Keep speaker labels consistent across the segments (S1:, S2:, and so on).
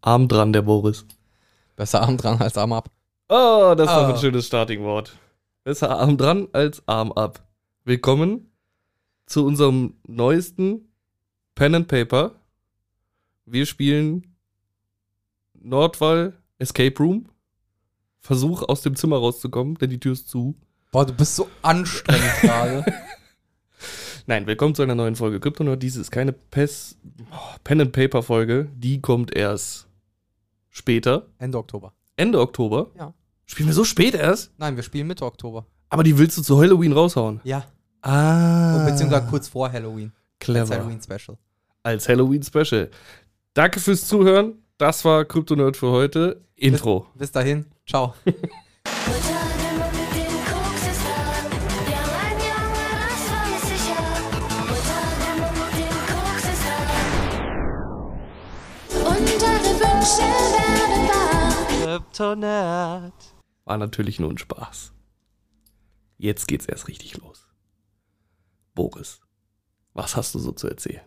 S1: Arm dran, der Boris.
S2: Besser Arm dran als Arm ab.
S1: Oh, das ist doch
S2: Ah.
S1: ein schönes Startingwort. Besser Arm dran als Arm ab. Willkommen zu unserem neuesten Pen and Paper. Wir spielen Nordwall Escape Room. Versuch aus dem Zimmer rauszukommen, denn die Tür ist zu.
S2: Boah, du bist so anstrengend gerade.
S1: Nein, willkommen zu einer neuen Folge Kryptonaut. Diese ist keine Pes oh, Pen and Paper Folge. Die kommt erst später.
S2: Ende Oktober.
S1: Ende Oktober.
S2: Ja.
S1: Spielen wir so spät erst?
S2: Nein, wir spielen Mitte Oktober.
S1: Aber die willst du zu Halloween raushauen.
S2: Ja.
S1: Ah.
S2: Oh, Beziehungsweise kurz vor Halloween. Als
S1: clever.
S2: Halloween Special.
S1: Als Halloween Special. Danke fürs Zuhören. Das war Krypto Nerd für heute. Intro.
S2: Bis dahin. Ciao.
S3: Mutanten guckst es an, der Langjahre, das weiß ich ja. Mutanten guckst es an. Unsere Wünsche werden wahr.
S1: War natürlich nur ein Spaß. Jetzt geht's erst richtig los. Boris, was hast du so zu erzählen?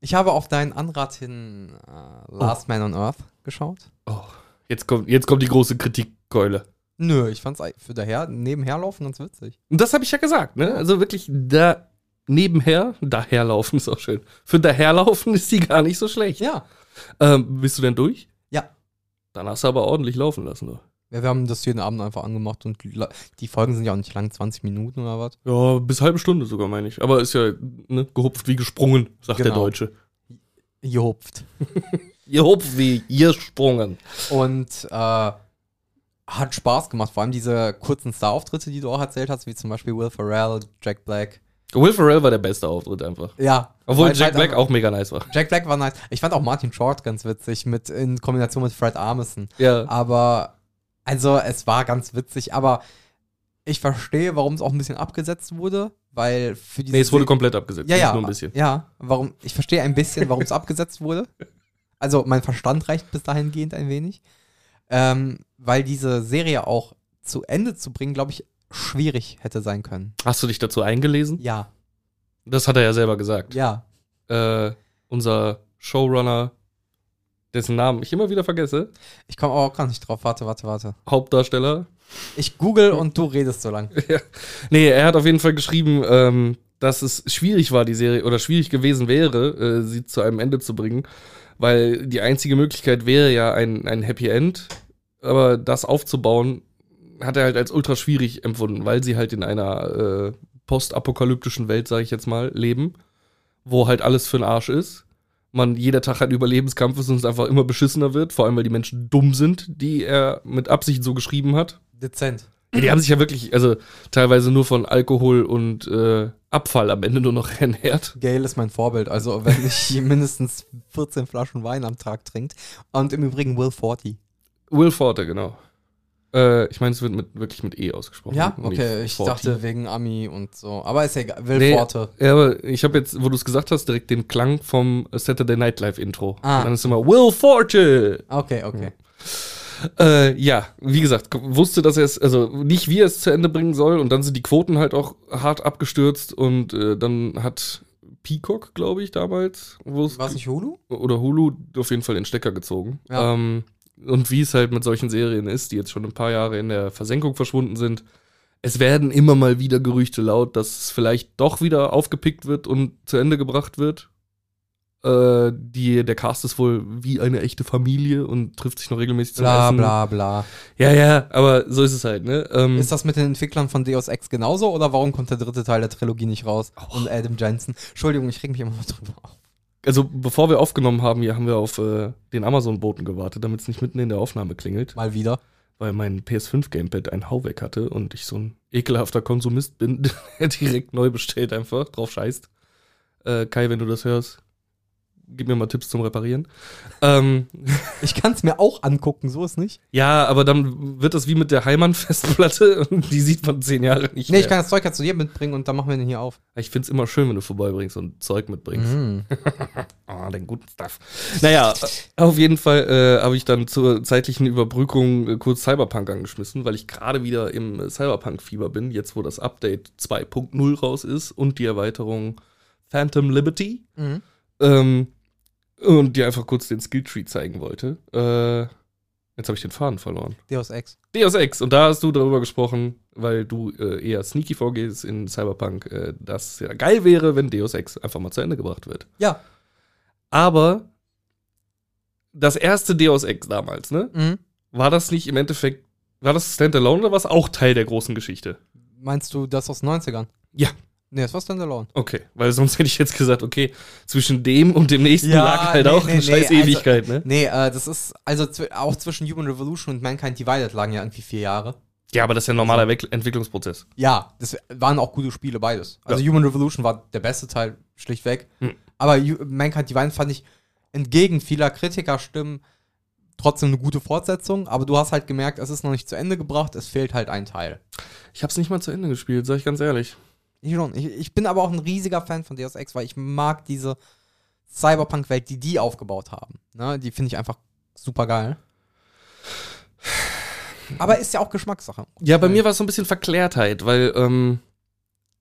S2: Ich habe auf deinen Anrat hin äh, Last Man on Earth geschaut.
S1: Oh, jetzt kommt, jetzt kommt die große Kritikkeule.
S2: Nö, ich fand's ei- für daher nebenherlaufen ganz witzig.
S1: Und das habe ich ja gesagt, ne? Also wirklich da nebenher, daherlaufen ist auch schön. Für daherlaufen ist die gar nicht so schlecht.
S2: Ja.
S1: Ähm, bist du denn durch?
S2: Ja.
S1: Dann hast du aber ordentlich laufen lassen, du.
S2: Ja, wir haben das jeden Abend einfach angemacht und la- die Folgen sind ja auch nicht lang, 20 Minuten oder was.
S1: Ja, bis halbe Stunde sogar, meine ich. Aber ist ja ne, gehupft wie gesprungen, sagt der
S2: Genau.
S1: Deutsche.
S2: Gehupft.
S1: Gehupft wie gesprungen.
S2: Und äh, hat Spaß gemacht. Vor allem diese kurzen Star-Auftritte, die du auch erzählt hast, wie zum Beispiel Will Ferrell, Jack Black.
S1: Will Ferrell war der beste Auftritt einfach.
S2: Ja.
S1: Obwohl
S2: Weil
S1: Jack
S2: halt
S1: Black
S2: einfach-
S1: auch mega nice war.
S2: Jack Black war nice. Ich fand auch Martin Short ganz witzig mit, in Kombination mit Fred Armisen.
S1: Ja.
S2: Aber, also, es war ganz witzig. Aber ich verstehe, warum es auch ein bisschen abgesetzt wurde, weil für diese.
S1: Nee, es wurde
S2: Se-
S1: komplett abgesetzt.
S2: ja,
S1: nicht
S2: ja,
S1: Nur ein bisschen.
S2: Ja, warum, ich verstehe ein bisschen, warum es abgesetzt wurde. Also mein Verstand reicht bis dahingehend ein wenig. Ähm, weil diese Serie auch zu Ende zu bringen, glaube ich, schwierig hätte sein können.
S1: Hast du dich dazu eingelesen?
S2: Ja,
S1: Das hat er ja selber gesagt.
S2: ja.
S1: Äh, unser Showrunner, dessen Namen ich immer wieder vergesse,
S2: Ich komme auch gar nicht drauf. Warte, warte, warte.
S1: Hauptdarsteller,
S2: Ich google und du redest so lang.
S1: Nee, er hat auf jeden Fall geschrieben, ähm, dass es schwierig war, die Serie, oder schwierig gewesen wäre, äh, sie zu einem Ende zu bringen, weil die einzige Möglichkeit wäre ja ein, ein Happy End, aber das aufzubauen hat er halt als ultra schwierig empfunden, weil sie halt in einer äh, postapokalyptischen Welt, sage ich jetzt mal, leben, wo halt alles für den Arsch ist. Man jeder Tag ein Überlebenskampf ist und es einfach immer beschissener wird, vor allem weil die Menschen dumm sind, die er mit Absicht so geschrieben hat.
S2: Dezent.
S1: Ja, die haben sich ja wirklich, also teilweise nur von Alkohol und äh, Abfall am Ende nur noch ernährt.
S2: Gail ist mein Vorbild. Also wenn ich mindestens 14 Flaschen Wein am Tag trinkt. Und im Übrigen Will Forty.
S1: Will Forte, genau. Äh, ich meine, es wird mit, wirklich mit E ausgesprochen.
S2: Ja,
S1: nicht
S2: okay. Ich
S1: Forte.
S2: dachte wegen Ami und so. Aber ist ja egal. Will
S1: Nee.
S2: Forte.
S1: Ja, aber ich habe jetzt, wo du es gesagt hast, direkt den Klang vom Saturday Night Live Intro.
S2: Ah.
S1: Und Dann ist immer Will Forte.
S2: Okay, okay.
S1: Äh, ja, wie gesagt, k- wusste, dass er es, also nicht wie er es zu Ende bringen soll und dann sind die Quoten halt auch hart abgestürzt und äh, dann hat Peacock, glaube ich, damals, wo es
S2: War es nicht Hulu?
S1: oder Hulu auf jeden Fall den Stecker gezogen.
S2: Ja.
S1: Ähm, und wie es halt mit solchen Serien ist, die jetzt schon ein paar Jahre in der Versenkung verschwunden sind, es werden immer mal wieder Gerüchte laut, dass es vielleicht doch wieder aufgepickt wird und zu Ende gebracht wird. Äh, die, der Cast ist wohl wie eine echte Familie und trifft sich noch regelmäßig zum
S2: Bla
S1: Essen.
S2: bla bla.
S1: Ja, ja, aber so ist es halt, ne? Ähm,
S2: Ist das mit den Entwicklern von Deus Ex genauso oder warum kommt der dritte Teil der Trilogie nicht raus?
S1: Oh.
S2: Und Adam Jensen. Entschuldigung, ich reg mich immer noch drüber auf.
S1: also bevor wir aufgenommen haben, hier haben wir auf äh, den Amazon-Boten gewartet, damit es nicht mitten in der Aufnahme klingelt.
S2: Mal wieder.
S1: weil mein PS5-Gamepad ein Hauweg hatte und ich so ein ekelhafter Konsumist bin, der direkt neu bestellt einfach, drauf scheißt. Äh, Kai, wenn du das hörst, gib mir mal Tipps zum Reparieren. ähm,
S2: Ich kann es mir auch angucken, so ist nicht.
S1: ja, aber dann wird das wie mit der Heimann-Festplatte und die sieht man zehn Jahre nicht
S2: Nee,
S1: mehr.
S2: ich kann das Zeug ja zu dir mitbringen und dann machen wir den hier auf.
S1: ich find's immer schön, wenn du vorbeibringst und Zeug mitbringst.
S2: Mhm.
S1: Ah, den guten Stuff. Naja, äh, auf jeden Fall äh, habe ich dann zur zeitlichen Überbrückung äh, kurz Cyberpunk angeschmissen, weil ich gerade wieder im äh, Cyberpunk-Fieber bin, jetzt wo das Update 2.0 raus ist und die Erweiterung Phantom Liberty.
S2: Mhm.
S1: Ähm, und dir einfach kurz den Skilltree zeigen wollte. Äh, jetzt habe ich den Faden verloren.
S2: Deus Ex.
S1: Deus Ex, und da hast du darüber gesprochen, weil du äh, eher sneaky vorgehst in Cyberpunk, äh, dass ja geil wäre, wenn Deus Ex einfach mal zu Ende gebracht wird.
S2: Ja.
S1: Aber das erste Deus Ex damals, ne? War das nicht im Endeffekt, war das Standalone oder war es auch Teil der großen Geschichte?
S2: Meinst du das aus den 90ern?
S1: Ja.
S2: Nee, das war Standalone.
S1: Okay, weil sonst hätte ich jetzt gesagt, okay, zwischen dem und dem nächsten
S2: Ja,
S1: lag halt
S2: nee,
S1: auch
S2: nee,
S1: eine
S2: nee,
S1: scheiß
S2: also-
S1: Ewigkeit, ne?
S2: Nee, äh, das ist, also zw auch zwischen Human Revolution und Mankind Divided lagen ja irgendwie vier Jahre.
S1: Ja, aber das ist ja ein normaler Weck- Entwicklungsprozess.
S2: Ja, das waren auch gute Spiele, beides. Also
S1: Ja.
S2: Human Revolution war der beste Teil, schlichtweg.
S1: Hm.
S2: Aber Ju- Mankind Divine fand ich entgegen vieler Kritikerstimmen trotzdem eine gute Fortsetzung. Aber du hast halt gemerkt, es ist noch nicht zu Ende gebracht, es fehlt halt ein Teil.
S1: Ich hab's nicht mal zu Ende gespielt, sag ich ganz ehrlich.
S2: Ich, schon. ich, ich bin aber auch ein riesiger Fan von Deus Ex, weil ich mag diese Cyberpunk-Welt, die die aufgebaut haben. Ne? Die finde ich einfach super geil. Aber ist ja auch Geschmackssache.
S1: Ja, bei mir war es so ein bisschen Verklärtheit, weil ähm,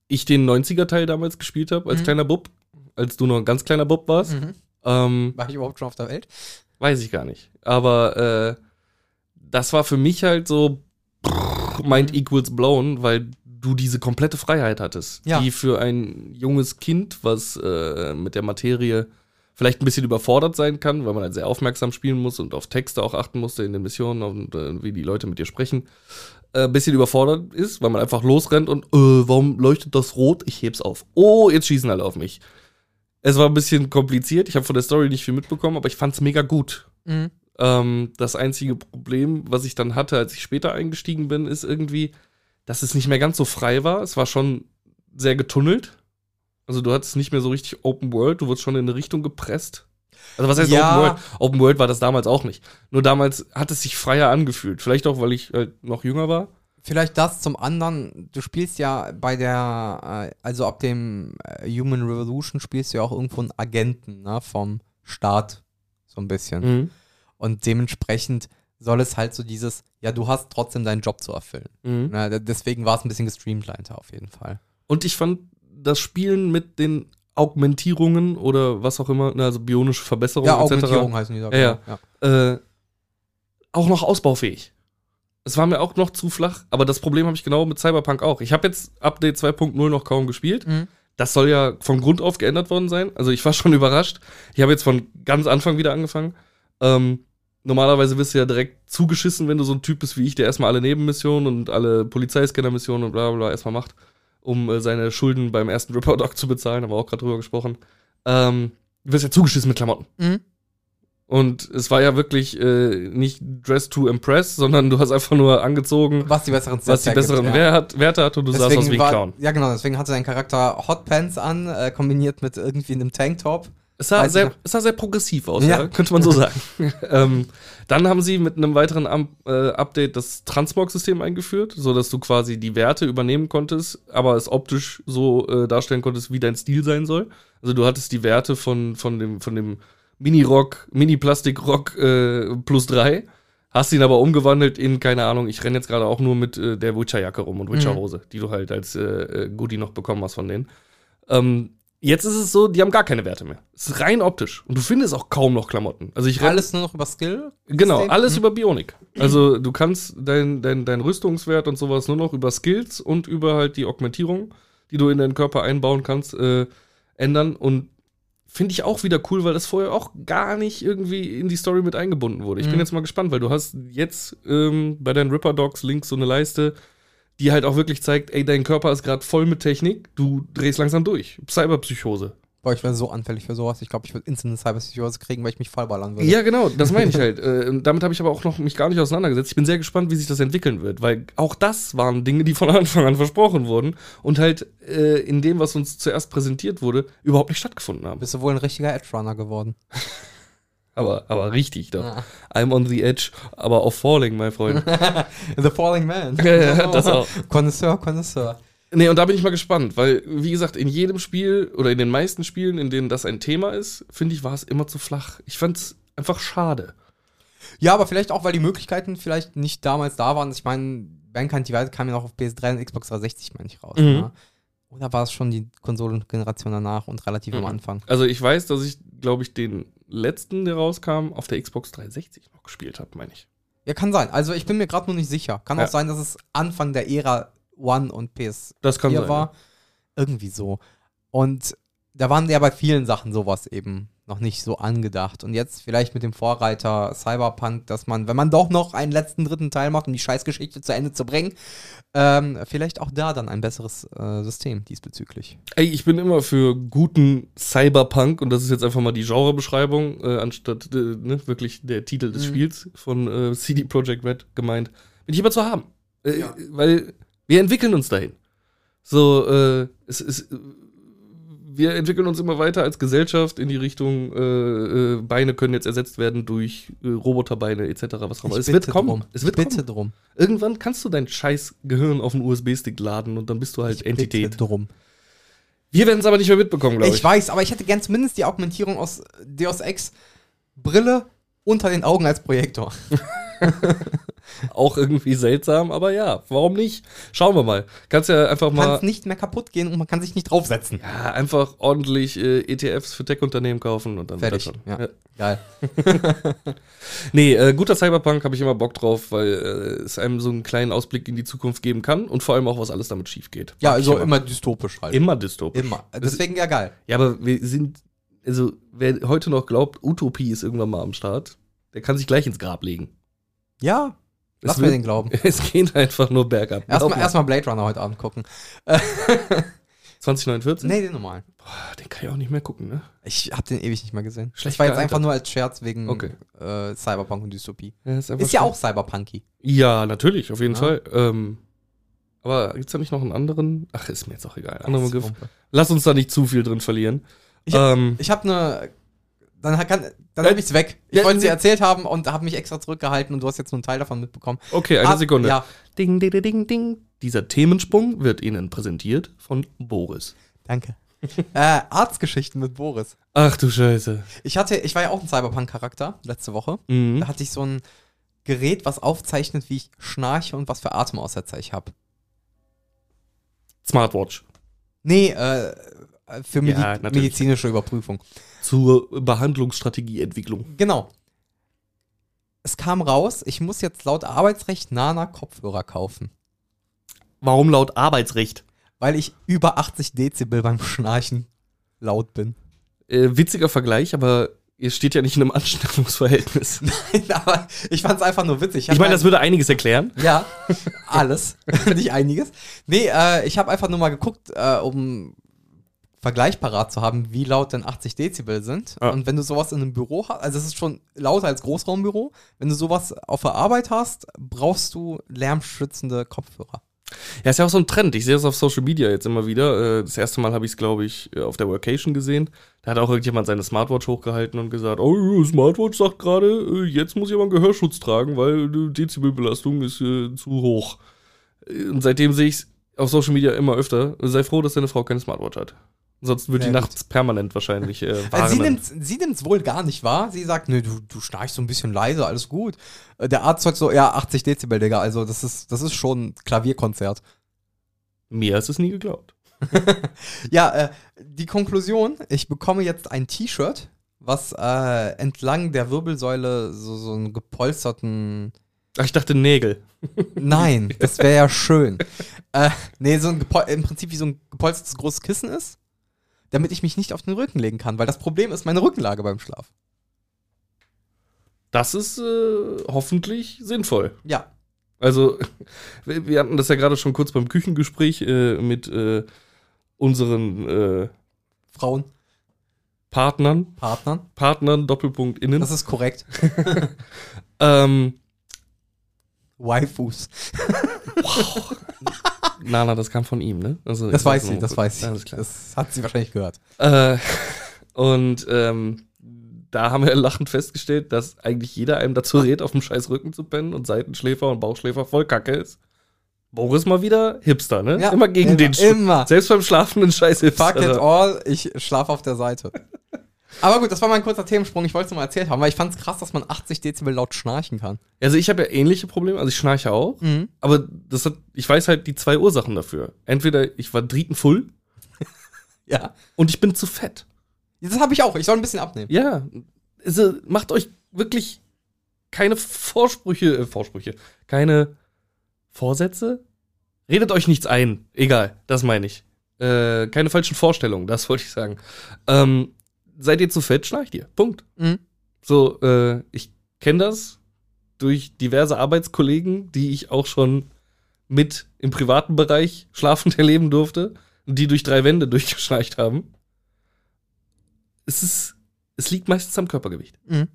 S1: ich den 90er-Teil damals gespielt habe, als
S2: Mhm.
S1: kleiner Bub, als du noch ein ganz kleiner Bub warst.
S2: Mhm.
S1: Ähm,
S2: War ich überhaupt schon auf der Welt?
S1: weiß ich gar nicht. Aber äh, das war für mich halt so Mind equals blown, weil du diese komplette Freiheit hattest,
S2: Ja.
S1: die für ein junges Kind, was äh, mit der Materie vielleicht ein bisschen überfordert sein kann, weil man halt sehr aufmerksam spielen muss und auf Texte auch achten musste in den Missionen und äh, wie die Leute mit dir sprechen, äh, ein bisschen überfordert ist, weil man einfach losrennt und äh, warum leuchtet das rot? Ich heb's auf. Oh, jetzt schießen alle auf mich. Es war ein bisschen kompliziert. Ich habe von der Story nicht viel mitbekommen, aber ich fand's mega gut.
S2: Mhm.
S1: Ähm, das einzige Problem, was ich dann hatte, als ich später eingestiegen bin, ist irgendwie, dass es nicht mehr ganz so frei war. Es war schon sehr getunnelt. Also du hattest nicht mehr so richtig Open World, du wurdest schon in eine Richtung gepresst. Also was heißt
S2: Ja.
S1: Open World? Open World war das damals auch nicht. Nur damals hat es sich freier angefühlt. Vielleicht auch, weil ich halt noch jünger war.
S2: Vielleicht das zum anderen, du spielst ja bei der, äh, also ab dem äh, Human Revolution spielst du ja auch irgendwo einen Agenten ne, vom Staat, so ein bisschen.
S1: Mhm.
S2: Und dementsprechend soll es halt so dieses, ja, du hast trotzdem deinen Job zu erfüllen.
S1: Mhm.
S2: Na, de- deswegen war es ein bisschen gestreamliner auf jeden Fall.
S1: Und ich fand das Spielen mit den Augmentierungen oder was auch immer, na, also bionische Verbesserungen
S2: Ja,
S1: etc.
S2: Augmentierung heißen die Sachen.
S1: Ja, ja.
S2: ja.
S1: äh, auch noch ausbaufähig. Es war mir auch noch zu flach, aber das Problem habe ich genau mit Cyberpunk auch. Ich habe jetzt Update 2.0 noch kaum gespielt.
S2: Mhm.
S1: Das soll ja von Grund auf geändert worden sein. Also ich war schon überrascht. Ich habe jetzt von ganz Anfang wieder angefangen. Ähm, normalerweise wirst du ja direkt zugeschissen, wenn du so ein Typ bist wie ich, der erstmal alle Nebenmissionen und alle Polizeiscanner-Missionen und bla bla bla erstmal macht, um äh, seine Schulden beim ersten Ripper-Doc zu bezahlen. Haben wir auch gerade drüber gesprochen. Ähm, du wirst ja zugeschissen mit Klamotten.
S2: Mhm.
S1: Und es war ja wirklich äh, nicht Dress to Impress, sondern du hast einfach nur angezogen,
S2: Was die besseren
S1: was die
S2: hergibt,
S1: besseren
S2: ja.
S1: Wer hat, Werte hat und du sahst aus wie ein
S2: war,
S1: Clown.
S2: Ja, genau, deswegen hatte dein Charakter Hotpants an, äh, kombiniert mit irgendwie einem Tanktop.
S1: Es sah,
S2: weiß ich
S1: sehr,
S2: noch.
S1: es sah sehr progressiv aus, ja.
S2: Ja.
S1: könnte man so sagen. ähm, dann haben sie mit einem weiteren Am äh, Update das Transmog-System eingeführt, sodass du quasi die Werte übernehmen konntest, aber es optisch so äh, darstellen konntest, wie dein Stil sein soll. Also du hattest die Werte von, von dem, von dem Mini-Rock, Mini-Plastik-Rock äh, plus drei, hast ihn aber umgewandelt in, keine Ahnung, ich renne jetzt gerade auch nur mit äh, der Witcher-Jacke rum und Witcher-Hose, die du halt als äh, äh, Goodie noch bekommen hast von denen. Ähm, jetzt ist es so, die haben gar keine Werte mehr. Es ist rein optisch. Und du findest auch kaum noch Klamotten. Also ich renn-
S2: Alles nur noch über Skill.
S1: Genau,
S2: System? Mhm.
S1: alles über Bionik. Also du kannst deinen dein, dein Rüstungswert und sowas nur noch über Skills und über halt die Augmentierung, die du in deinen Körper einbauen kannst, äh, ändern. Und finde ich auch wieder cool, weil das vorher auch gar nicht irgendwie in die Story mit eingebunden wurde. Ich bin
S2: Mhm.
S1: jetzt mal gespannt, weil du hast jetzt ähm, bei deinen Ripper Dogs links so eine Leiste, die halt auch wirklich zeigt, ey, dein Körper ist gerade voll mit Technik, du drehst langsam durch. Cyberpsychose.
S2: Boah, ich wäre so anfällig für sowas. Ich glaube, ich würde instant Cyberpsychose kriegen, weil ich mich vollballern würde.
S1: Ja, genau, das meine ich halt. Äh, und damit habe ich aber auch noch mich gar nicht auseinandergesetzt. Ich bin sehr gespannt, wie sich das entwickeln wird, weil auch das waren Dinge, die von Anfang an versprochen wurden und halt äh, in dem, was uns zuerst präsentiert wurde, überhaupt nicht stattgefunden haben.
S2: Bist du wohl ein richtiger Edge-Runner geworden.
S1: Aber, aber richtig doch.
S2: Ja.
S1: I'm on the edge, aber auf falling, mein Freund.
S2: The Falling Man.
S1: Ja, ja, das auch.
S2: Connoisseur, Connoisseur.
S1: Nee, und da bin ich mal gespannt, weil, wie gesagt, in jedem Spiel oder in den meisten Spielen, in denen das ein Thema ist, finde ich, war es immer zu flach. Ich fand's einfach schade.
S2: Ja, aber vielleicht auch, weil die Möglichkeiten vielleicht nicht damals da waren. Ich meine, Mankind Divide kam ja noch auf PS3 und Xbox 360, meine ich, raus.
S1: Mhm.
S2: Ne? Oder war es schon die Konsolengeneration danach und relativ am
S1: Mhm.
S2: Anfang?
S1: Also ich weiß, dass ich, glaube ich, den letzten, der rauskam, auf der Xbox 360 noch gespielt habe, meine ich.
S2: Ja, kann sein. Also ich bin mir gerade nur nicht sicher. Kann
S1: Ja.
S2: auch sein, dass es Anfang der Ära One und PS4
S1: Das kann sein.
S2: war. Irgendwie so. Und da waren ja bei vielen Sachen sowas eben noch nicht so angedacht. Und jetzt vielleicht mit dem Vorreiter Cyberpunk, dass man, wenn man doch noch einen letzten dritten Teil macht, um die Scheißgeschichte zu Ende zu bringen, ähm, vielleicht auch da dann ein besseres äh, System diesbezüglich.
S1: Ey, ich bin immer für guten Cyberpunk und das ist jetzt einfach mal die Genrebeschreibung, äh, anstatt äh, ne, wirklich der Titel des
S2: Mhm.
S1: Spiels von äh, CD Projekt Red gemeint. Bin ich immer zu haben. Äh,
S2: Ja.
S1: Weil wir entwickeln uns dahin. So, äh, es ist. äh, Wir entwickeln uns immer weiter als Gesellschaft in die Richtung, äh, äh, Beine können jetzt ersetzt werden durch äh, Roboterbeine etc. Was auch immer.
S2: Ich
S1: Es wird
S2: bitte
S1: kommen.
S2: drum.
S1: Es wird
S2: Ich bitte
S1: kommen.
S2: drum.
S1: Irgendwann kannst du dein scheiß Gehirn auf einen USB-Stick laden und dann bist du halt
S2: Ich
S1: Entität.
S2: Bitte drum.
S1: Wir werden es aber nicht mehr mitbekommen, glaube
S2: Ich,
S1: ich.
S2: weiß, aber ich hätte gern zumindest die Augmentierung aus Deus Ex Brille unter den Augen als Projektor.
S1: Auch irgendwie seltsam, aber ja, warum nicht? Schauen wir mal. Kannst ja einfach
S2: Kann
S1: mal
S2: es nicht mehr kaputt gehen und man kann sich nicht draufsetzen.
S1: ja, einfach ordentlich äh, ETFs für Tech-Unternehmen kaufen und dann
S2: Fertig.
S1: wird das schon.
S2: Ja. Geil.
S1: Nee, äh, guter Cyberpunk habe ich immer Bock drauf, weil äh, es einem so einen kleinen Ausblick in die Zukunft geben kann und vor allem auch, was alles damit schief geht.
S2: Ja,
S1: Mag
S2: also
S1: ich
S2: immer dystopisch halt.
S1: Immer dystopisch.
S2: Immer. Deswegen ja geil.
S1: Ja, aber wir sind, also wer heute noch glaubt, Utopie ist irgendwann mal am Start, der kann sich gleich ins Grab legen.
S2: Ja, lass
S1: es
S2: mir
S1: wird-
S2: den glauben.
S1: Es geht einfach nur bergab. Glaub
S2: Erstmal
S1: mir.
S2: erstmal Blade Runner heute Abend gucken.
S1: 2049?
S2: Nee, den normalen.
S1: Boah, Ah, den kann ich auch nicht mehr gucken, ne?
S2: Ich hab den ewig nicht mehr gesehen.
S1: Schlecht
S2: das war jetzt
S1: gealtert.
S2: einfach nur als Scherz wegen
S1: Okay.
S2: äh, Cyberpunk und Dystopie.
S1: Ja, ist einfach
S2: Ist ja
S1: schlimm.
S2: auch Cyberpunky.
S1: Ja, natürlich, auf jeden
S2: Ja.
S1: Fall. Ähm, aber gibt's da nicht noch einen anderen? Ach, ist mir jetzt auch egal. Andere Begriff. Lass uns da nicht zu viel drin verlieren.
S2: Ich-
S1: ähm,
S2: Ich habe eine. Dann, kann, dann
S1: Ja,
S2: habe ich es weg. Ich
S1: ja,
S2: wollte sie
S1: nee.
S2: erzählt haben und habe mich extra zurückgehalten und du hast jetzt nur einen Teil davon mitbekommen.
S1: okay, eine
S2: Ah,
S1: Sekunde.
S2: Ja,
S1: Ding, ding, ding, ding. Dieser Themensprung wird Ihnen präsentiert von Boris.
S2: danke. äh, Arztgeschichten mit Boris.
S1: Ach du Scheiße.
S2: Ich hatte, ich war ja auch ein Cyberpunk-Charakter letzte Woche.
S1: Mhm.
S2: Da hatte ich so ein Gerät, was aufzeichnet, wie ich schnarche und was für Atemaussetzer ich habe.
S1: Smartwatch.
S2: Nee, äh, für Medi
S1: Ja, natürlich.
S2: medizinische Überprüfung.
S1: Zur Behandlungsstrategieentwicklung.
S2: Genau. Es kam raus, ich muss jetzt laut Arbeitsrecht Nana Kopfhörer kaufen,
S1: Warum laut Arbeitsrecht?
S2: weil ich über 80 Dezibel beim Schnarchen laut bin.
S1: Äh, witziger Vergleich, aber ihr steht ja nicht in einem Anstellungsverhältnis.
S2: Aber ich fand es einfach nur witzig.
S1: Ich meine, das würde einiges erklären.
S2: Ja, alles. Nicht einiges. Nee, äh, ich habe einfach nur mal geguckt, äh, um Vergleich parat zu haben, wie laut denn 80 Dezibel sind.
S1: Ah.
S2: Und wenn du sowas in einem Büro hast, also es ist schon lauter als Großraumbüro, wenn du sowas auf der Arbeit hast, brauchst du lärmschützende Kopfhörer.
S1: Ja, ist ja auch so ein Trend. Ich sehe das auf Social Media jetzt immer wieder. Äh, Das erste Mal habe ich es, glaube ich, äh, auf der Workation gesehen. Da hat auch irgendjemand seine Smartwatch hochgehalten und gesagt, oh, Smartwatch sagt gerade, äh, jetzt muss jemand Gehörschutz tragen, weil die Dezibelbelastung ist äh, zu hoch. Äh, Und seitdem sehe ich es auf Social Media immer öfter. Sei froh, dass deine Frau keine Smartwatch hat. Sonst wird
S2: Sehr
S1: die
S2: gut.
S1: nachts permanent wahrscheinlich äh,
S2: Also sie
S1: warnen.
S2: nimmt sie nimmt's wohl gar nicht wahr. Sie sagt, nö, du, du schnarchst so ein bisschen leise, alles gut. Äh, Der Arzt sagt so, ja, 80 Dezibel, Digga, also das ist, das ist schon ein Klavierkonzert.
S1: Mir ist es nie geglaubt.
S2: Ja, äh, die Konklusion, ich bekomme jetzt ein T-Shirt, was äh, entlang der Wirbelsäule so, so einen gepolsterten...
S1: Ach, ich dachte Nägel.
S2: Nein, das wäre ja schön. äh, nee, so ein gepol- im Prinzip wie so ein gepolstertes großes Kissen ist, damit ich mich nicht auf den Rücken legen kann, weil das Problem ist meine Rückenlage beim Schlaf.
S1: Das ist äh, hoffentlich sinnvoll.
S2: Ja,
S1: Also, wir wir hatten das ja gerade schon kurz beim Küchengespräch äh, mit äh, unseren äh,
S2: Frauen,
S1: Partnern,
S2: Partnern,
S1: Partnern, Doppelpunkt innen.
S2: das ist korrekt.
S1: Ähm,
S2: Waifus.
S1: Nana, das kam von ihm, ne? Also,
S2: Das
S1: ich
S2: weiß
S1: nur
S2: sie, das
S1: kurz.
S2: weiß sie.
S1: Alles klar.
S2: Das hat sie wahrscheinlich gehört.
S1: Äh, und ähm, da haben wir lachend festgestellt, dass eigentlich jeder einem dazu rät, auf dem scheiß Rücken zu pennen und Seitenschläfer und Bauchschläfer voll Kacke ist. Boris mal wieder Hipster, ne?
S2: Ja,
S1: immer gegen den Sch-
S2: Immer.
S1: Selbst beim schlafenden Scheiß Hipster. Also,
S2: Fuck it
S1: Alter.
S2: all, ich schlafe auf der Seite. Aber gut, das war mein kurzer Themensprung. Ich wollte es nur mal erzählt haben, weil ich fand es krass, dass man 80 Dezibel laut schnarchen kann.
S1: Also ich habe ja ähnliche Probleme, also ich
S2: Mhm.
S1: schnarche auch, aber das hat, ich weiß halt die zwei Ursachen dafür. Entweder ich war drietenfull
S2: Ja.
S1: Und ich bin zu fett.
S2: Das habe ich auch. Ich soll ein bisschen abnehmen.
S1: Ja, also macht euch wirklich keine Vorsprüche, äh, Vorsprüche, keine Vorsätze. Redet euch nichts ein. Egal, das meine ich. Äh, keine falschen Vorstellungen, das wollte ich sagen. Ähm, seid ihr zu fett, schleicht ihr. Punkt.
S2: Mhm.
S1: So, äh, ich kenne das durch diverse Arbeitskollegen, die ich auch schon mit im privaten Bereich schlafend erleben durfte, die durch drei Wände durchgeschleicht haben. Es ist, es liegt meistens am Körpergewicht.
S2: Mhm.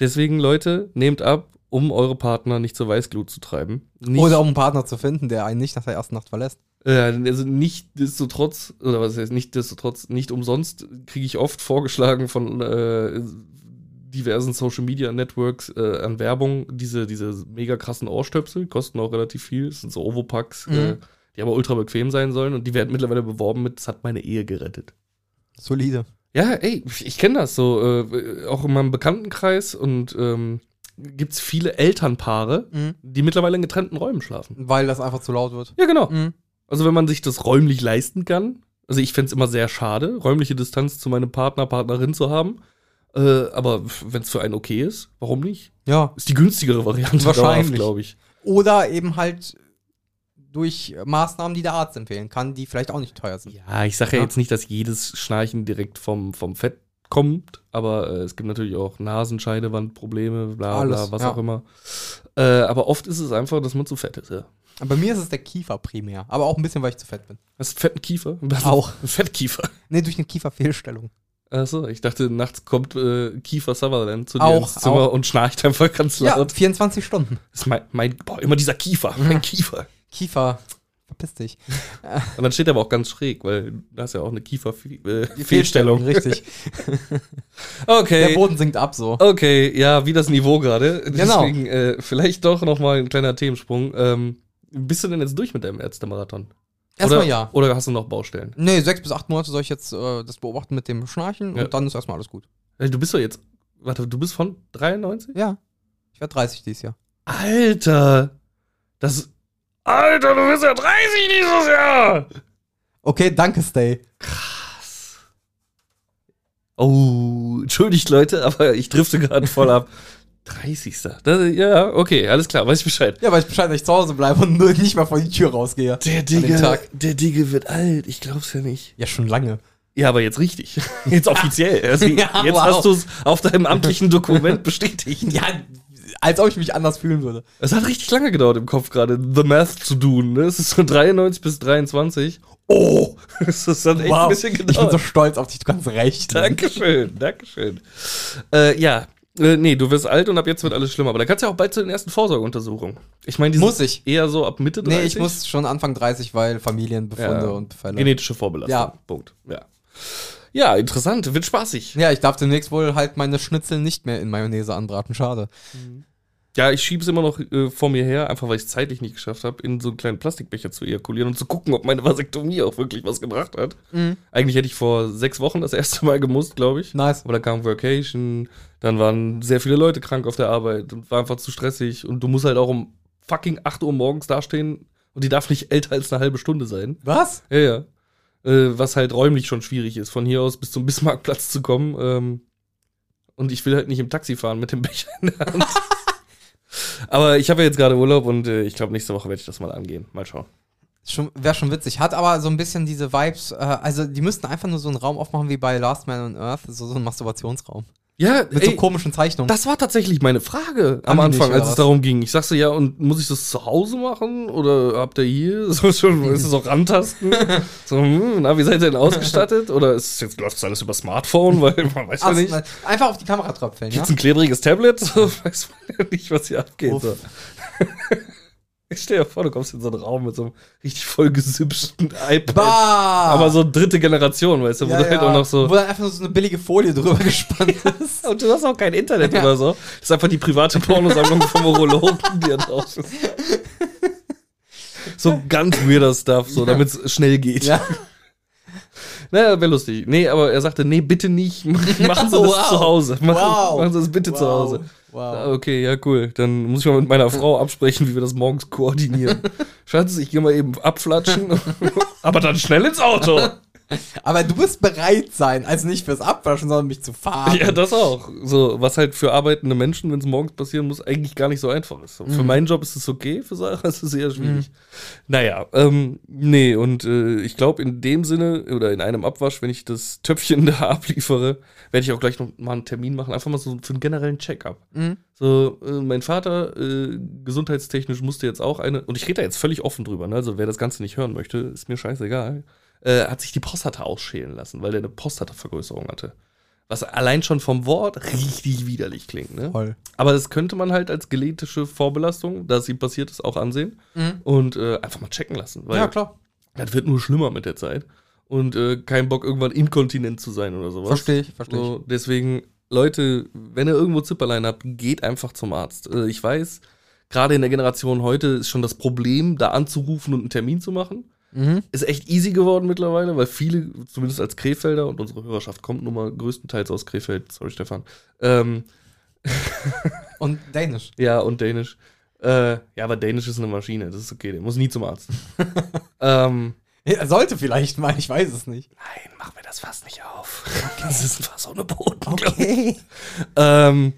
S1: Deswegen, Leute, nehmt ab, um eure Partner nicht zur Weißglut zu treiben. Nicht,
S2: Oder um einen Partner zu finden, der einen nicht nach der ersten Nacht verlässt.
S1: äh, also nicht desto trotz, oder was heißt nicht desto trotz, nicht umsonst kriege ich oft vorgeschlagen von äh, diversen Social Media Networks äh, an Werbung diese, diese mega krassen Ohrstöpsel, kosten auch relativ viel, es sind so Ovopacks,
S2: Mhm.
S1: äh, die aber ultra bequem sein sollen und die werden mittlerweile beworben mit, es hat meine Ehe gerettet.
S2: Solide.
S1: Ja, ey, ich kenne das so, äh, auch in meinem Bekanntenkreis und ähm, gibt es viele Elternpaare,
S2: Mhm.
S1: die mittlerweile in getrennten Räumen schlafen.
S2: Weil das einfach zu laut wird.
S1: Ja, genau.
S2: Mhm.
S1: Also wenn man sich das räumlich leisten kann, also ich fänd's immer sehr schade, räumliche Distanz zu meinem Partner, Partnerin zu haben, äh, aber wenn es für einen okay ist, warum nicht?
S2: Ja.
S1: Ist die günstigere Variante
S2: Wahrscheinlich.
S1: glaube ich.
S2: Oder eben halt durch Maßnahmen, die der Arzt empfehlen kann, die vielleicht auch nicht teuer sind.
S1: Ja, ich sage ja,
S2: Ja.
S1: jetzt nicht, dass jedes Schnarchen direkt vom, vom Fett kommt, aber äh, es gibt natürlich auch Nasenscheidewandprobleme, bla bla,
S2: Alles,
S1: was
S2: ja.
S1: auch immer. Äh, aber oft ist es einfach, dass man zu fett ist. Ja.
S2: Aber Bei mir ist es der Kiefer primär. Aber auch ein bisschen, weil ich zu fett bin.
S1: Hast du einen fetten Kiefer?
S2: Auch.
S1: Ein Fettkiefer.
S2: Nee, durch eine Kieferfehlstellung.
S1: Achso, ich dachte, nachts kommt äh, Kiefer Sutherland zu dir
S2: Auch,
S1: ins Zimmer und schnarcht einfach ganz
S2: Ja,
S1: laut.
S2: 24 Stunden.
S1: Das ist mein, mein, boah, immer dieser Kiefer, mein Kiefer.
S2: Kiefer, verpiss dich.
S1: Und dann steht er aber auch ganz schräg, weil da ist ja auch eine Kieferfehlstellung.
S2: Richtig.
S1: okay.
S2: Der Boden sinkt ab so.
S1: Okay, ja, wie das Niveau gerade.
S2: Genau.
S1: Deswegen äh, vielleicht doch nochmal ein kleiner Themensprung. Ähm, bist du denn jetzt durch mit deinem Ärztemarathon?
S2: Erstmal
S1: oder,
S2: ja.
S1: Oder hast du noch Baustellen?
S2: Nee, sechs bis acht Monate soll ich jetzt äh, das beobachten mit dem Schnarchen
S1: Ja.
S2: und dann ist erstmal alles gut.
S1: Äh, Du bist doch jetzt, warte, du bist von 93?
S2: Ja. Ich werde 30 dieses Jahr.
S1: Alter, das, Alter, du bist ja 30 dieses Jahr!
S2: Okay, danke, Stay.
S1: Oh, entschuldigt Leute, aber ich drifte gerade voll ab. 30. Das, ja, okay, alles klar, weiß ich Bescheid.
S2: Ja, weil ich Bescheid, dass ich zu Hause bleibe und nur nicht mal vor die Tür rausgehe.
S1: Der
S2: Digge-
S1: der Digge wird alt, ich glaub's ja nicht.
S2: Ja, schon lange.
S1: Ja, aber jetzt richtig. Jetzt offiziell. Also,
S2: Ja,
S1: jetzt
S2: wow.
S1: hast du es auf deinem amtlichen Dokument bestätigt.
S2: Ja, als ob ich mich anders fühlen würde.
S1: Es hat richtig lange gedauert im Kopf gerade, The Math zu tun. Ne? Es ist von 93 bis 23. Oh, es ist dann echt ein bisschen
S2: ich bin
S1: gedauert.
S2: so stolz auf dich, du kannst recht.
S1: Dankeschön, Dankeschön. Äh, ja, äh, nee, du wirst alt und ab jetzt wird alles schlimmer. Aber da kannst du ja auch bald zu den ersten Vorsorgeuntersuchungen. Ich meine, die
S2: Muss
S1: sind
S2: ich.
S1: eher so ab Mitte 30.
S2: Nee, ich muss schon Anfang 30, weil Familienbefunde
S1: Ja.
S2: und Fälle.
S1: Genetische Vorbelastung.
S2: Ja.
S1: Punkt. Ja. ja, interessant. Wird spaßig.
S2: Ja, ich darf demnächst wohl halt meine Schnitzel nicht mehr in Mayonnaise anbraten, schade.
S1: Ja, ich schieb's immer noch äh, vor mir her, einfach weil ich es zeitlich nicht geschafft habe, in so einen kleinen Plastikbecher zu ejakulieren und zu gucken, ob meine Vasektomie auch wirklich was gebracht hat. Eigentlich hätte ich vor sechs Wochen das erste Mal gemusst, glaube ich.
S2: Nice.
S1: Aber da kam Vacation, dann waren sehr viele Leute krank auf der Arbeit und war einfach zu stressig. Und du musst halt auch um fucking 8 Uhr morgens dastehen und die darf nicht älter als eine halbe Stunde sein.
S2: Was?
S1: Ja, ja. Äh, was halt räumlich schon schwierig ist, von hier aus bis zum Bismarckplatz zu kommen. Ähm, und ich will halt nicht im Taxi fahren mit dem Becher in der Hand. Aber ich habe ja jetzt gerade Urlaub und äh, ich glaube, nächste Woche werde ich das mal angehen. Mal schauen.
S2: Schon, Wäre schon witzig. Hat aber so ein bisschen diese Vibes, äh, also die müssten einfach nur so einen Raum aufmachen wie bei Last Man on Earth, so, so einen Masturbationsraum.
S1: Ja,
S2: Mit so
S1: ey,
S2: komischen Zeichnungen.
S1: das war tatsächlich meine Frage am
S2: Haben die
S1: Anfang,
S2: nicht,
S1: als
S2: oder
S1: es
S2: was?
S1: darum ging. Ich sagte ja, und muss ich das zu Hause machen oder habt ihr hier so schon, ist es auch rantasten? so, hm, na, wie seid ihr denn ausgestattet? Oder ist es jetzt läuft das alles über Smartphone, weil man weiß ja
S2: Ach,
S1: nicht.
S2: nein, einfach auf die Kamera tröpfeln, ja?
S1: Gibt's ein klebriges Tablet? So, weiß man ja nicht, was hier abgeht.
S2: Uff.
S1: So. Ich stell dir vor, du kommst in so einen Raum mit so einem richtig vollgesübschten iPad.
S2: Bah!
S1: Aber so dritte Generation, weißt du, wo
S2: Ja,
S1: du halt
S2: ja.
S1: auch noch so.
S2: Wo dann einfach nur so eine billige Folie drüber gespannt ist.
S1: Und du hast auch kein Internet
S2: Ja.
S1: oder so. Das ist einfach die private Pornosammlung vom Urologen, die da drauf ist. So ganz weirder Stuff, so,
S2: Ja.
S1: damit es schnell geht.
S2: Ja.
S1: Naja, wäre lustig. Nee, aber er sagte, nee, bitte nicht. Machen Sie das
S2: Wow.
S1: zu Hause. Machen,
S2: Wow.
S1: machen Sie das bitte zu
S2: Wow.
S1: Hause.
S2: Wow.
S1: Ah, Okay, ja, cool. Dann muss ich mal mit meiner Frau absprechen, wie wir das morgens koordinieren. Schatz, ich gehe mal eben abflatschen. aber dann schnell ins Auto.
S2: Aber du musst bereit sein, also nicht fürs Abwaschen, sondern mich zu fahren.
S1: ja, das auch. So, was halt für arbeitende Menschen, wenn es morgens passieren muss, eigentlich gar nicht so einfach ist. Für meinen Job ist es okay, für Sarah ist es eher schwierig. Naja, ähm, nee, und äh, ich glaube, in dem Sinne oder in einem Abwasch, wenn ich das Töpfchen da abliefere, werde ich auch gleich noch mal einen Termin machen, einfach mal so für einen generellen Check-up.
S2: Mhm.
S1: So, äh, mein Vater äh, gesundheitstechnisch musste jetzt auch eine, und ich rede da jetzt völlig offen drüber, ne? also wer das Ganze nicht hören möchte, ist mir scheißegal, äh, hat sich die Prostata ausschälen lassen, weil der eine Prostatavergrößerung hatte. Was allein schon vom Wort richtig widerlich klingt. Ne?
S2: Voll.
S1: Aber das könnte man halt als genetische Vorbelastung, da sie passiert ist, auch ansehen
S2: Mhm.
S1: und äh, einfach mal checken lassen. Weil
S2: Ja, klar.
S1: das wird nur schlimmer mit der Zeit. Und äh, kein Bock, irgendwann inkontinent zu sein oder sowas.
S2: Verstehe ich, verstehe ich.
S1: So, deswegen, Leute, wenn ihr irgendwo Zipperlein habt, geht einfach zum Arzt. Äh, Ich weiß, gerade in der Generation heute ist schon das Problem, da anzurufen und einen Termin zu machen.
S2: Mhm.
S1: Ist echt easy geworden mittlerweile, weil viele, zumindest als Krefelder, und unsere Hörerschaft kommt nun mal größtenteils aus Krefeld, sorry Stefan, ähm,
S2: Und Dänisch.
S1: ja, und Dänisch. Äh, ja, aber Dänisch ist eine Maschine, das ist okay, der muss nie zum Arzt. ähm,
S2: Er sollte vielleicht mal, ich weiß es nicht.
S1: nein, mach mir das fast nicht auf. Das ist ein Fass ohne Boden, glaub ich.
S2: Okay.
S1: Ähm,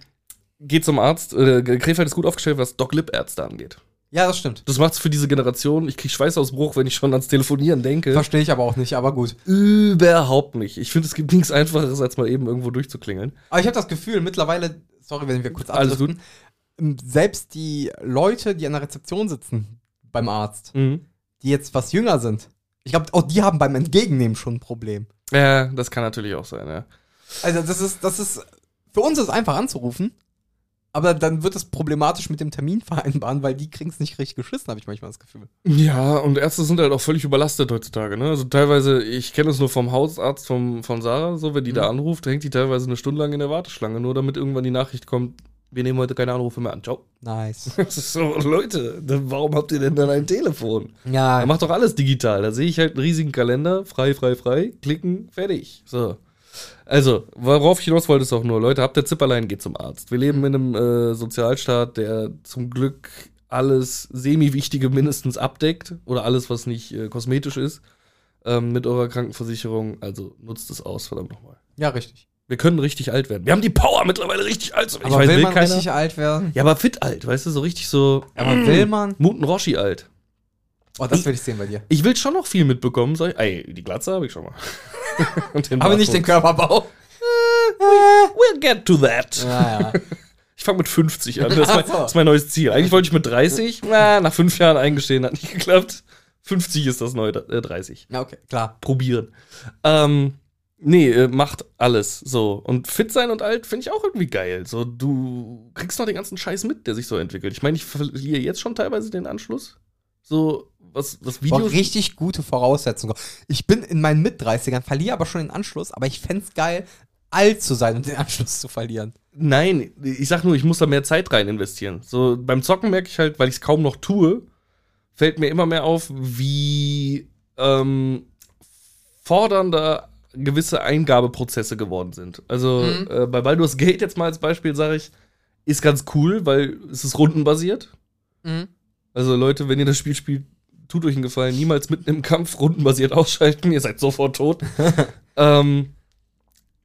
S1: geht zum Arzt. Äh, Krefeld ist gut aufgestellt, was Doc-Lip-Ärzte angeht.
S2: Ja, das stimmt.
S1: Das macht's für diese Generation. Ich krieg Schweißausbruch, wenn ich schon ans Telefonieren denke.
S2: Verstehe ich aber auch nicht, aber gut.
S1: Überhaupt nicht. Ich finde, es gibt nichts Einfacheres, als mal eben irgendwo durchzuklingeln.
S2: Aber ich habe das Gefühl, mittlerweile, sorry, wenn wir kurz
S1: Alles
S2: abdriften, selbst die Leute, die an der Rezeption sitzen beim Arzt,
S1: Mhm.
S2: die jetzt was jünger sind, ich glaube, auch die haben beim Entgegennehmen schon ein Problem.
S1: Ja, das kann natürlich auch sein, ja.
S2: Also das ist, das ist, für uns ist es einfach anzurufen, aber dann wird es problematisch mit dem Termin vereinbaren, weil die kriegen es nicht richtig geschissen, habe ich manchmal das Gefühl.
S1: Ja, und Ärzte sind halt auch völlig überlastet heutzutage, ne? Also teilweise, ich kenne es nur vom Hausarzt vom, von Sarah, so, wenn die da anruft, hängt die teilweise eine Stunde lang in der Warteschlange, nur damit irgendwann die Nachricht kommt, wir nehmen heute keine Anrufe mehr an. Ciao.
S2: Nice.
S1: Das ist so, Leute, dann warum habt ihr denn dann ein Telefon?
S2: Ja,
S1: Er macht doch alles digital. Da sehe ich halt einen riesigen Kalender, frei, frei, frei, klicken, fertig. So. Also, worauf ich hinaus wollte, ist auch nur, Leute, habt der Zipperlein, geht zum Arzt. Wir leben in einem äh, Sozialstaat, der zum Glück alles Semi-Wichtige mindestens abdeckt oder alles, was nicht äh, kosmetisch ist, ähm, mit eurer Krankenversicherung. Also nutzt es aus, verdammt nochmal.
S2: ja, richtig.
S1: Wir können richtig alt werden. Wir haben die Power, mittlerweile richtig alt zu werden.
S2: Aber
S1: Ich weiß,
S2: will
S1: will
S2: man
S1: keiner-
S2: richtig alt werden?
S1: Ja, aber fit alt, weißt du, so richtig so.
S2: Aber will man?
S1: Muten Roshi alt.
S2: Oh, das will ich sehen bei dir.
S1: Ich will schon noch viel mitbekommen, sag ich. Ey, die Glatze habe ich schon mal. Und den
S2: Aber nicht den
S1: Bartwuchs.
S2: Körperbau.
S1: We'll get to that.
S2: Naja.
S1: Ich fange mit 50 an. Das ist, mein,
S2: Ach so.
S1: das ist mein neues Ziel. Eigentlich wollte ich mit 30, na, nach fünf Jahren eingestehen, hat nicht geklappt. 50 ist das neue äh, 30.
S2: Na, okay, klar.
S1: Probieren. Ähm, nee, äh, macht alles so. Und fit sein und alt finde ich auch irgendwie geil. So, du kriegst noch den ganzen Scheiß mit, der sich so entwickelt. Ich meine, ich verliere jetzt schon teilweise den Anschluss. So, was, was
S2: Boah,
S1: Videos.
S2: richtig gute Voraussetzungen. Ich bin in meinen Mit-30ern, verliere aber schon den Anschluss, aber ich fänd's geil, alt zu sein und den Anschluss zu verlieren.
S1: Nein, ich sag nur, ich muss da mehr Zeit rein investieren. So beim Zocken merke ich halt, weil ich es kaum noch tue, fällt mir immer mehr auf, wie ähm, fordernder gewisse Eingabeprozesse geworden sind. Also
S2: Mhm.
S1: äh, bei Baldur's Gate jetzt mal als Beispiel sage ich, ist ganz cool, weil es ist rundenbasiert. Also Leute, wenn ihr das Spiel spielt, tut euch einen Gefallen, niemals mitten im Kampf rundenbasiert ausschalten, ihr seid sofort tot. ähm,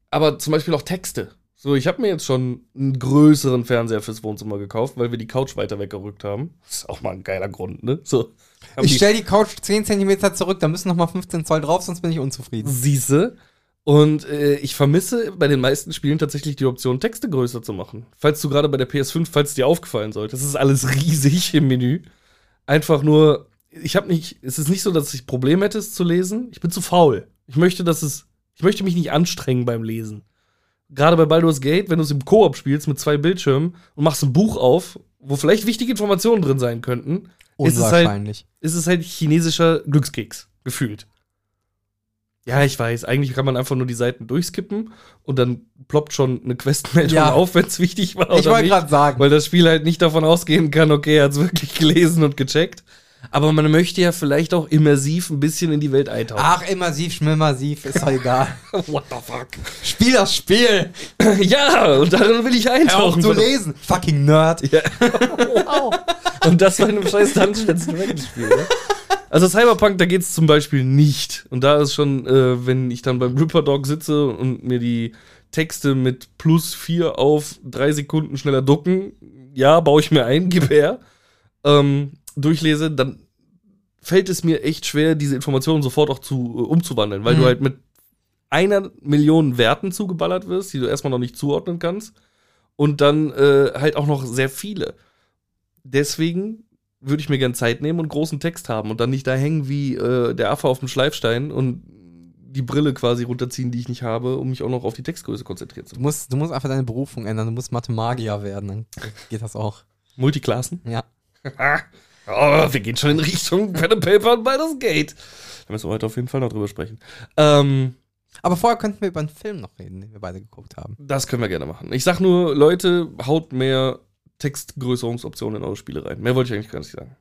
S1: aber zum Beispiel auch Texte. So, ich habe mir jetzt schon einen größeren Fernseher fürs Wohnzimmer gekauft, weil wir die Couch weiter weggerückt haben. Ist auch mal ein geiler Grund, ne? So, haben
S2: Ich
S1: die
S2: stell die Couch 10 cm zurück, da müssen nochmal 15 Zoll drauf, sonst bin ich unzufrieden.
S1: Siehste. Und äh, ich vermisse bei den meisten Spielen tatsächlich die Option, Texte größer zu machen. Falls du gerade bei der PS5, falls dir aufgefallen sollte, das ist alles riesig im Menü. Einfach nur, ich habe nicht, es ist nicht so, dass ich Probleme hätte, es zu lesen. Ich bin zu faul. Ich möchte, dass es, ich möchte mich nicht anstrengen beim Lesen. Gerade bei Baldur's Gate, wenn du es im Koop spielst mit zwei Bildschirmen und machst ein Buch auf, wo vielleicht wichtige Informationen drin sein könnten, ist es halt
S2: Unwahrscheinlich.
S1: ist es halt chinesischer Glückskeks, gefühlt. Ja, ich weiß, eigentlich kann man einfach nur die Seiten durchskippen und dann ploppt schon eine Questmeldung
S2: Ja.
S1: auf, wenn es wichtig war
S2: ich
S1: oder
S2: wollte
S1: nicht.
S2: gerade sagen.
S1: Weil das Spiel halt nicht davon ausgehen kann, okay, er hat es wirklich gelesen und gecheckt. Aber man möchte ja vielleicht auch immersiv ein bisschen in die Welt eintauchen.
S2: Ach, immersiv, schmimmersiv, ist doch egal.
S1: What the fuck?
S2: Spiel das Spiel!
S1: Ja, und darin will ich
S2: Hör auf
S1: eintauchen.
S2: zu lesen! Fucking Nerd!
S1: Ja. Und das bei einem scheiß Dungeons Dragons-Spiel. Ne? Also Cyberpunk, da geht's zum Beispiel nicht. Und da ist schon, äh, wenn ich dann beim Ripper Dog sitze und mir die Texte mit plus vier auf drei Sekunden schneller ducken, ja, baue ich mir ein, gib her, ähm, durchlese, dann fällt es mir echt schwer, diese Informationen sofort auch zu äh, umzuwandeln, weil
S2: Mhm.
S1: du halt mit einer Million Werten zugeballert wirst, die du erstmal noch nicht zuordnen kannst. Und dann äh, halt auch noch sehr viele. Deswegen würde ich mir gern Zeit nehmen und großen Text haben und dann nicht da hängen wie äh, der Affe auf dem Schleifstein und die Brille quasi runterziehen, die ich nicht habe, um mich auch noch auf die Textgröße konzentrieren zu
S2: Du musst, du musst einfach deine Berufung ändern, du musst Mathemagier werden, dann geht das auch.
S1: Multiklassen?
S2: Ja.
S1: Oh, wir gehen schon in Richtung Pen and Paper und Baldur's Gate. Da müssen wir heute auf jeden Fall noch drüber sprechen. Ähm,
S2: Aber vorher könnten wir über einen Film noch reden, den wir beide geguckt haben.
S1: das können wir gerne machen. Ich sag nur, Leute, haut mehr Textgrößerungsoptionen in eure Spiele rein. Mehr wollte ich eigentlich gar nicht sagen.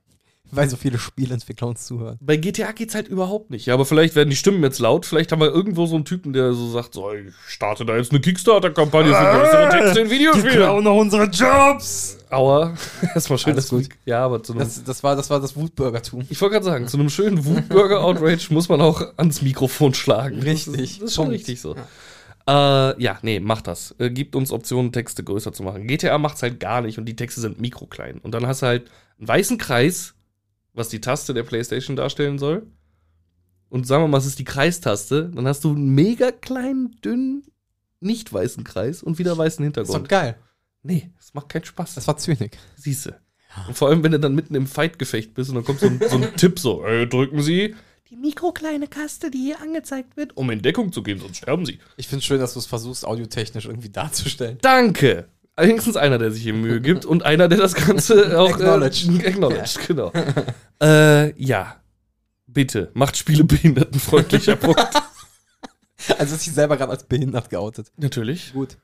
S2: Weil so viele Spielentwickler uns zuhören.
S1: Bei GTA geht's halt überhaupt nicht. Ja, aber vielleicht werden die Stimmen jetzt laut. Vielleicht haben wir irgendwo so einen Typen, der so sagt: so, Ich starte da jetzt eine Kickstarter-Kampagne für größere Texte in Videospielen.
S2: noch unsere Jobs!
S1: Aua. Erstmal schön,
S2: Alles
S1: dass
S2: gut.
S1: gut. Ja, aber zu einem.
S2: Das, das, war, das war das Wutbürgertum.
S1: Ich wollte gerade sagen, zu einem schönen Wutbürger-Outrage muss man auch ans Mikrofon schlagen. Das
S2: Richtig.
S1: ist, das ist schon
S2: Punkt.
S1: richtig so. Ja. Äh, ja, nee, macht das. Äh, gibt uns Optionen, Texte größer zu machen. GTA macht's halt gar nicht und die Texte sind mikroklein. Und dann hast du halt einen weißen Kreis, was die Taste der Playstation darstellen soll. Und sagen wir mal, es ist die Kreistaste, dann hast du einen mega kleinen, dünnen, nicht weißen Kreis und wieder weißen
S2: Das ist doch
S1: Hintergrund.
S2: geil.
S1: Nee, das macht keinen Spaß.
S2: Das war zynik.
S1: Siehste. Und vor allem, wenn du dann mitten im Fight-Gefecht bist und dann kommt so ein, so ein Tipp so, äh, drücken Sie die mikrokleine Kaste, die hier angezeigt wird, um in Deckung zu gehen, sonst sterben Sie.
S2: Ich finde schön, dass du es versuchst, audiotechnisch irgendwie darzustellen.
S1: Danke. Wenigstens einer, der sich hier Mühe gibt und einer, der das Ganze auch
S2: Acknowledged.
S1: Äh, acknowledged, genau. äh, ja. Bitte, macht Spiele behindertenfreundlicher. Punkt.
S2: Also ist sich selber gerade als behindert geoutet.
S1: Natürlich.
S2: Gut.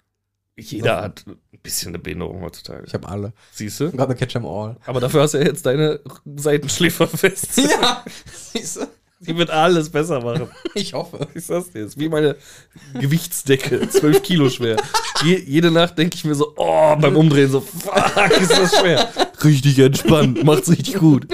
S1: Jeder hat ein bisschen eine Behinderung heutzutage.
S2: Ich habe alle.
S1: Siehst du?
S2: Gerade Catch em All.
S1: Aber dafür hast du ja jetzt deine Seitenschläfer fest.
S2: Ja, siehst du?
S1: Die wird alles besser machen.
S2: Ich hoffe.
S1: Ich sag's dir, ist wie meine Gewichtsdecke, 12 Kilo schwer. Je, jede Nacht denke ich mir so, oh, beim Umdrehen so, fuck, ist das schwer. Richtig entspannt, macht's richtig gut.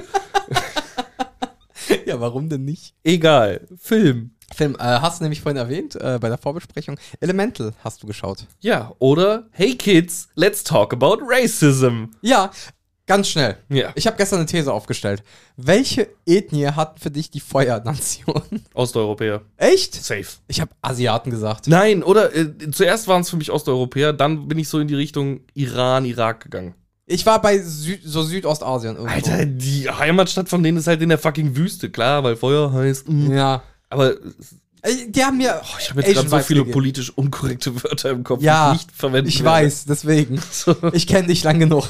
S2: Ja, warum denn nicht?
S1: Egal, Film.
S2: Film, äh, hast du nämlich vorhin erwähnt, äh, bei der Vorbesprechung. Elemental hast du geschaut.
S1: Ja, oder, hey Kids, let's talk about racism.
S2: Ja, ganz schnell.
S1: Ja,
S2: Ich habe gestern eine These aufgestellt. Welche Ethnie hat für dich die Feuernation?
S1: Osteuropäer,
S2: Echt?
S1: safe.
S2: Ich habe Asiaten gesagt.
S1: Nein, oder, äh, zuerst waren es für mich Osteuropäer, dann bin ich so in die Richtung Iran, Irak gegangen.
S2: Ich war bei Sü so Südostasien irgendwo.
S1: Alter, die Heimatstadt von denen ist halt in der fucking Wüste, klar, weil Feuer heißt, mh.
S2: Ja.
S1: aber
S2: Äh, Die haben mir.
S1: Oh, Ich habe jetzt
S2: Asian
S1: gerade so
S2: Vibes
S1: viele
S2: gegeben.
S1: politisch unkorrekte Wörter im Kopf,
S2: Ja,
S1: die ich nicht verwenden
S2: Ich
S1: werde.
S2: weiß, deswegen.
S1: So.
S2: Ich kenne dich lang genug.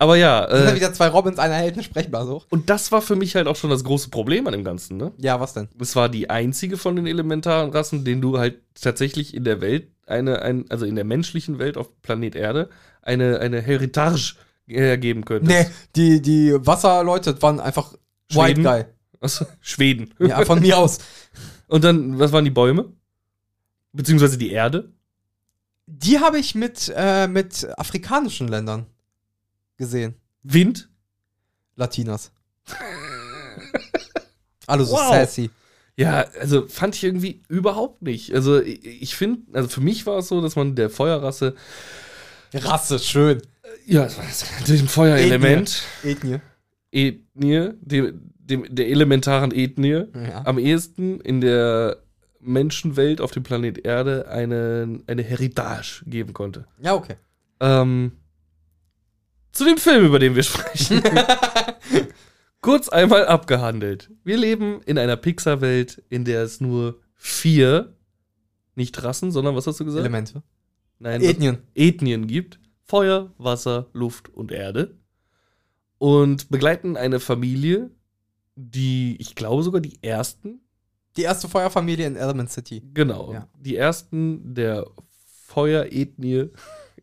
S1: Aber ja,
S2: Das sind ja
S1: äh,
S2: wieder zwei Robins, einer hält eine Sprechblase hoch.
S1: und das war für mich halt auch schon das große Problem an dem Ganzen. Ne?
S2: Ja, was denn?
S1: Es war die einzige von den elementaren Rassen, den du halt tatsächlich in der Welt, eine, ein, also in der menschlichen Welt auf Planet Erde, eine, eine Heritage hergeben
S2: Nee,
S1: könntest.
S2: die, die Wasserleute waren einfach
S1: Schweden?
S2: White
S1: Aus Schweden.
S2: Guy. Ja, von mir aus.
S1: Und dann, was waren die Bäume? Beziehungsweise die Erde?
S2: Die habe ich mit, äh, mit afrikanischen Ländern gesehen.
S1: Wind?
S2: Latinas. Alle so
S1: Wow.
S2: sassy.
S1: Ja, also fand ich irgendwie überhaupt nicht. Also ich, ich finde, also für mich war es so, dass man der Feuerrasse,
S2: Rasse, schön.
S1: ja, es war natürlich ein Feuerelement,
S2: Ethnie.
S1: Ethnie, dem, dem, der elementaren Ethnie,
S2: Ja.
S1: am ehesten in der Menschenwelt auf dem Planet Erde eine, eine Heritage geben konnte.
S2: ja, okay.
S1: Ähm, zu dem Film, über den wir sprechen. Kurz einmal abgehandelt. Wir leben in einer Pixar-Welt, in der es nur vier, nicht Rassen, sondern was hast du gesagt?
S2: Elemente.
S1: Nein, was-
S2: Ethnien.
S1: Ethnien gibt. Feuer, Wasser, Luft und Erde. Und begleiten eine Familie, die, ich glaube sogar die ersten,
S2: Die erste Feuerfamilie in Element City.
S1: genau,
S2: Ja.
S1: die ersten der Feuerethnie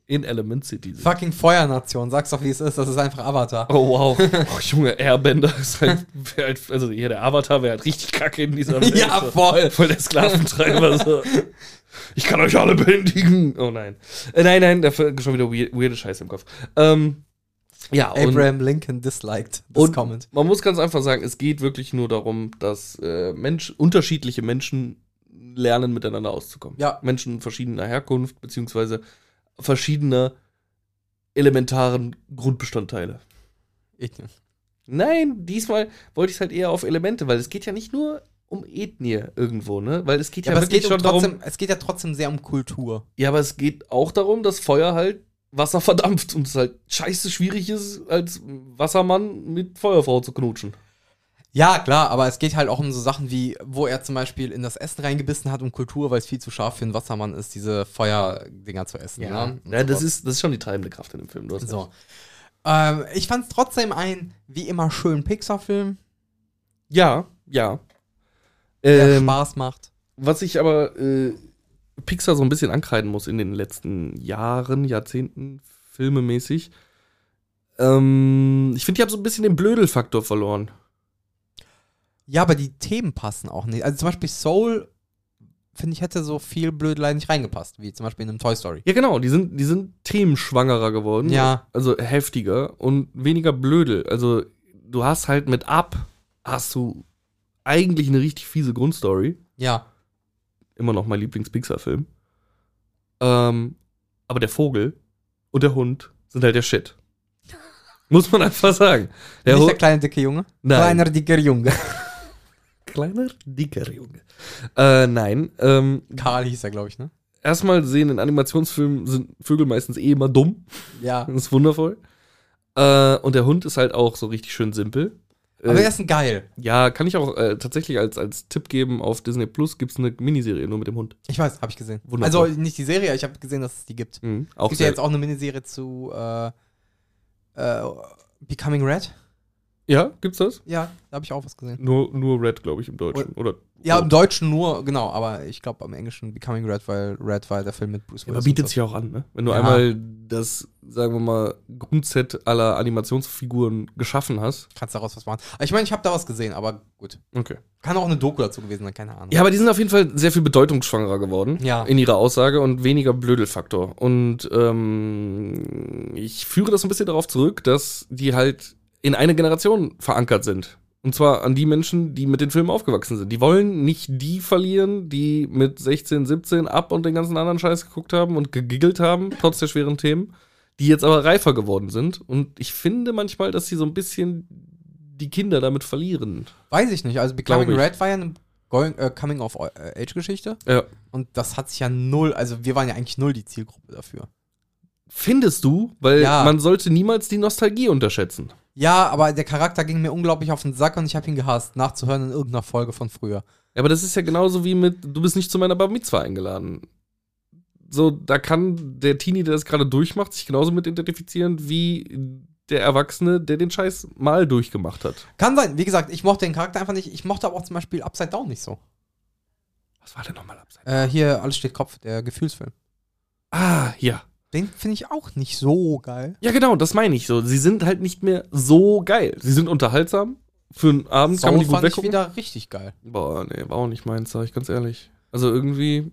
S1: in Element City sind.
S2: Fucking Feuernation, sag's doch wie es ist, das ist einfach Avatar.
S1: Oh wow. Oh, Junge, Airbender ist halt, wär halt also hier der Avatar wäre halt richtig kacke in dieser Welt.
S2: Ja,
S1: So.
S2: voll.
S1: Voll der Sklaventreiber. So. Ich kann euch alle bändigen. Oh nein. Äh, nein, nein, da f- schon wieder weir- weirde Scheiße im Kopf. Ähm, ja, und,
S2: Abraham Lincoln disliked this
S1: Und-
S2: comment.
S1: man muss ganz einfach sagen, es geht wirklich nur darum, dass äh, Mensch, unterschiedliche Menschen lernen, miteinander auszukommen.
S2: Ja.
S1: Menschen verschiedener Herkunft, beziehungsweise verschiedener elementaren Grundbestandteile.
S2: Ich,
S1: Nein, diesmal wollte ich es halt eher auf Elemente, weil es geht ja nicht nur um Ethnie irgendwo, ne? Weil es geht
S2: ja,
S1: ja,
S2: aber es
S1: wirklich
S2: geht, um
S1: schon darum.
S2: trotzdem, es geht ja trotzdem sehr um Kultur.
S1: Ja, aber es geht auch darum, dass Feuer halt Wasser verdampft und es halt scheiße schwierig ist, als Wassermann mit Feuerfrau zu knutschen.
S2: Ja, klar, aber es geht halt auch um so Sachen wie, wo er zum Beispiel in das Essen reingebissen hat, um Kultur, weil es viel zu scharf für einen Wassermann ist, diese Feuerdinger zu essen. Ne? Und
S1: ja das,
S2: sowas.
S1: ist, das ist schon die treibende Kraft in dem Film. Du hast recht.
S2: So. Ähm, ich fand es trotzdem einen, wie immer, schönen Pixar-Film,
S1: Ja, ja.
S2: der
S1: Ähm,
S2: Spaß macht.
S1: was ich aber äh, Pixar so ein bisschen ankreiden muss in den letzten Jahren, Jahrzehnten, filmemäßig. Ähm, ich finde, ich habe so ein bisschen den Blödelfaktor verloren.
S2: Ja, aber die Themen passen auch nicht. Also zum Beispiel Soul, finde ich, hätte so viel Blödelei nicht reingepasst, wie zum Beispiel in einem Toy Story.
S1: Ja, genau, die sind, die sind themenschwangerer geworden.
S2: Ja.
S1: Also heftiger und weniger blödel. Also, du hast halt mit Ab, hast du eigentlich eine richtig fiese Grundstory.
S2: Ja.
S1: Immer noch mein Lieblings-Pixar-Film. Ähm, aber der Vogel und der Hund sind halt der Shit. Muss man einfach sagen. Der
S2: nicht
S1: Hu-
S2: der kleine dicke Junge?
S1: Nein.
S2: Kleiner dicker Junge.
S1: kleiner, dicker Junge. Äh, nein. Ähm,
S2: Karl hieß er, glaube ich, ne?
S1: erstmal sehen, in Animationsfilmen sind Vögel meistens eh immer dumm.
S2: Ja.
S1: Das ist wundervoll. Äh, und der Hund ist halt auch so richtig schön simpel.
S2: Aber er
S1: Äh,
S2: ist ein geil.
S1: ja, kann ich auch äh, tatsächlich als, als Tipp geben, auf Disney Plus gibt es eine Miniserie nur mit dem Hund.
S2: Ich weiß, habe ich gesehen.
S1: Wunderbar.
S2: Also nicht die Serie, ich habe gesehen, dass es die gibt.
S1: Mhm. Auch
S2: gibt ja
S1: sehr,
S2: jetzt auch eine Miniserie zu äh, äh, Becoming Red.
S1: ja, gibt's das?
S2: Ja, da habe ich auch was gesehen.
S1: Nur, nur Red, glaube ich, im Deutschen. Oder,
S2: Ja,
S1: oh.
S2: im Deutschen nur, genau, aber ich glaube im Englischen Becoming Red, weil Red war der Film mit Bruce
S1: Aber
S2: Willis.
S1: bietet
S2: und
S1: sich auch an, ne? Wenn du
S2: Ja.
S1: einmal das, sagen wir mal, Grundset aller Animationsfiguren geschaffen hast.
S2: so. Kannst daraus was machen. Aber Ich meine, ich habe da was gesehen, aber gut.
S1: Okay.
S2: Kann auch eine Doku dazu gewesen sein, keine Ahnung.
S1: Ja, aber die sind auf jeden Fall sehr viel bedeutungsschwangerer geworden
S2: Ja.
S1: Ah. in ihrer Aussage und weniger Blödelfaktor. Und ähm, ich führe das ein bisschen darauf zurück, dass die halt in eine Generation verankert sind. Und zwar an die Menschen, die mit den Filmen aufgewachsen sind. Die wollen nicht die verlieren, die mit 16, 17 ab und den ganzen anderen Scheiß geguckt haben und gegiggelt haben, trotz der schweren Themen, die jetzt aber reifer geworden sind. Und ich finde manchmal, dass sie so ein bisschen die Kinder damit verlieren.
S2: Weiß ich nicht. Also Becoming
S1: Glaub ich.
S2: Red war ja eine Going- äh, Coming-of-Age-Geschichte.
S1: Ja.
S2: Und das hat sich ja null, also wir waren ja eigentlich null die Zielgruppe dafür.
S1: Findest du, weil
S2: Ja.
S1: man sollte niemals die Nostalgie unterschätzen.
S2: Ja, aber der Charakter ging mir unglaublich auf den Sack und ich habe ihn gehasst, nachzuhören in irgendeiner Folge von früher.
S1: Ja, aber das ist ja genauso wie mit, du bist nicht zu meiner Bar Mitzwa eingeladen. So, da kann der Teenie, der das gerade durchmacht, sich genauso mit identifizieren wie der Erwachsene, der den Scheiß mal durchgemacht hat.
S2: Kann sein. Wie gesagt, ich mochte den Charakter einfach nicht. Ich mochte aber auch zum Beispiel Upside Down nicht so.
S1: Was war denn nochmal abseits?
S2: Äh, hier, alles steht Kopf, der Gefühlsfilm.
S1: Ah, ja.
S2: Den finde ich auch nicht so geil.
S1: Ja, genau, das meine ich so. Sie sind halt nicht mehr so geil. Sie sind unterhaltsam. Für einen Abend kann man die gut
S2: fand ich
S1: weggucken.
S2: wieder richtig geil.
S1: Boah, nee, war auch nicht meins, sag ich ganz ehrlich. Also irgendwie.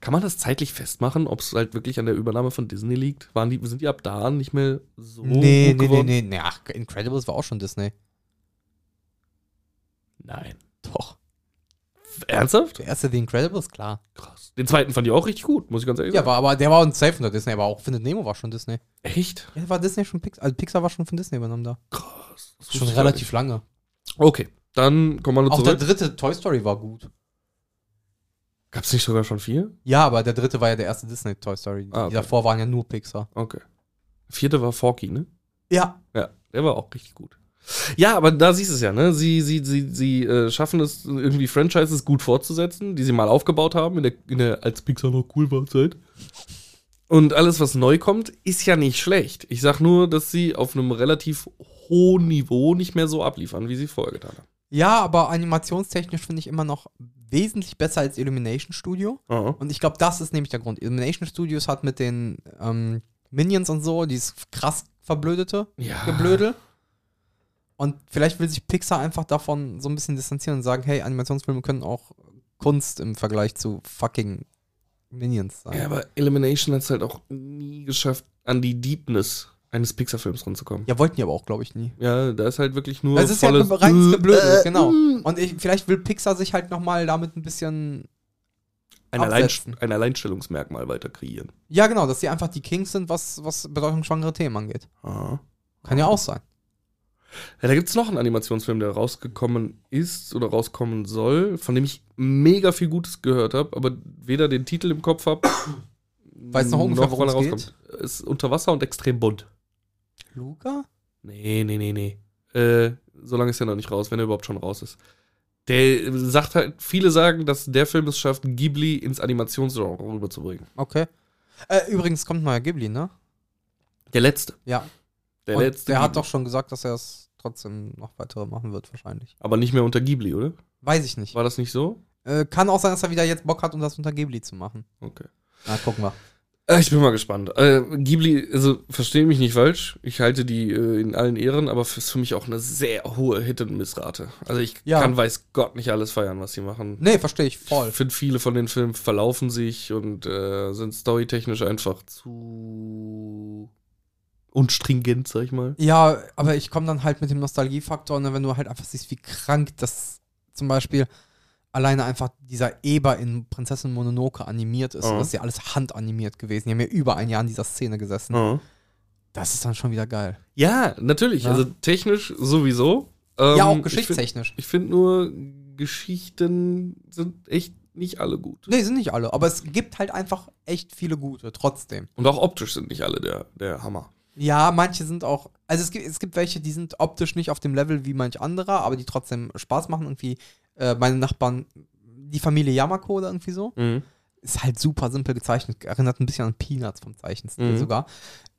S1: Kann man das zeitlich festmachen, ob es halt wirklich an der Übernahme von Disney liegt? Waren die, sind die ab da nicht mehr so
S2: nee,
S1: gut
S2: nee, nee,
S1: geworden?
S2: nee, nee. Ach, Incredibles war auch schon Disney.
S1: Nein.
S2: Doch.
S1: Ernsthaft?
S2: Der erste The Incredibles, klar.
S1: Krass. Den zweiten fand ich auch richtig gut, muss ich ganz ehrlich
S2: Ja,
S1: sagen.
S2: war, aber der war uns safe unter Disney, aber auch Findet Nemo war schon Disney.
S1: Echt?
S2: Ja, war Disney schon Pixar, also Pixar war schon von Disney übernommen da.
S1: Krass. Das
S2: Schon
S1: wusste ich
S2: relativ lange.
S1: gar nicht. Okay, dann kommen wir
S2: Auch
S1: nur
S2: der
S1: zurück.
S2: dritte Toy Story war gut.
S1: Gab es nicht sogar schon vier?
S2: Ja, aber der dritte war ja der erste Disney Toy Story.
S1: Ah, okay.
S2: Die davor waren ja nur Pixar.
S1: Okay. Vierte war Forky, ne?
S2: Ja.
S1: Ja, der war auch richtig gut. Ja, aber da siehst du es ja, ne? Sie, sie, sie, sie äh, schaffen es, irgendwie Franchises gut fortzusetzen, die sie mal aufgebaut haben, in der, in der als Pixar noch cool war Zeit. Und alles, was neu kommt, ist ja nicht schlecht. Ich sag nur, dass sie auf einem relativ hohen Niveau nicht mehr so abliefern, wie sie vorher getan haben.
S2: Ja, aber animationstechnisch finde ich immer noch wesentlich besser als Illumination Studio.
S1: Aha.
S2: Und ich glaube, das ist nämlich der Grund. Illumination Studios hat mit den ähm, Minions und so dieses krass verblödete
S1: Ja.
S2: Geblödel. Und vielleicht will sich Pixar einfach davon so ein bisschen distanzieren und sagen, hey, Animationsfilme können auch Kunst im Vergleich zu fucking Minions sein.
S1: Ja,
S2: Ja,
S1: aber Elimination hat es halt auch nie geschafft, an die Deepness eines Pixar-Films ranzukommen.
S2: wollten die aber auch, glaube ich, nie.
S1: Ja, da ist halt wirklich nur.
S2: Es ist ja
S1: volles-
S2: ge- reines
S1: Äh,
S2: Geblödel,
S1: äh,
S2: genau.
S1: mh.
S2: Und ich, vielleicht will Pixar sich halt nochmal damit ein bisschen.
S1: Ein, Allein,
S2: absetzen.
S1: ein Alleinstellungsmerkmal weiter kreieren.
S2: Ja, genau, dass sie einfach die Kings sind, was, was bedeutungsschwangere Themen angeht.
S1: Aha.
S2: Kann ja auch sein.
S1: Ja, da gibt es noch einen Animationsfilm, der rausgekommen ist oder rauskommen soll, von dem ich mega viel Gutes gehört habe, aber weder den Titel im Kopf habe.
S2: Weiß noch ungefähr,
S1: woran er
S2: worum es
S1: rauskommt. Ist unter Wasser und extrem bunt.
S2: Luca?
S1: Nee, nee, nee, nee. Äh, so lange ist er noch nicht raus, wenn er überhaupt schon raus ist. Der sagt halt, viele sagen, dass der Film es schafft, Ghibli ins Animationsgenre rüberzubringen.
S2: Okay. Äh, übrigens kommt neuer Ghibli, ne?
S1: Der letzte.
S2: Ja.
S1: Der
S2: Und
S1: letzte.
S2: der hat
S1: Ghibli.
S2: doch schon gesagt, dass er es trotzdem noch weitere machen wird, wahrscheinlich.
S1: Aber nicht mehr unter Ghibli, oder?
S2: Weiß ich nicht.
S1: War das nicht so?
S2: Äh, kann auch sein, dass er wieder jetzt Bock hat, um das unter Ghibli zu machen.
S1: Okay.
S2: Na, gucken wir.
S1: Äh, Ich bin mal gespannt. Äh, Ghibli, also verstehe mich nicht falsch. Ich halte die äh, in allen Ehren, aber f- ist für mich auch eine sehr hohe Hit- und Missrate. Also ich
S2: Ja.
S1: kann weiß Gott nicht alles feiern, was sie machen.
S2: Nee, verstehe ich voll.
S1: Ich finde, viele von den Filmen verlaufen sich und äh, sind storytechnisch einfach zu unstringent, sag ich mal.
S2: Ja, aber ich komme dann halt mit dem Nostalgiefaktor, ne, wenn du halt einfach siehst, wie krank das zum Beispiel alleine einfach dieser Eber in Prinzessin Mononoke animiert ist.
S1: Mhm.
S2: Und das ist ja alles handanimiert gewesen. Die haben ja über ein Jahr an dieser Szene gesessen. Das ist dann schon wieder geil.
S1: Ja, natürlich.
S2: Ja.
S1: Also technisch sowieso. Ähm,
S2: ja, auch
S1: Ich finde
S2: geschichtstechnisch.
S1: find nur, Geschichten sind echt nicht alle gut.
S2: Nee, sind nicht alle, aber es gibt halt einfach echt viele gute, trotzdem.
S1: Und auch optisch sind nicht alle der, der Hammer.
S2: Ja, manche sind auch, also es gibt, es gibt welche, die sind optisch nicht auf dem Level wie manch anderer, aber die trotzdem Spaß machen, irgendwie äh, meine Nachbarn, die Familie Yamako oder irgendwie
S1: Mhm.
S2: so. ist halt super simpel gezeichnet, erinnert ein bisschen an Peanuts vom Zeichenstil
S1: Mhm.
S2: sogar.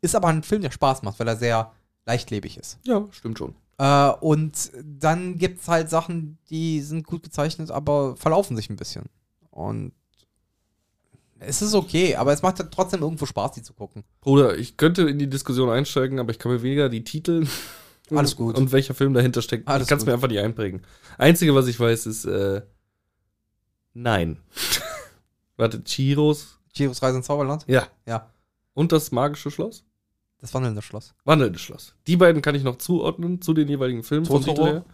S2: Ist aber ein Film, der Spaß macht, weil er sehr leichtlebig ist.
S1: Ja, stimmt schon.
S2: Äh, und dann gibt es halt Sachen, die sind gut gezeichnet, aber verlaufen sich ein bisschen. Und es ist okay, aber es macht halt trotzdem irgendwo Spaß, die zu gucken.
S1: Bruder, ich könnte in die Diskussion einsteigen, aber ich kann mir weder die Titel
S2: Alles gut.
S1: und welcher Film dahinter steckt.
S2: Alles
S1: ich kann es
S2: gut.
S1: mir einfach nicht einprägen. Einzige, was ich weiß, ist äh, Nein. Warte, Chiros.
S2: Chiros Reise ins Zauberland,
S1: Ja.
S2: Ja.
S1: Und das magische Schloss?
S2: das wandelnde Schloss.
S1: Wandelndes Schloss. Die beiden kann ich noch zuordnen zu den jeweiligen Filmen vom
S2: Totoro?
S1: Titel her.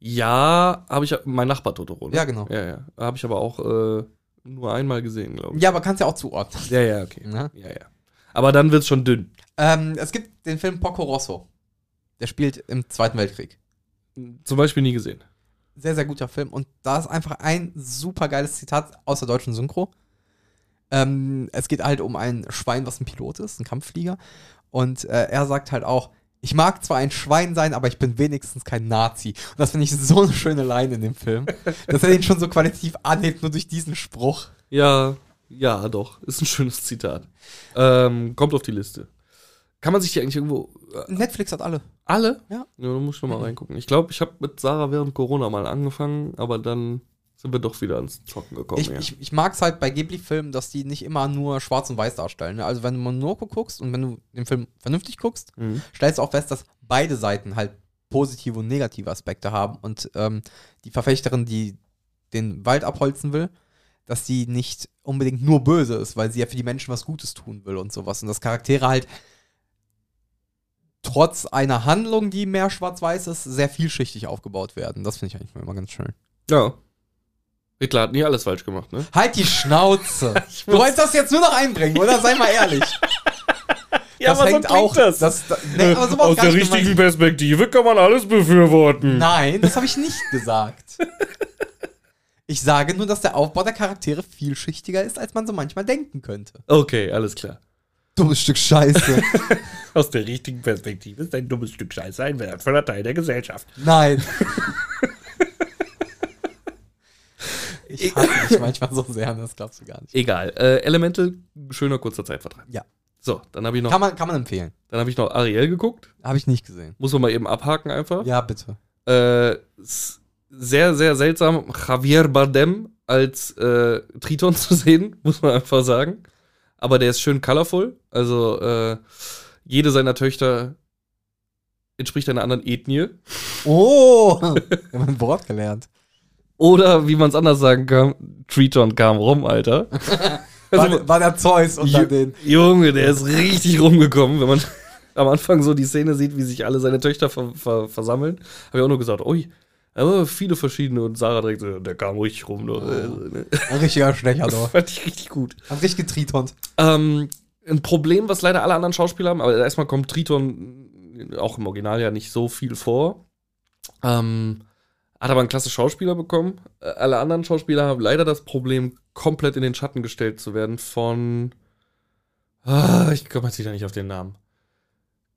S1: Ja, habe ich mein Nachbar Totoro. ne?
S2: Ja, genau.
S1: Ja, ja. Habe ich aber auch äh, nur einmal gesehen, glaube ich.
S2: Ja, aber kannst ja auch zuordnen.
S1: Ja, ja, okay.
S2: Ne?
S1: Ja, ja. Aber dann wird's schon dünn.
S2: Ähm, es gibt den Film Poco Rosso. Der spielt im Zweiten Weltkrieg.
S1: Zum Beispiel nie gesehen.
S2: sehr, sehr guter Film. Und da ist einfach ein super geiles Zitat aus der deutschen Synchro. Ähm, es geht halt um ein Schwein, was ein Pilot ist, ein Kampfflieger. Und äh, er sagt halt auch, ich mag zwar ein Schwein sein, aber ich bin wenigstens kein Nazi. Und das finde ich so eine schöne Line in dem Film, dass er den schon so qualitativ anhebt, nur durch diesen Spruch.
S1: Ja, ja, doch. Ist ein schönes Zitat. Ähm, kommt auf die Liste. Kann man sich die eigentlich irgendwo. Äh,
S2: Netflix hat alle.
S1: alle?
S2: Ja.
S1: Ja, da muss ich noch mal reingucken. Ich glaube, ich habe mit Sarah während Corona mal angefangen, aber dann sind wir doch wieder ans Zocken gekommen.
S2: Ich,
S1: ja.
S2: ich, ich mag es halt bei Ghibli-Filmen, dass die nicht immer nur schwarz und weiß darstellen. ne? Also wenn du Mononoke guckst und wenn du den Film vernünftig guckst,
S1: mhm.
S2: stellst du auch fest, dass beide Seiten halt positive und negative Aspekte haben und ähm, die Verfechterin, die den Wald abholzen will, dass sie nicht unbedingt nur böse ist, weil sie ja für die Menschen was Gutes tun will und sowas. Und dass Charaktere halt trotz einer Handlung, die mehr schwarz-weiß ist, sehr vielschichtig aufgebaut werden. Das finde ich eigentlich immer ganz schön.
S1: ja. Hitler hat nie alles falsch gemacht, ne?
S2: Halt die Schnauze! du wolltest das jetzt nur noch einbringen, oder? Sei mal ehrlich. Das, das, nee, aber sowas gar nicht gemeint.
S1: Perspektive kann man alles befürworten.
S2: Nein, das habe ich nicht gesagt. Ich sage nur, dass der Aufbau der Charaktere vielschichtiger ist, als man so manchmal denken könnte.
S1: Okay, alles klar.
S2: Dummes Stück Scheiße.
S1: Aus der richtigen Perspektive ist ein dummes Stück Scheiße ein wertvoller Teil der Gesellschaft.
S2: Nein. Ich hasse dich manchmal so sehr, das glaubst du gar nicht.
S1: Egal. Äh, Elemental, schöner kurzer Zeitvertreib.
S2: Ja.
S1: So, dann habe ich noch,
S2: Kann man, kann man empfehlen.
S1: dann habe ich noch Ariel geguckt.
S2: Habe ich nicht gesehen.
S1: Muss man mal eben abhaken einfach.
S2: Ja, bitte.
S1: Äh, s- sehr, sehr seltsam, Javier Bardem als äh, Triton zu sehen, muss man einfach sagen. Aber der ist schön colorful. Also äh, jede seiner Töchter entspricht einer anderen Ethnie.
S2: Oh, wir haben ein Wort gelernt.
S1: Oder wie man es anders sagen kann, Triton kam rum, Alter.
S2: War, war der Zeus unter
S1: Also Ju-
S2: den.
S1: Junge, der ist richtig rumgekommen, wenn man am Anfang so die Szene sieht, wie sich alle seine Töchter ver ver versammeln. Habe ich auch nur gesagt, ui, aber viele verschiedene. Und Sarah direkt, so, der kam richtig rum. äh, du.
S2: Ein richtiger Schlecher,
S1: Das
S2: du.
S1: fand ich richtig gut.
S2: Ein richtig getritont.
S1: Ähm, ein Problem, was leider alle anderen Schauspieler haben, aber erstmal kommt Triton auch im Original ja nicht so viel vor. Ähm, hat aber einen klasse Schauspieler bekommen. Äh, Alle anderen Schauspieler haben leider das Problem, komplett in den Schatten gestellt zu werden von. Ah, ich komme jetzt wieder nicht auf den Namen.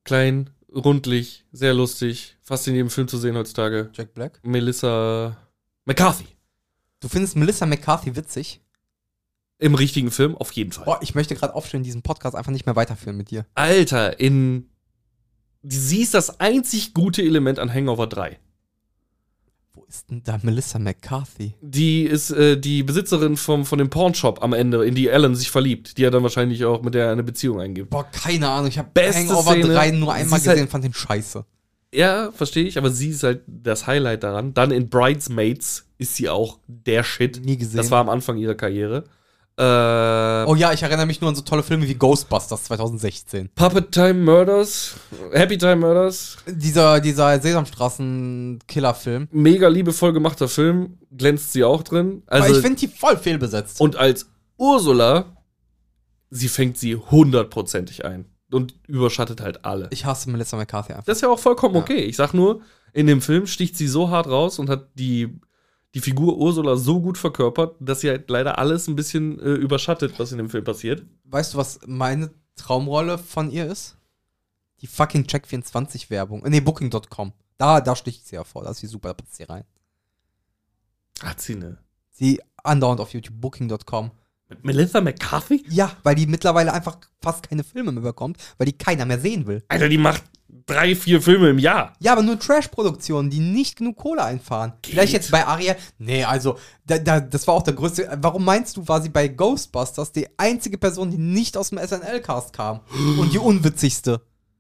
S1: Klein, rundlich, sehr lustig, fast in jedem Film zu sehen heutzutage.
S2: Jack Black.
S1: Melissa McCarthy.
S2: Du findest Melissa McCarthy witzig?
S1: Im richtigen Film, auf jeden Fall.
S2: Boah, ich möchte gerade aufstehen, diesen Podcast einfach nicht mehr weiterführen mit dir.
S1: Alter, in. Sie ist das einzig gute Element an Hangover 3.
S2: Wo ist denn da Melissa McCarthy?
S1: Die ist äh, die Besitzerin vom, von dem Pornshop am Ende, in die Alan sich verliebt, die er dann wahrscheinlich auch mit der er eine Beziehung eingibt.
S2: Boah, keine Ahnung. Ich habe
S1: Beste
S2: Hangover
S1: Szene.
S2: 3 nur einmal
S1: Sie ist halt-
S2: gesehen und fand den scheiße.
S1: Ja, verstehe ich, aber sie ist halt das Highlight daran. Dann in Bridesmaids ist sie auch der Shit.
S2: Nie gesehen.
S1: Das war am Anfang ihrer Karriere. Äh,
S2: oh ja, ich erinnere mich nur an so tolle Filme wie Ghostbusters 2016.
S1: Puppet Time Murders, Happy Time Murders,
S2: Dieser, dieser Sesamstraßen-Killer-Film.
S1: mega liebevoll gemachter Film, glänzt sie auch drin. Also,
S2: Weil ich finde die voll fehlbesetzt.
S1: Und als Ursula, sie fängt sie hundertprozentig ein und überschattet halt alle.
S2: ich hasse Melissa McCarthy einfach.
S1: Das ist ja auch vollkommen
S2: Ja.
S1: okay. Ich sag nur, in dem Film sticht sie so hart raus und hat die, die Figur Ursula so gut verkörpert, dass sie halt leider alles ein bisschen äh, überschattet, was in dem Film passiert.
S2: Weißt du, was meine Traumrolle von ihr ist? Die fucking Check24-Werbung. Nee, Booking.com. Da, da sticht sie hervor. Da ist sie super, da passt sie rein.
S1: Hat sie eine.
S2: Sie andauernd auf YouTube, Booking.com.
S1: Mit Melissa McCarthy?
S2: Ja, weil die mittlerweile einfach fast keine Filme mehr bekommt, weil die keiner mehr sehen will.
S1: Alter, die macht drei, vier Filme im Jahr.
S2: Ja, aber nur Trash-Produktionen, die nicht genug Kohle einfahren. Vielleicht jetzt bei Aria. Nee, also, da, da, das war auch der größte. Warum meinst du, war sie bei Ghostbusters die einzige Person, die nicht aus dem SNL-Cast kam? Und die unwitzigste.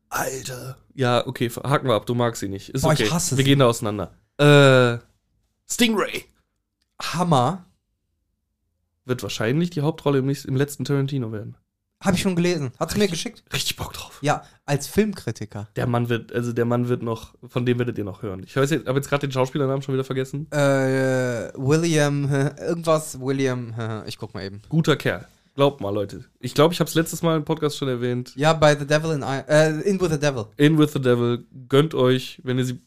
S1: Alter. Ja, okay, haken wir ab. Du magst sie nicht. Ist
S2: Boah, ich
S1: okay.
S2: hasse
S1: wir
S2: sie.
S1: gehen da auseinander. Äh, Stingray.
S2: Hammer.
S1: wird wahrscheinlich die Hauptrolle im, nächsten, im letzten Tarantino werden.
S2: Hab ich schon gelesen. Hat sie mir geschickt.
S1: Richtig Bock drauf.
S2: Ja, als Filmkritiker.
S1: Der Mann wird, also der Mann wird noch, von dem werdet ihr noch hören. Ich weiß jetzt, habe jetzt gerade den Schauspielernamen schon wieder vergessen.
S2: Äh, William, äh, irgendwas, William, äh, ich guck mal eben.
S1: Guter Kerl. Glaubt mal, Leute. Ich glaube, ich habe es letztes Mal im Podcast schon erwähnt.
S2: Ja, bei The Devil in, I äh, in with the Devil.
S1: In with the Devil. Gönnt euch, wenn ihr sie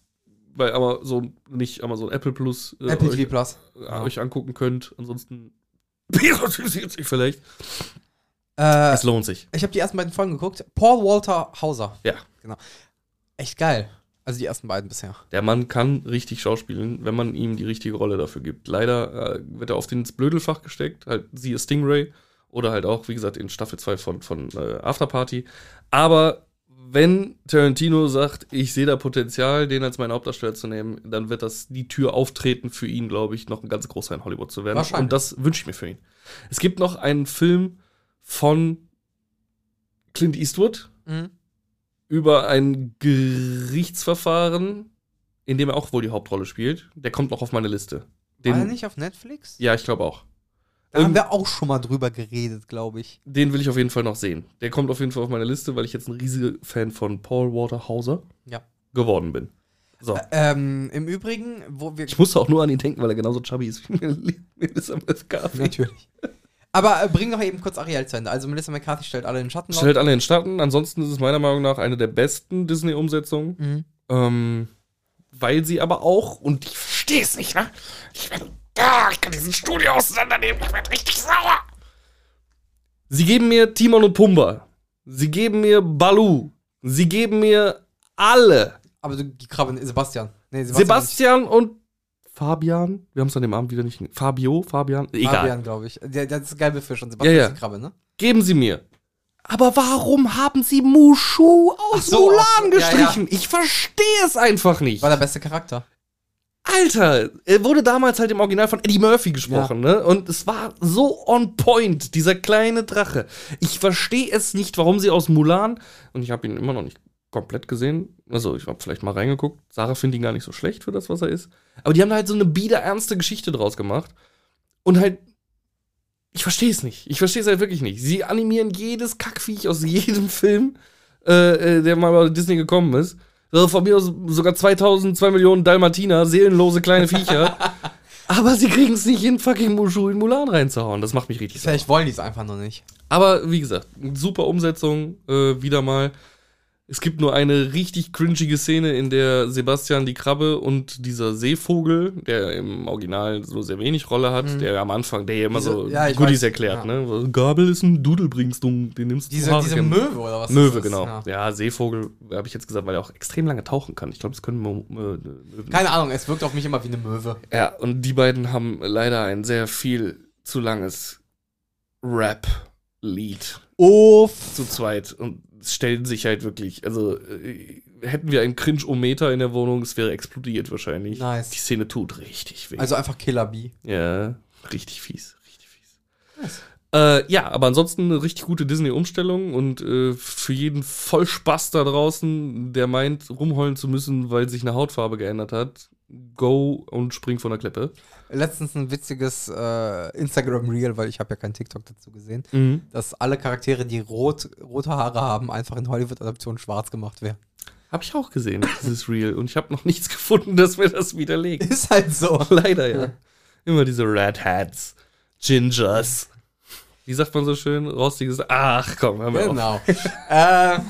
S1: bei Amazon, nicht Amazon, Apple Plus, äh,
S2: Apple
S1: euch,
S2: TV Plus. Genau.
S1: äh, euch angucken könnt. Ansonsten piratisiert sich vielleicht.
S2: Äh,
S1: Es lohnt sich.
S2: ich habe die ersten beiden Folgen geguckt. Paul Walter Hauser. Genau.
S1: Ja.
S2: Echt geil. Also die ersten beiden bisher.
S1: Der Mann kann richtig schauspielen, wenn man ihm die richtige Rolle dafür gibt. Leider äh, wird er oft ins Blödelfach gesteckt, halt sie ist Stingray oder halt auch, wie gesagt, in Staffel 2 von, von äh, Afterparty. Aber wenn Tarantino sagt, ich sehe da Potenzial, den als meinen Hauptdarsteller zu nehmen, dann wird das die Tür auftreten für ihn, glaube ich, noch ein ganz großer in Hollywood zu werden.
S2: Wahrscheinlich.
S1: Und das wünsche ich mir für ihn. Es gibt noch einen Film von Clint Eastwood, über ein Gerichtsverfahren, in dem er auch wohl die Hauptrolle spielt. Der kommt noch auf meine Liste. Den,
S2: War er nicht auf Netflix?
S1: Ja, ich glaube auch.
S2: Da haben
S1: Irgend-
S2: wir auch schon mal drüber geredet, glaube ich.
S1: Den will ich auf jeden Fall noch sehen. Der kommt auf jeden Fall auf meine Liste, weil ich jetzt ein riesiger Fan von Paul Waterhauser
S2: Ja.
S1: geworden bin. So.
S2: Ähm, im Übrigen, wo wir.
S1: Ich musste auch nur an ihn denken, weil er genauso chubby ist wie Melissa McCarthy.
S2: Natürlich. Aber äh, bring doch eben kurz Ariel zu Ende. Also Melissa McCarthy stellt alle in den Schatten.
S1: Stellt alle in den Staaten. Ansonsten ist es meiner Meinung nach eine der besten Disney-Umsetzungen.
S2: Mhm.
S1: Ähm, weil sie aber auch, und ich verstehe es nicht, ne? Ich bin da, ich kann diesen Studio auseinandernehmen, ich werde richtig sauer. Sie geben mir Timon und Pumba. Sie geben mir Balu. Sie geben mir alle.
S2: Aber du, die Krabben, Sebastian. Nee,
S1: Sebastian und Fabian. Wir haben es an dem Abend wieder nicht. Fabio, Fabian.
S2: nicht.
S1: Egal.
S2: Fabian, glaube ich. Der, der ist gelbe Fisch und Sebastian
S1: Ja, ja.
S2: ist die Krabbe, ne?
S1: Geben Sie mir. Aber warum haben Sie Mushu
S2: Ach
S1: aus
S2: so,
S1: Mulan
S2: ach so, ja, ja.
S1: gestrichen? Ich verstehe es einfach nicht.
S2: War der beste Charakter.
S1: Alter, er wurde damals halt im Original von Eddie Murphy gesprochen, ne? Und es war so on point, dieser kleine Drache. Ich verstehe es nicht, warum sie aus Mulan, und ich habe ihn immer noch nicht komplett gesehen, also ich habe vielleicht mal reingeguckt, Sarah findet ihn gar nicht so schlecht für das, was er ist, aber die haben da halt so eine biederernste Geschichte draus gemacht und halt, ich verstehe es nicht, ich verstehe es halt wirklich nicht. Sie animieren jedes Kackviech aus jedem Film, äh, äh, der mal bei Disney gekommen ist. Also von mir aus sogar 2000, 2 Millionen Dalmatiner, seelenlose kleine Viecher. Aber sie kriegen es nicht hin, fucking Mushu in Mulan reinzuhauen. Das macht mich richtig sauer.
S2: Vielleicht wollen die es einfach nur nicht.
S1: Aber wie gesagt, super Umsetzung, äh, wieder mal. Es gibt nur eine richtig cringige Szene, in der Sebastian die Krabbe und dieser Seevogel, der im Original so sehr wenig Rolle hat,
S2: Mhm.
S1: der am Anfang, der ja immer
S2: Diese-
S1: so
S2: ja, ich
S1: Goodies
S2: weiß,
S1: erklärt,
S2: ja.
S1: ne? Gabel ist ein Dudel, bringst du, den nimmst du
S2: Diese,
S1: zum
S2: diese
S1: Haarkämmen.
S2: Möwe oder was?
S1: Möwe,
S2: ist das?
S1: genau.
S2: Ja.
S1: Ja, Seevogel habe ich jetzt gesagt, weil er auch extrem lange tauchen kann. Ich glaube, das können Mo- äh, Möwen.
S2: Keine Ahnung, es wirkt auf mich immer wie eine Möwe.
S1: Ja, und die beiden haben leider ein sehr viel zu langes Rap-Lied
S2: Uff.
S1: zu zweit und es stellen sich halt wirklich, also äh, hätten wir einen Cringe-O-Meter in der Wohnung, es wäre explodiert wahrscheinlich.
S2: Nice.
S1: Die Szene tut richtig weh.
S2: Also einfach Killer Bee.
S1: Ja, richtig fies, richtig fies.
S2: Nice.
S1: Äh, ja, aber ansonsten eine richtig gute Disney-Umstellung und äh, für jeden Vollspaß da draußen, der meint, rumheulen zu müssen, weil sich eine Hautfarbe geändert hat, go und spring von der Klippe.
S2: Letztens ein witziges äh, Instagram Reel, weil ich habe ja keinen TikTok dazu gesehen,
S1: Mhm.
S2: dass alle Charaktere, die rot, rote Haare haben, einfach in Hollywood-Adaptionen schwarz gemacht werden.
S1: Habe ich auch gesehen, dieses Real. Und ich habe noch nichts gefunden, das mir das widerlegt.
S2: Ist halt so.
S1: Leider ja. Immer diese Red Hats, Gingers. Wie sagt man so schön? Rostiges. Ach komm, haben wir auch.
S2: Genau. äh,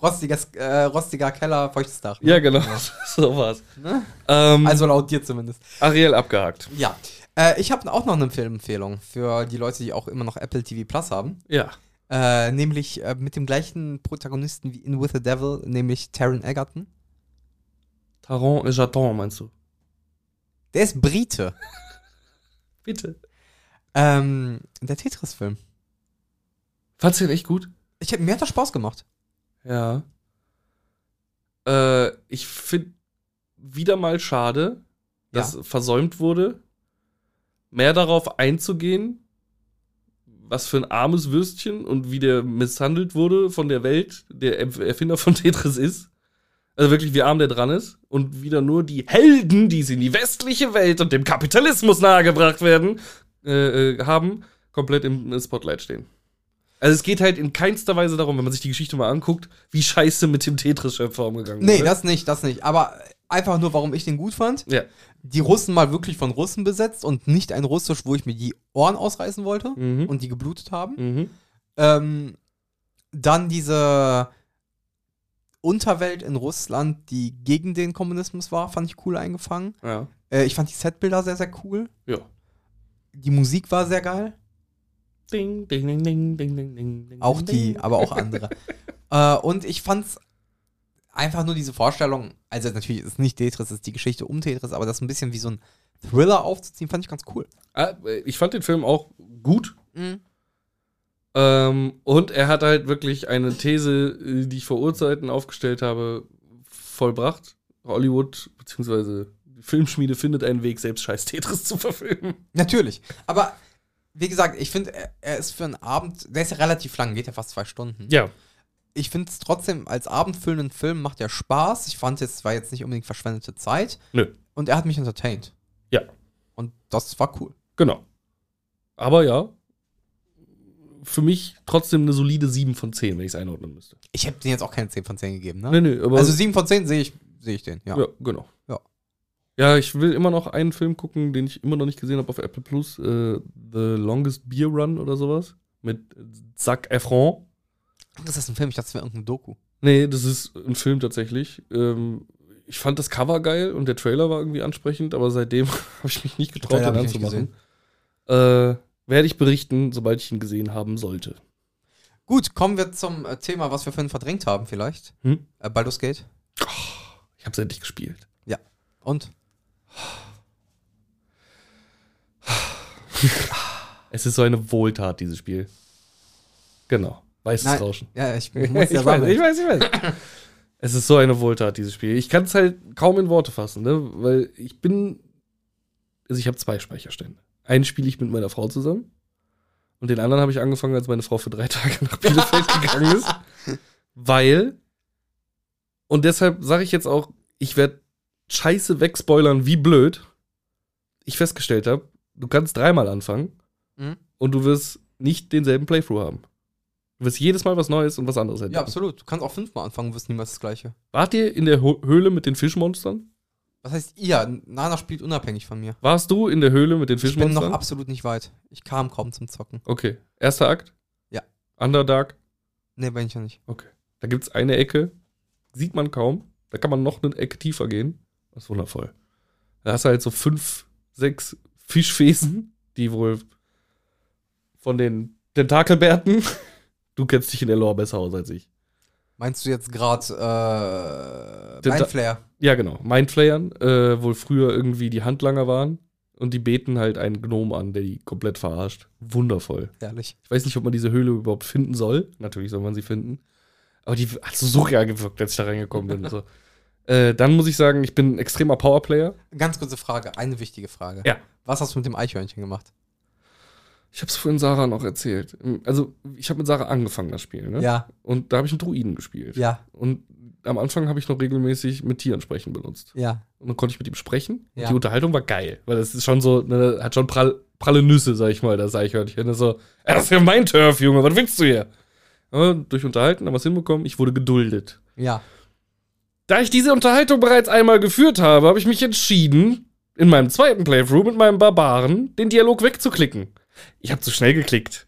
S2: rostiger, äh, rostiger Keller, feuchtes Dach. ne?
S1: Ja, genau. So war's.
S2: Ne?
S1: Ähm,
S2: Also laut dir zumindest.
S1: Ariel abgehakt.
S2: Ja. Äh, ich habe auch noch eine Filmempfehlung für die Leute, die auch immer noch Apple TV Plus haben.
S1: Ja.
S2: Äh, nämlich äh, mit dem gleichen Protagonisten wie in With the Devil, nämlich Taron Egerton.
S1: Taron et Jaton, meinst du?
S2: Der ist Brite.
S1: Bitte.
S2: Ähm, der Tetris-Film.
S1: Fandst du den echt gut?
S2: Ich hab, mir hat das Spaß gemacht.
S1: Ja. Äh, ich finde wieder mal schade, dass versäumt wurde, mehr darauf einzugehen, was für ein armes Würstchen und wie der misshandelt wurde von der Welt, der Erf- Erfinder von Tetris ist. Also wirklich, wie arm der dran ist. Und wieder nur die Helden, die sie in die westliche Welt und dem Kapitalismus nahegebracht werden, äh, äh, haben, komplett im äh, Spotlight stehen. Also es geht halt in keinster Weise darum, wenn man sich die Geschichte mal anguckt, wie scheiße mit dem Tetris-Schöpfer umgegangen
S2: Nee,
S1: wurde.
S2: das nicht, das nicht. Aber einfach nur, warum ich den gut fand.
S1: Ja.
S2: Die Russen mal wirklich von Russen besetzt und nicht ein Russisch, wo ich mir die Ohren ausreißen wollte
S1: Mhm.
S2: und die geblutet haben.
S1: mhm.
S2: Ähm, dann diese Unterwelt in Russland, die gegen den Kommunismus war, fand ich cool eingefangen.
S1: Ja.
S2: Äh, ich fand die Setbilder sehr, sehr cool.
S1: Ja.
S2: Die Musik war sehr geil.
S1: Ding, ding, ding, ding, ding, ding, ding, ding.
S2: Auch die, aber auch andere. äh, und ich fand's einfach nur diese Vorstellung, also natürlich ist es nicht Tetris, es ist die Geschichte um Tetris, aber das ein bisschen wie so ein Thriller aufzuziehen, fand ich ganz cool.
S1: Ah, Ich fand den Film auch gut. Ähm, und er hat halt wirklich eine These, äh, die ich vor Urzeiten aufgestellt habe, vollbracht. Hollywood, beziehungsweise die Filmschmiede findet einen Weg, selbst scheiß Tetris zu verfilmen.
S2: Natürlich. Aber wie gesagt, ich finde, er, er ist für einen Abend, der ist ja relativ lang, geht ja fast zwei Stunden.
S1: Ja.
S2: ich finde es trotzdem als abendfüllenden Film macht er Spaß. Ich fand es war jetzt nicht unbedingt verschwendete Zeit
S1: Nö.
S2: und er hat mich entertained.
S1: Ja.
S2: Und das war cool.
S1: Genau. Aber ja, für mich trotzdem eine solide 7 von 10, wenn ich es einordnen müsste.
S2: Ich hätte den jetzt auch keine 10 von 10 gegeben, ne?
S1: Nee, nee, aber
S2: also 7 von 10 sehe ich, sehe ich den, ja.
S1: ja, genau.
S2: Ja.
S1: Ja, ich will immer noch einen Film gucken, den ich immer noch nicht gesehen habe auf Apple Plus, äh, The Longest Beer Run oder sowas mit Zac Efron.
S2: Ach, Ist das ein Film? Ich dachte, das wäre irgendein Doku.
S1: Nee, das ist ein Film tatsächlich. Ähm, ich fand das Cover geil und der Trailer war irgendwie ansprechend, aber seitdem habe ich mich nicht getraut,
S2: Trailer
S1: den
S2: hab ich nicht
S1: anzumachen. Äh, werde ich berichten, sobald ich ihn gesehen haben sollte.
S2: Gut, kommen wir zum äh, Thema, was wir vorhin verdrängt haben, vielleicht.
S1: Hm?
S2: Äh, Baldur's Gate.
S1: Ich habe es endlich gespielt.
S2: Und?
S1: Es ist so eine Wohltat, dieses Spiel. Genau. Weißes
S2: Nein.
S1: Rauschen.
S2: Ja, ich
S1: Ich
S2: muss ja
S1: weiß, ich
S2: sagen.
S1: weiß, ich weiß.
S4: Es ist so eine Wohltat, dieses Spiel. Ich kann es halt kaum in Worte fassen, ne? Weil ich bin. Also ich habe zwei Speicherstände. Einen spiele ich mit meiner Frau zusammen. Und den anderen habe ich angefangen, als meine Frau für drei Tage nach Bielefeld gegangen ist. Weil. Und deshalb sage ich jetzt auch, ich werde scheiße wegspoilern, wie blöd ich festgestellt habe, du kannst dreimal anfangen
S2: Mhm.
S4: und du wirst nicht denselben Playthrough haben. Du wirst jedes Mal was Neues und was anderes entdecken.
S2: Ja, absolut. Du kannst auch fünfmal anfangen, wirst niemals das Gleiche.
S4: Wart ihr in der Ho- Höhle mit den Fischmonstern?
S2: Was heißt ihr? Nana spielt unabhängig von mir.
S4: Warst du in der Höhle mit den
S2: Ich bin noch
S4: Fischmonstern?
S2: absolut nicht weit. Ich kam kaum zum Zocken.
S1: Oh.
S4: okay. Erster Akt?
S2: Ja.
S4: Underdark?
S2: Nee, bin ich ja nicht.
S4: Okay. Da gibt's eine Ecke, sieht man kaum. Da kann man noch eine Ecke tiefer gehen. Das ist wundervoll. Da hast du halt so fünf, sechs Fischfesen, die wohl von den Tentakelbärten. Du kennst dich in der Lore besser aus als ich.
S2: Meinst du jetzt gerade äh,
S4: Den-
S2: Mindflayer?
S4: Ja, genau. Mindflayern, äh, wohl früher irgendwie die Handlanger waren. Und die beten halt einen Gnom an, der die komplett verarscht. Wundervoll.
S2: Ehrlich.
S4: Ich weiß nicht, ob man diese Höhle überhaupt finden soll. Natürlich soll man sie finden. Aber die hat so surreal gewirkt, als ich da reingekommen bin. und So. Äh, dann muss ich sagen, ich bin ein extremer Powerplayer.
S2: Ganz kurze Frage, eine wichtige Frage.
S4: Ja.
S2: Was hast du mit dem Eichhörnchen gemacht?
S4: Ich habe es vorhin Sarah noch erzählt. Also, ich habe mit Sarah angefangen, das Spiel. Ne?
S2: Ja,
S4: Und da habe ich einen Druiden gespielt.
S2: ja,
S4: Und am Anfang habe ich noch regelmäßig mit Tieren sprechen benutzt.
S2: ja.
S4: Und dann konnte ich mit ihm sprechen.
S2: Ja.
S4: Und die Unterhaltung war geil, weil das ist schon so, ne, hat schon prall, pralle Nüsse, sag ich mal, das Eichhörnchen. Das ist so, "Ey, das ist ja mein Turf, Junge, was willst du hier? Aber durch Unterhalten haben wir es hinbekommen, ich wurde geduldet.
S2: Ja.
S4: Da ich diese Unterhaltung bereits einmal geführt habe, habe ich mich entschieden, in meinem zweiten Playthrough mit meinem Barbaren den Dialog wegzuklicken. Ich habe zu schnell geklickt.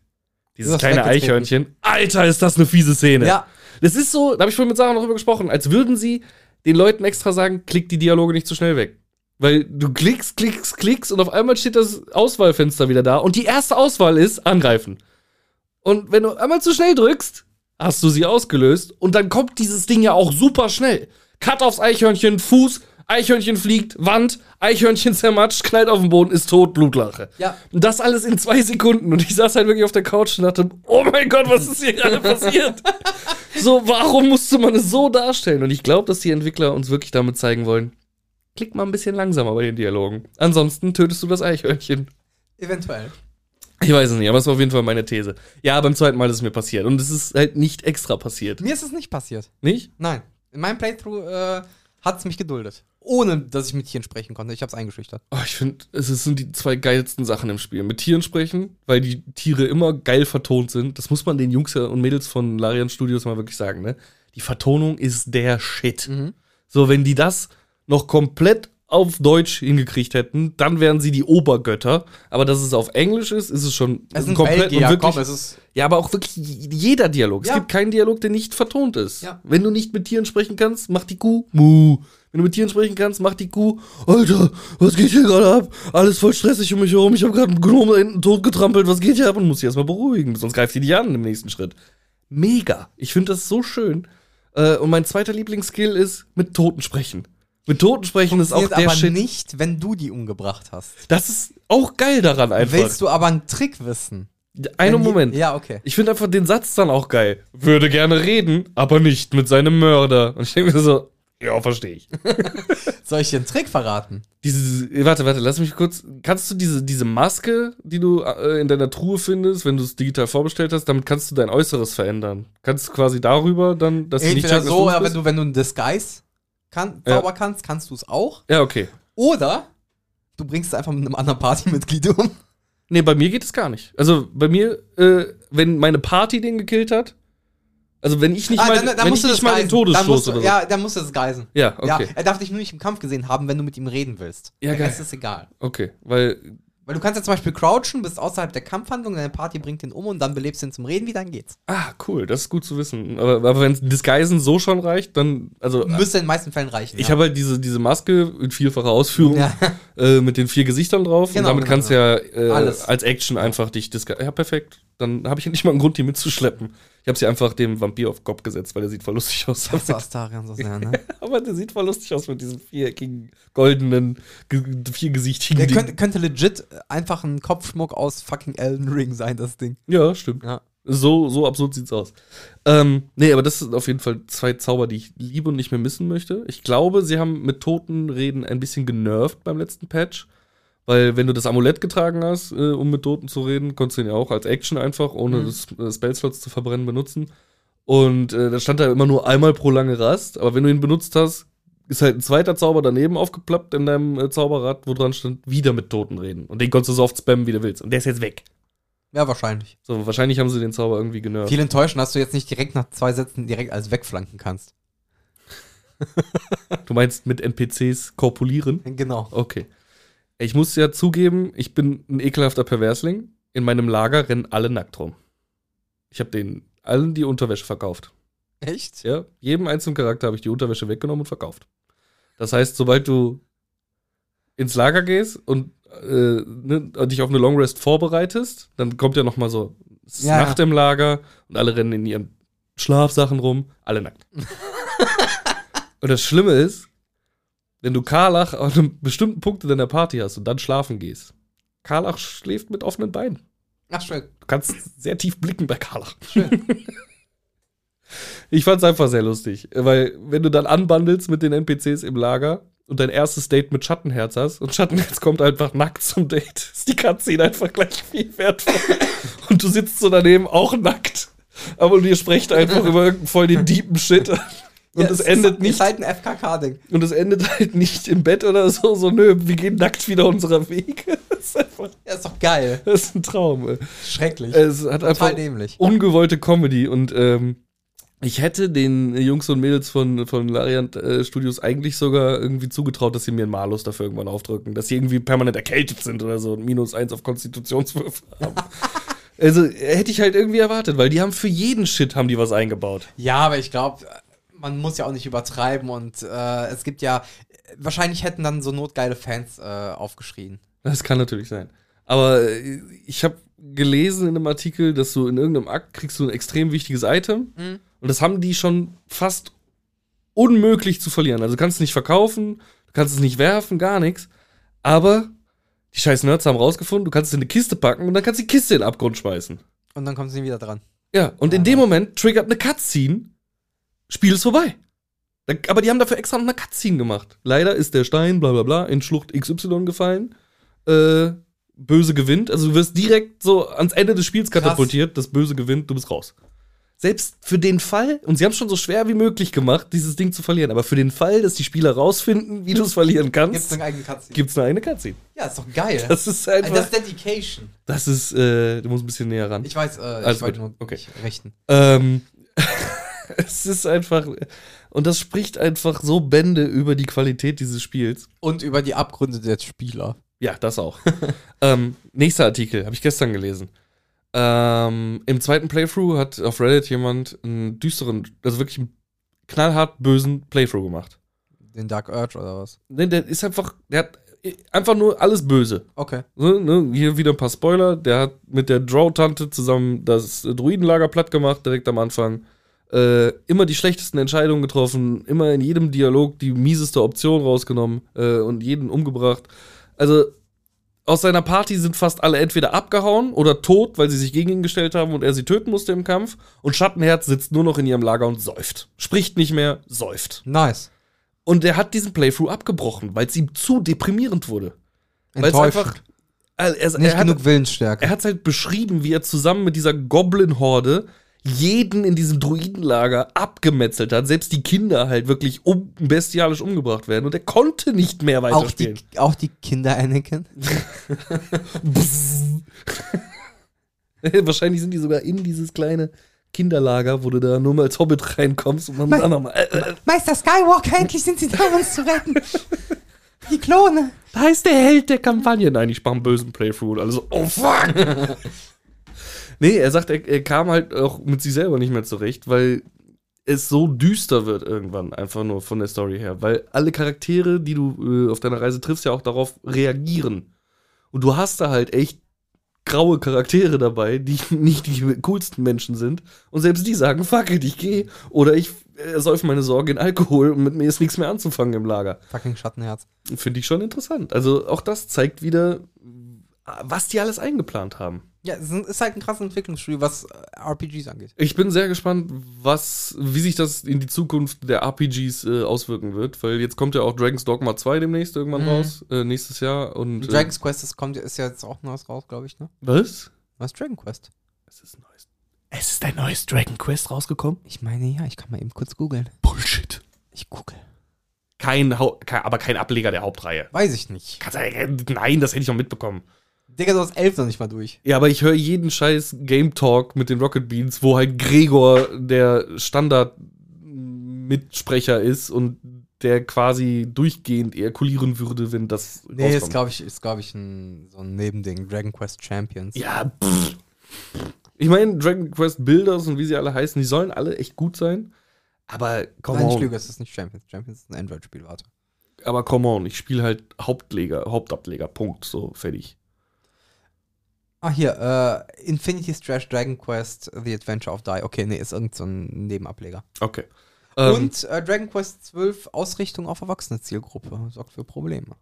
S4: Dieses
S2: hast
S4: kleine
S2: weggetreten.
S4: Eichhörnchen. Alter, ist das eine fiese Szene.
S2: Ja,
S4: Das ist so, da habe ich vorhin mit Sarah noch drüber gesprochen, als würden sie den Leuten extra sagen, klick die Dialoge nicht zu schnell weg. Weil du klickst, klickst, klickst und auf einmal steht das Auswahlfenster wieder da und die erste Auswahl ist angreifen. Und wenn du einmal zu schnell drückst, hast du sie ausgelöst und dann kommt dieses Ding ja auch super schnell. Cut aufs Eichhörnchen, Fuß, Eichhörnchen fliegt, Wand, Eichhörnchen zermatscht, knallt auf den Boden, ist tot, Blutlache.
S2: Ja.
S4: Und das alles in zwei Sekunden. Und ich saß halt wirklich auf der Couch und dachte, oh mein Gott, was ist hier gerade passiert? So, warum musste man es so darstellen? Und ich glaube, dass die Entwickler uns wirklich damit zeigen wollen, klick mal ein bisschen langsamer bei den Dialogen. Ansonsten tötest du das Eichhörnchen.
S2: eventuell.
S4: Ich weiß es nicht, aber es war auf jeden Fall meine These. Ja, beim zweiten Mal ist es mir passiert. Und es ist halt nicht extra passiert.
S2: Mir ist es nicht passiert.
S4: Nicht?
S2: Nein. In meinem Playthrough äh, hat es mich geduldet. Ohne, dass ich mit Tieren sprechen konnte. Ich hab's eingeschüchtert.
S4: Oh, ich finde, es sind die zwei geilsten Sachen im Spiel. Mit Tieren sprechen, weil die Tiere immer geil vertont sind. Das muss man den Jungs und Mädels von Larian Studios mal wirklich sagen, ne? Die Vertonung ist der Shit. So, wenn die das noch komplett auf Deutsch hingekriegt hätten, dann wären sie die Obergötter. Aber dass es auf Englisch ist, ist es schon
S2: Belgier,
S4: und wirklich,
S2: komm, es ist.
S4: ja, aber auch wirklich jeder Dialog. Es
S2: Ja.
S4: gibt keinen Dialog, der nicht vertont ist.
S2: Ja.
S4: Wenn du nicht mit Tieren sprechen kannst, macht die Kuh mu. Wenn du mit Tieren sprechen kannst, macht die Kuh Alter, was geht hier gerade ab? Alles voll stressig um mich herum. Ich habe gerade einen Gnom da hinten tot getrampelt. Was geht hier ab? Und muss sie erstmal beruhigen, sonst greift sie dich an im nächsten Schritt. Mega. Ich finde das so schön. Äh, und mein zweiter Lieblingsskill ist mit Toten sprechen. Mit Toten sprechen ist auch
S2: Jetzt
S4: der
S2: aber
S4: Shit.
S2: nicht, wenn du die umgebracht hast.
S4: Das ist auch geil daran einfach.
S2: Willst du aber einen Trick wissen?
S4: Einen
S2: Wenn die-
S4: Moment.
S2: Ja, okay.
S4: Ich finde einfach den Satz dann auch geil. Würde gerne reden, aber nicht mit seinem Mörder. Und ich denke mir so, ja, verstehe ich.
S2: Soll ich dir einen Trick verraten?
S4: Dieses, warte, warte, lass mich kurz. Kannst du diese, diese Maske, die du äh, in deiner Truhe findest, wenn du es digital vorbestellt hast, damit kannst du dein Äußeres verändern? Kannst du quasi darüber dann, dass sie nicht
S2: Entweder
S4: checken,
S2: so,
S4: dass
S2: oder wenn
S4: bist?
S2: du, wenn du einen Disguise kann,
S4: Ja.
S2: Zauber kannst, kannst du es auch.
S4: Ja, okay.
S2: Oder du bringst es einfach mit einem anderen Partymitglied um.
S4: Nee, bei mir geht es gar nicht. Also bei mir, äh, wenn meine Party den gekillt hat, also wenn ich nicht mal, wenn ich nicht mal
S2: Dann Ah,
S4: den
S2: musst
S4: Todesstoß
S2: du,
S4: oder so.
S2: Ja, dann musst du es geisen.
S4: Ja, okay.
S2: Ja, er darf dich nur nicht im Kampf gesehen haben, wenn du mit ihm reden willst.
S4: Ja,
S2: Der
S4: geil.
S2: Rest ist egal.
S4: Okay, weil
S2: Weil du kannst ja zum Beispiel crouchen, bist außerhalb der Kampfhandlung, deine Party bringt ihn um und dann belebst du ihn zum Reden, wie dann geht's.
S4: Ah, cool, das ist gut zu wissen. Aber, aber wenn Disguisen so schon reicht, dann, also,
S2: Müsste in den meisten Fällen reichen.
S4: ich
S2: ja.
S4: habe halt diese, diese Maske in vielfacher Ausführung
S2: Ja.
S4: äh, mit den vier Gesichtern drauf und
S2: Genau,
S4: damit
S2: genau,
S4: kannst du
S2: genau.
S4: ja äh,
S2: Alles.
S4: als Action einfach dich disguisen. Ja, perfekt. Dann habe ich nicht mal einen Grund, die mitzuschleppen. Ich habe sie einfach dem Vampir auf den Kopf gesetzt, weil der sieht voll lustig aus.
S2: Das ist Astarian so sehr, ne?
S4: Aber der sieht voll lustig aus mit diesen viereckigen, goldenen, ge viergesichtigen
S2: Der
S4: Dingen.
S2: könnte, könnte legit einfach ein Kopfschmuck aus fucking Elden Ring sein, das Ding.
S4: Ja, stimmt.
S2: Ja.
S4: So, so absurd sieht's aus. Ähm, nee, aber das sind auf jeden Fall zwei Zauber, die ich liebe und nicht mehr missen möchte. Ich glaube, sie haben mit Totenreden ein bisschen genervt beim letzten Patch. Weil wenn du das Amulett getragen hast, äh, um mit Toten zu reden, konntest du ihn ja auch als Action einfach, ohne
S2: Mhm.
S4: das äh, Spellslots zu verbrennen, benutzen. Und äh, da stand da immer nur einmal pro lange Rast. Aber wenn du ihn benutzt hast, ist halt ein zweiter Zauber daneben aufgeplappt in deinem äh, Zauberrad, wo dran stand, wieder mit Toten reden. Und den konntest du so oft spammen, wie du willst. Und der ist jetzt weg.
S2: Ja, wahrscheinlich.
S4: So, wahrscheinlich haben sie den Zauber irgendwie genervt.
S2: Viel enttäuschen, dass du jetzt nicht direkt nach zwei Sätzen direkt alles wegflanken kannst.
S4: Du meinst mit NPCs korpulieren?
S2: Genau.
S4: Okay. Ich muss ja zugeben, ich bin ein ekelhafter Perversling. In meinem Lager rennen alle nackt rum. Ich habe denen allen die Unterwäsche verkauft.
S2: Echt?
S4: Ja, jedem einzelnen Charakter habe ich die Unterwäsche weggenommen und verkauft. Das heißt, sobald du ins Lager gehst und äh, ne, dich auf eine Long Rest vorbereitest, dann kommt ja noch mal so es ist
S2: Ja.
S4: Nacht im Lager und alle rennen in ihren Schlafsachen rum, alle nackt. und das Schlimme ist, wenn du Karlach an einem bestimmten Punkt in deiner Party hast und dann schlafen gehst, Karlach schläft mit offenen Beinen.
S2: Ach, schön.
S4: Du kannst sehr tief blicken bei Karlach. ich fand's einfach sehr lustig, weil wenn du dann anbandelst mit den NPCs im Lager und dein erstes Date mit Schattenherz hast und Schattenherz kommt einfach nackt zum Date, ist die Cutscene einfach gleich viel wertvoller. und du sitzt so daneben auch nackt, aber ihr sprecht einfach über irgendeinen voll den deepen Shit an. Und
S2: Ja,
S4: es
S2: ist-
S4: endet nicht
S2: Ist halt ein FKK-Ding.
S4: und es endet halt nicht im Bett oder so, so nö, wir gehen nackt wieder unserer Wege. Das ist einfach,
S2: Ja, ist doch geil. Äh.
S4: das ist ein Traum. ey.
S2: Schrecklich.
S4: Es hat einfach
S2: Total dämlich.
S4: ungewollte Comedy und ähm, ich hätte den Jungs und Mädels von, von Lariant äh, Studios eigentlich sogar irgendwie zugetraut, dass sie mir einen Malus dafür irgendwann aufdrücken, dass sie irgendwie permanent erkältet sind oder so und minus eins auf Konstitutionswürfe haben. also äh, hätte ich halt irgendwie erwartet, weil die haben für jeden Shit haben die was eingebaut.
S2: Ja, aber ich glaube, man muss ja auch nicht übertreiben und äh, es gibt ja, wahrscheinlich hätten dann so notgeile Fans äh, aufgeschrien.
S4: Das kann natürlich sein. Aber äh, ich habe gelesen in einem Artikel, dass du in irgendeinem Akt kriegst du ein extrem wichtiges Item.
S2: Mhm.
S4: Und das haben die schon fast unmöglich zu verlieren. Also du kannst es nicht verkaufen, du kannst es nicht werfen, gar nichts. Aber die scheiß Nerds haben rausgefunden, du kannst es in eine Kiste packen und dann kannst du die Kiste in den Abgrund schmeißen.
S2: Und dann kommen sie nie wieder dran.
S4: Ja, und in dem Moment triggert eine Cutscene, Spiel ist vorbei. Da- Aber die haben dafür extra noch eine Cutscene gemacht. Leider ist der Stein, bla bla bla, in Schlucht XY gefallen. Äh, böse gewinnt. Also du wirst direkt so ans Ende des Spiels
S2: Krass.
S4: katapultiert, das Böse gewinnt, du bist raus. Selbst für den Fall, und sie haben es schon so schwer wie möglich gemacht, dieses Ding zu verlieren, aber für den Fall, dass die Spieler rausfinden, wie du es verlieren
S2: Gibt's
S4: kannst,
S2: eine eigene Katze?
S4: gibt's eine eigene Cutscene.
S2: ja, ist doch geil.
S4: Das ist
S2: Alter, das
S4: einfach.
S2: ist Dedication.
S4: Das ist, äh, du musst ein bisschen näher ran.
S2: Ich weiß, äh,
S4: Alles
S2: ich wollte
S4: gut,
S2: nur
S4: okay.
S2: mich richten.
S4: Ähm, es ist einfach. Und das spricht einfach so Bände über die Qualität dieses Spiels.
S2: Und über die Abgründe der Spieler.
S4: Ja, das auch. ähm, nächster Artikel, habe ich gestern gelesen. Ähm, Im zweiten Playthrough hat auf Reddit jemand einen düsteren, also wirklich einen knallhart bösen Playthrough gemacht.
S2: Den Dark Urge oder was?
S4: Nee, der ist einfach, der hat äh, einfach nur alles böse.
S2: Okay.
S4: So, ne, hier wieder ein paar Spoiler. Der hat mit der Drow-Tante zusammen das äh, Druidenlager platt gemacht, direkt am Anfang. Äh, immer die schlechtesten Entscheidungen getroffen, immer in jedem Dialog die mieseste Option rausgenommen äh, und jeden umgebracht. Also aus seiner Party sind fast alle entweder abgehauen oder tot, weil sie sich gegen ihn gestellt haben und er sie töten musste im Kampf. Und Schattenherz sitzt nur noch in ihrem Lager und säuft. Spricht nicht mehr, säuft.
S2: Nice.
S4: Und er hat diesen Playthrough abgebrochen, weil es ihm zu deprimierend wurde. Weil es
S2: Enttäuschend.
S4: einfach. Er, er,
S2: Nicht
S4: er hat,
S2: genug Willensstärke.
S4: er hat's halt beschrieben, wie er zusammen mit dieser Goblin-Horde jeden in diesem Druidenlager abgemetzelt hat. Selbst die Kinder halt wirklich um, bestialisch umgebracht werden. Und er konnte nicht mehr
S2: auch, die,
S4: weiterspielen.
S2: auch die Kinder Anakin.
S4: Wahrscheinlich sind die sogar in dieses kleine Kinderlager, wo du da nur mal als Hobbit reinkommst und man da nochmal. Äh, äh,
S2: Meister Skywalker, endlich sind sie da, um uns zu retten. Die Klone.
S4: da ist der Held der Kampagne. Nein, ich mache einen bösen Playthrough und alle so, oh fuck! nee, er sagt, er, er kam halt auch mit sich selber nicht mehr zurecht, weil es so düster wird irgendwann, einfach nur von der Story her. Weil alle Charaktere, die du äh, auf deiner Reise triffst, ja auch darauf reagieren. Und du hast da halt echt graue Charaktere dabei, die nicht die coolsten Menschen sind. Und selbst die sagen, fuck it, ich geh. Oder ich äh, säuf meine Sorge in Alkohol und mit mir ist nichts mehr anzufangen im Lager
S2: Fucking Schattenherz.
S4: finde ich schon interessant. Also auch das zeigt wieder,
S1: was die alles eingeplant haben.
S2: Ja, es ist halt ein krasses Entwicklungsstudio, was äh, RPGs angeht.
S1: Ich bin sehr gespannt, was, wie sich das in die Zukunft der RPGs äh, auswirken wird, weil jetzt kommt ja auch Dragon's Dogma 2 demnächst irgendwann
S2: Mhm.
S1: raus, äh, nächstes Jahr. Und, äh,
S2: Dragon's Quest ist, kommt, ist ja jetzt auch neues raus, glaube ich, ne?
S1: was?
S2: Was Dragon Quest?
S1: Es ist, ein neues, es ist ein neues Dragon Quest rausgekommen?
S2: Ich meine, ja, ich kann mal eben kurz googeln.
S1: Bullshit.
S2: Ich google.
S1: Kein, Hau- kein, aber kein Ableger der Hauptreihe.
S2: Weiß ich nicht.
S1: Kannst du- äh, Nein, das hätte ich noch mitbekommen.
S2: Digga, du hast elf noch nicht mal durch.
S1: Ja, aber ich höre jeden scheiß Game Talk mit den Rocket Beans, wo halt Gregor der Standard-Mitsprecher ist und der quasi durchgehend ejakulieren würde, wenn das
S2: Nee, ist,
S1: rauskommt.
S2: glaube ich, ist, glaub ich ein, so ein Nebending. Dragon Quest Champions.
S1: Ja, pff. Ich meine, Dragon Quest Builders und wie sie alle heißen, die sollen alle echt gut sein. Aber come
S2: Nein, ich
S1: on.
S2: lüge, es ist nicht Champions. Champions ist ein Android-Spiel, warte.
S1: Aber come on, ich spiele halt Hauptleger, Hauptableger, Punkt, so fertig.
S2: Ah, hier, äh, Infinity Strash Dragon Quest The Adventure of Die. Okay, nee, ist irgend so ein Nebenableger.
S1: Okay. Ähm,
S2: Und äh, Dragon Quest 12 Ausrichtung auf erwachsene Zielgruppe sorgt für Probleme.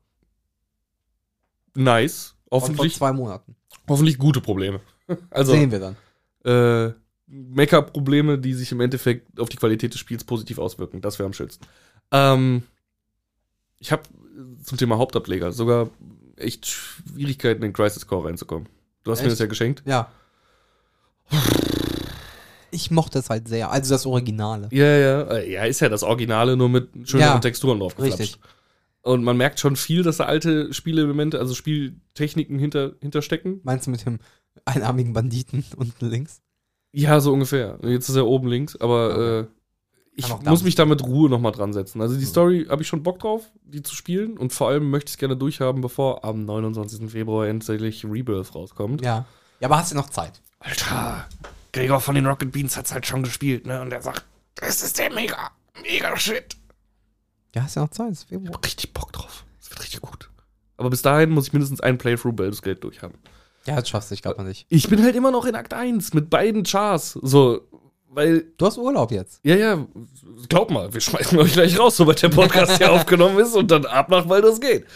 S1: nice.
S2: Von vor
S1: Hoffentlich,
S2: zwei Monaten.
S1: hoffentlich gute Probleme. Also,
S2: Sehen wir dann.
S1: äh, Make-up-Probleme, die sich im Endeffekt auf die Qualität des Spiels positiv auswirken. Das wäre am schönsten. Ähm, ich habe zum Thema Hauptableger sogar echt Schwierigkeiten, in Crisis Core reinzukommen. Du hast mir
S2: Echt?
S1: das ja geschenkt.
S2: Ja. Ich mochte es halt sehr. Also das Originale.
S1: Ja, ja, äh, ja, ist ja das Originale, nur mit schöneren
S2: Ja,
S1: Texturen draufgeklatscht.
S2: richtig.
S1: Und man merkt schon viel, dass da alte Spielelemente, also Spieltechniken hinter, hinterstecken.
S2: Meinst du mit dem einarmigen Banditen unten links?
S1: Ja, so ungefähr. Jetzt ist er oben links, aber
S2: Okay.
S1: äh, ich
S2: Kann auch da
S1: muss
S2: sein.
S1: mich da mit Ruhe nochmal dran setzen. Also die
S2: Hm.
S1: Story habe ich schon Bock drauf, die zu spielen. Und vor allem möchte ich es gerne durchhaben, bevor am 29. Februar endlich Rebirth rauskommt.
S2: Ja. Ja, aber hast du noch Zeit?
S1: Alter, Gregor von den Rocket Beans hat's halt schon gespielt, ne? Und er sagt, das ist der mega, mega Shit.
S2: Ja, hast du noch Zeit? Ist Februar.
S1: hab richtig Bock drauf. Das wird richtig gut. Aber bis dahin muss ich mindestens einen Playthrough Baldur's Gate durchhaben.
S2: Ja, das schaffst du, ich glaube nicht.
S1: Ich bin halt immer noch in Akt 1 mit beiden Chars. So, weil,
S2: Du hast Urlaub jetzt.
S1: ja, ja, glaub mal, wir schmeißen euch gleich raus, sobald der Podcast hier aufgenommen ist und dann ab nach Baldur's Gate.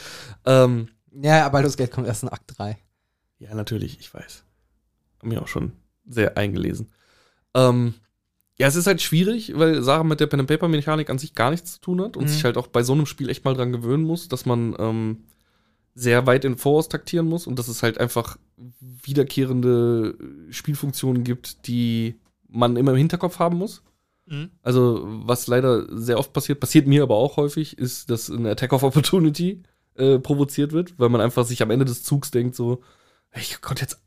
S1: Ähm,
S2: Ja, aber das Geld kommt erst in Akt 3.
S1: ja, natürlich, ich weiß. Hab mir auch schon sehr eingelesen. Ähm, ja, es ist halt schwierig, weil Sarah mit der Pen-and-Paper-Mechanik an sich gar nichts zu tun hat und
S2: Mhm.
S1: sich halt auch bei so einem Spiel echt mal dran gewöhnen muss, dass man ähm, sehr weit in Voraus taktieren muss und dass es halt einfach wiederkehrende Spielfunktionen gibt, die man immer im Hinterkopf haben muss.
S2: Mhm.
S1: Also, was leider sehr oft passiert, passiert mir aber auch häufig, ist, dass ein Attack of Opportunity äh, provoziert wird, weil man einfach sich am Ende des Zugs denkt, so, ich konnte jetzt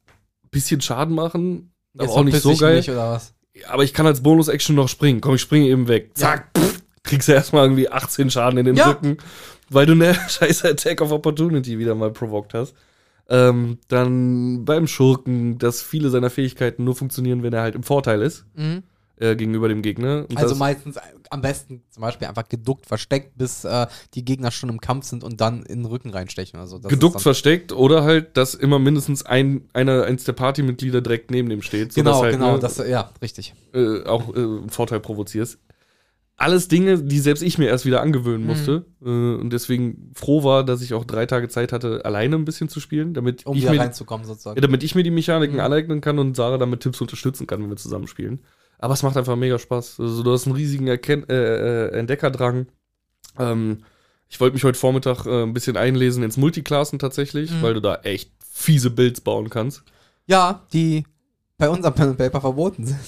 S1: ein bisschen Schaden machen, aber
S2: Jetzt
S1: auch nicht so
S2: verpiss ich
S1: geil.
S2: mich, oder was?
S1: Aber ich kann als Bonus-Action noch springen. Komm, ich springe eben weg. Zack, pff, kriegst du erstmal irgendwie 18 Schaden in den
S2: Ja.
S1: Rücken, weil du eine scheiß Attack of Opportunity wieder mal provoked hast. Ähm, dann beim Schurken, dass viele seiner Fähigkeiten nur funktionieren, wenn er halt im Vorteil ist
S2: Mhm.
S1: äh, gegenüber dem Gegner. Und
S2: Also
S1: das-
S2: meistens äh, am besten zum Beispiel einfach geduckt, versteckt, bis äh, die Gegner schon im Kampf sind und dann in den Rücken reinstechen oder so. Das ist
S1: geduckt
S2: dann,
S1: versteckt oder halt, dass immer mindestens ein, einer, eins der Partymitglieder direkt neben dem steht. sodass
S2: Genau,
S1: halt,
S2: genau,
S1: ne,
S2: das, ja, richtig.
S1: äh, auch äh, einen Vorteil provozierst. Alles Dinge, die selbst ich mir erst wieder angewöhnen musste. Äh, und deswegen froh war, dass ich auch drei Tage Zeit hatte, alleine ein bisschen zu spielen, damit,
S2: Um
S1: ich,
S2: wieder
S1: mir,
S2: reinzukommen sozusagen.
S1: ja, damit ich mir die Mechaniken
S2: Mhm.
S1: aneignen kann und Sarah damit Tipps unterstützen kann, wenn wir zusammen spielen. Aber es macht einfach mega Spaß. Also, du hast einen riesigen Erken äh, äh, Entdeckerdrang. Ähm, ich wollte mich heute Vormittag äh, ein bisschen einlesen ins Multiklassen tatsächlich,
S2: Mhm.
S1: weil du da echt fiese Builds bauen kannst.
S2: Ja, die bei unserem Pen and Paper verboten sind.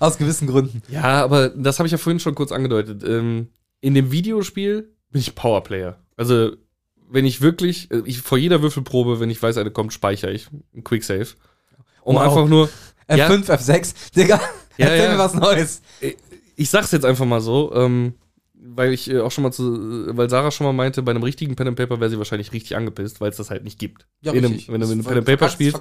S2: Aus gewissen Gründen.
S1: Ja, aber das habe ich ja vorhin schon kurz angedeutet. Ähm, in dem Videospiel bin ich Powerplayer. Also, wenn ich wirklich, äh, ich, vor jeder Würfelprobe, wenn ich weiß, eine kommt, speichere ich ein Quicksave. Um
S2: Wow.
S1: einfach nur, Ja.
S2: F5, F6, Digga,
S1: Ja,
S2: erzähl
S1: ja.
S2: mir was Neues.
S1: ich sag's jetzt einfach mal so, ähm, weil ich äh, auch schon mal zu, äh, weil Sarah schon mal meinte, bei einem richtigen Pen and Paper wäre sie wahrscheinlich richtig angepisst, weil es das halt nicht gibt. in einem, wenn du mit einem Pen and Paper spielst,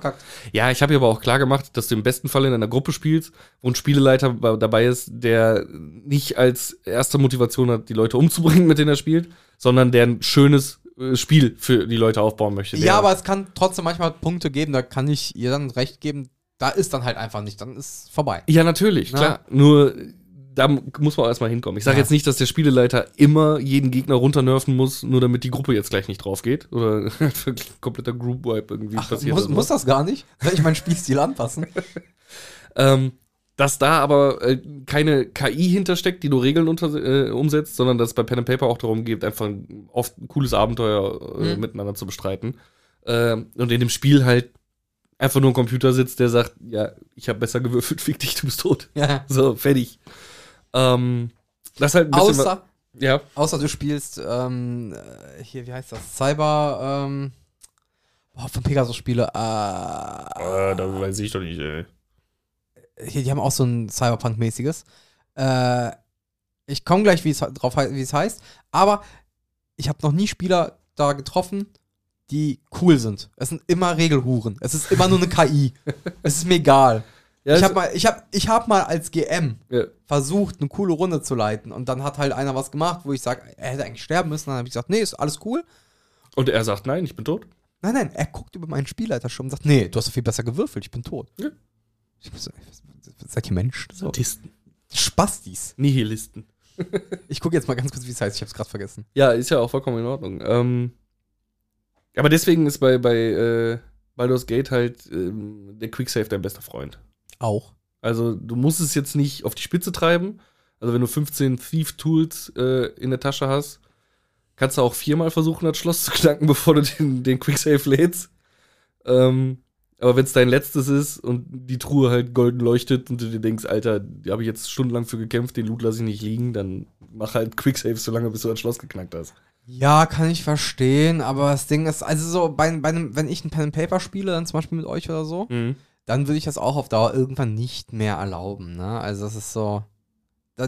S1: Ja, ich habe ihr aber auch klar gemacht, dass du im besten Fall in einer Gruppe spielst, wo ein Spieleleiter ba- dabei ist, der nicht als erste Motivation hat, die Leute umzubringen, mit denen er spielt, sondern der ein schönes äh, Spiel für die Leute aufbauen möchte. Der-
S2: Ja, aber es kann trotzdem manchmal Punkte geben, da kann ich ihr dann recht geben. Da ist dann halt einfach nicht, dann ist vorbei.
S1: Ja, natürlich,
S2: Na?
S1: klar. Nur da muss man auch erstmal hinkommen. Ich sage
S2: Ja.
S1: jetzt nicht, dass der Spieleleiter immer jeden Gegner runternerven muss, nur damit die Gruppe jetzt gleich nicht drauf geht. Oder halt wirklich ein kompletter Group Wipe irgendwie
S2: Ach,
S1: passiert.
S2: muss,
S1: oder so.
S2: muss das gar nicht? Soll ich meinen Spielstil anpassen?
S1: Ähm, dass da aber äh, keine KI hintersteckt, die nur Regeln unter, äh, umsetzt, sondern dass es bei Pen and Paper auch darum geht, einfach ein, oft ein cooles Abenteuer äh,
S2: Mhm.
S1: miteinander zu bestreiten. Ähm, und in dem Spiel halt einfach nur ein Computer sitzt, der sagt, ja, ich habe besser gewürfelt, fick dich, du bist tot.
S2: Ja.
S1: So, fertig. Ähm, das ist halt ein bisschen wa-
S2: Außer,
S1: ja.
S2: außer du spielst ähm, äh, hier, wie heißt das? Cyber ähm, oh, von Pegasus Spiele. Äh,
S1: Ah, da weiß ich doch nicht, ey.
S2: hier, die haben auch so ein Cyberpunk-mäßiges. Äh, ich komme gleich, wie es he- drauf hei- wie es heißt. Aber ich habe noch nie Spieler da getroffen, die cool sind. Es sind immer Regelhuren. Es ist immer nur eine KI. Es ist mir egal.
S1: Ja,
S2: ich
S1: es-
S2: habe mal, ich hab, ich hab mal als GM
S1: ja.
S2: versucht, eine coole Runde zu leiten. Und dann hat halt einer was gemacht, wo ich sage, er hätte eigentlich sterben müssen. Dann habe ich gesagt, nee, ist alles cool.
S1: Und er sagt, nein, ich bin tot.
S2: Nein, nein, er guckt über meinen Spielleiter schon und sagt, nee, du hast doch viel besser gewürfelt, ich bin tot.
S1: Ja.
S2: Ich muss, seid ihr Menschen? So.
S1: Autisten.
S2: Spastis.
S1: Nihilisten.
S2: Ich gucke jetzt mal ganz kurz, wie es heißt. Ich habe es gerade vergessen.
S1: Ja, ist ja auch vollkommen in Ordnung. Ähm, aber deswegen ist bei, bei äh, Baldur's Gate halt ähm, der Quicksave dein bester Freund.
S2: Auch.
S1: Also du musst es jetzt nicht auf die Spitze treiben. Also wenn du 15 Thief-Tools äh, in der Tasche hast, kannst du auch viermal versuchen, das Schloss zu knacken, bevor du den, den Quicksave lädst. Ähm, aber wenn es dein letztes ist und die Truhe halt golden leuchtet und du dir denkst, Alter, da habe ich jetzt stundenlang für gekämpft, den Loot lasse ich nicht liegen, dann mach halt Quicksave, solange bis du das Schloss geknackt hast.
S2: Ja, kann ich verstehen, aber das Ding ist, also so, bei, bei einem, wenn ich ein Pen and Paper spiele, dann zum Beispiel mit euch oder so,
S1: Mhm.
S2: dann würde ich das auch auf Dauer irgendwann nicht mehr erlauben, ne? Also das ist so. Da,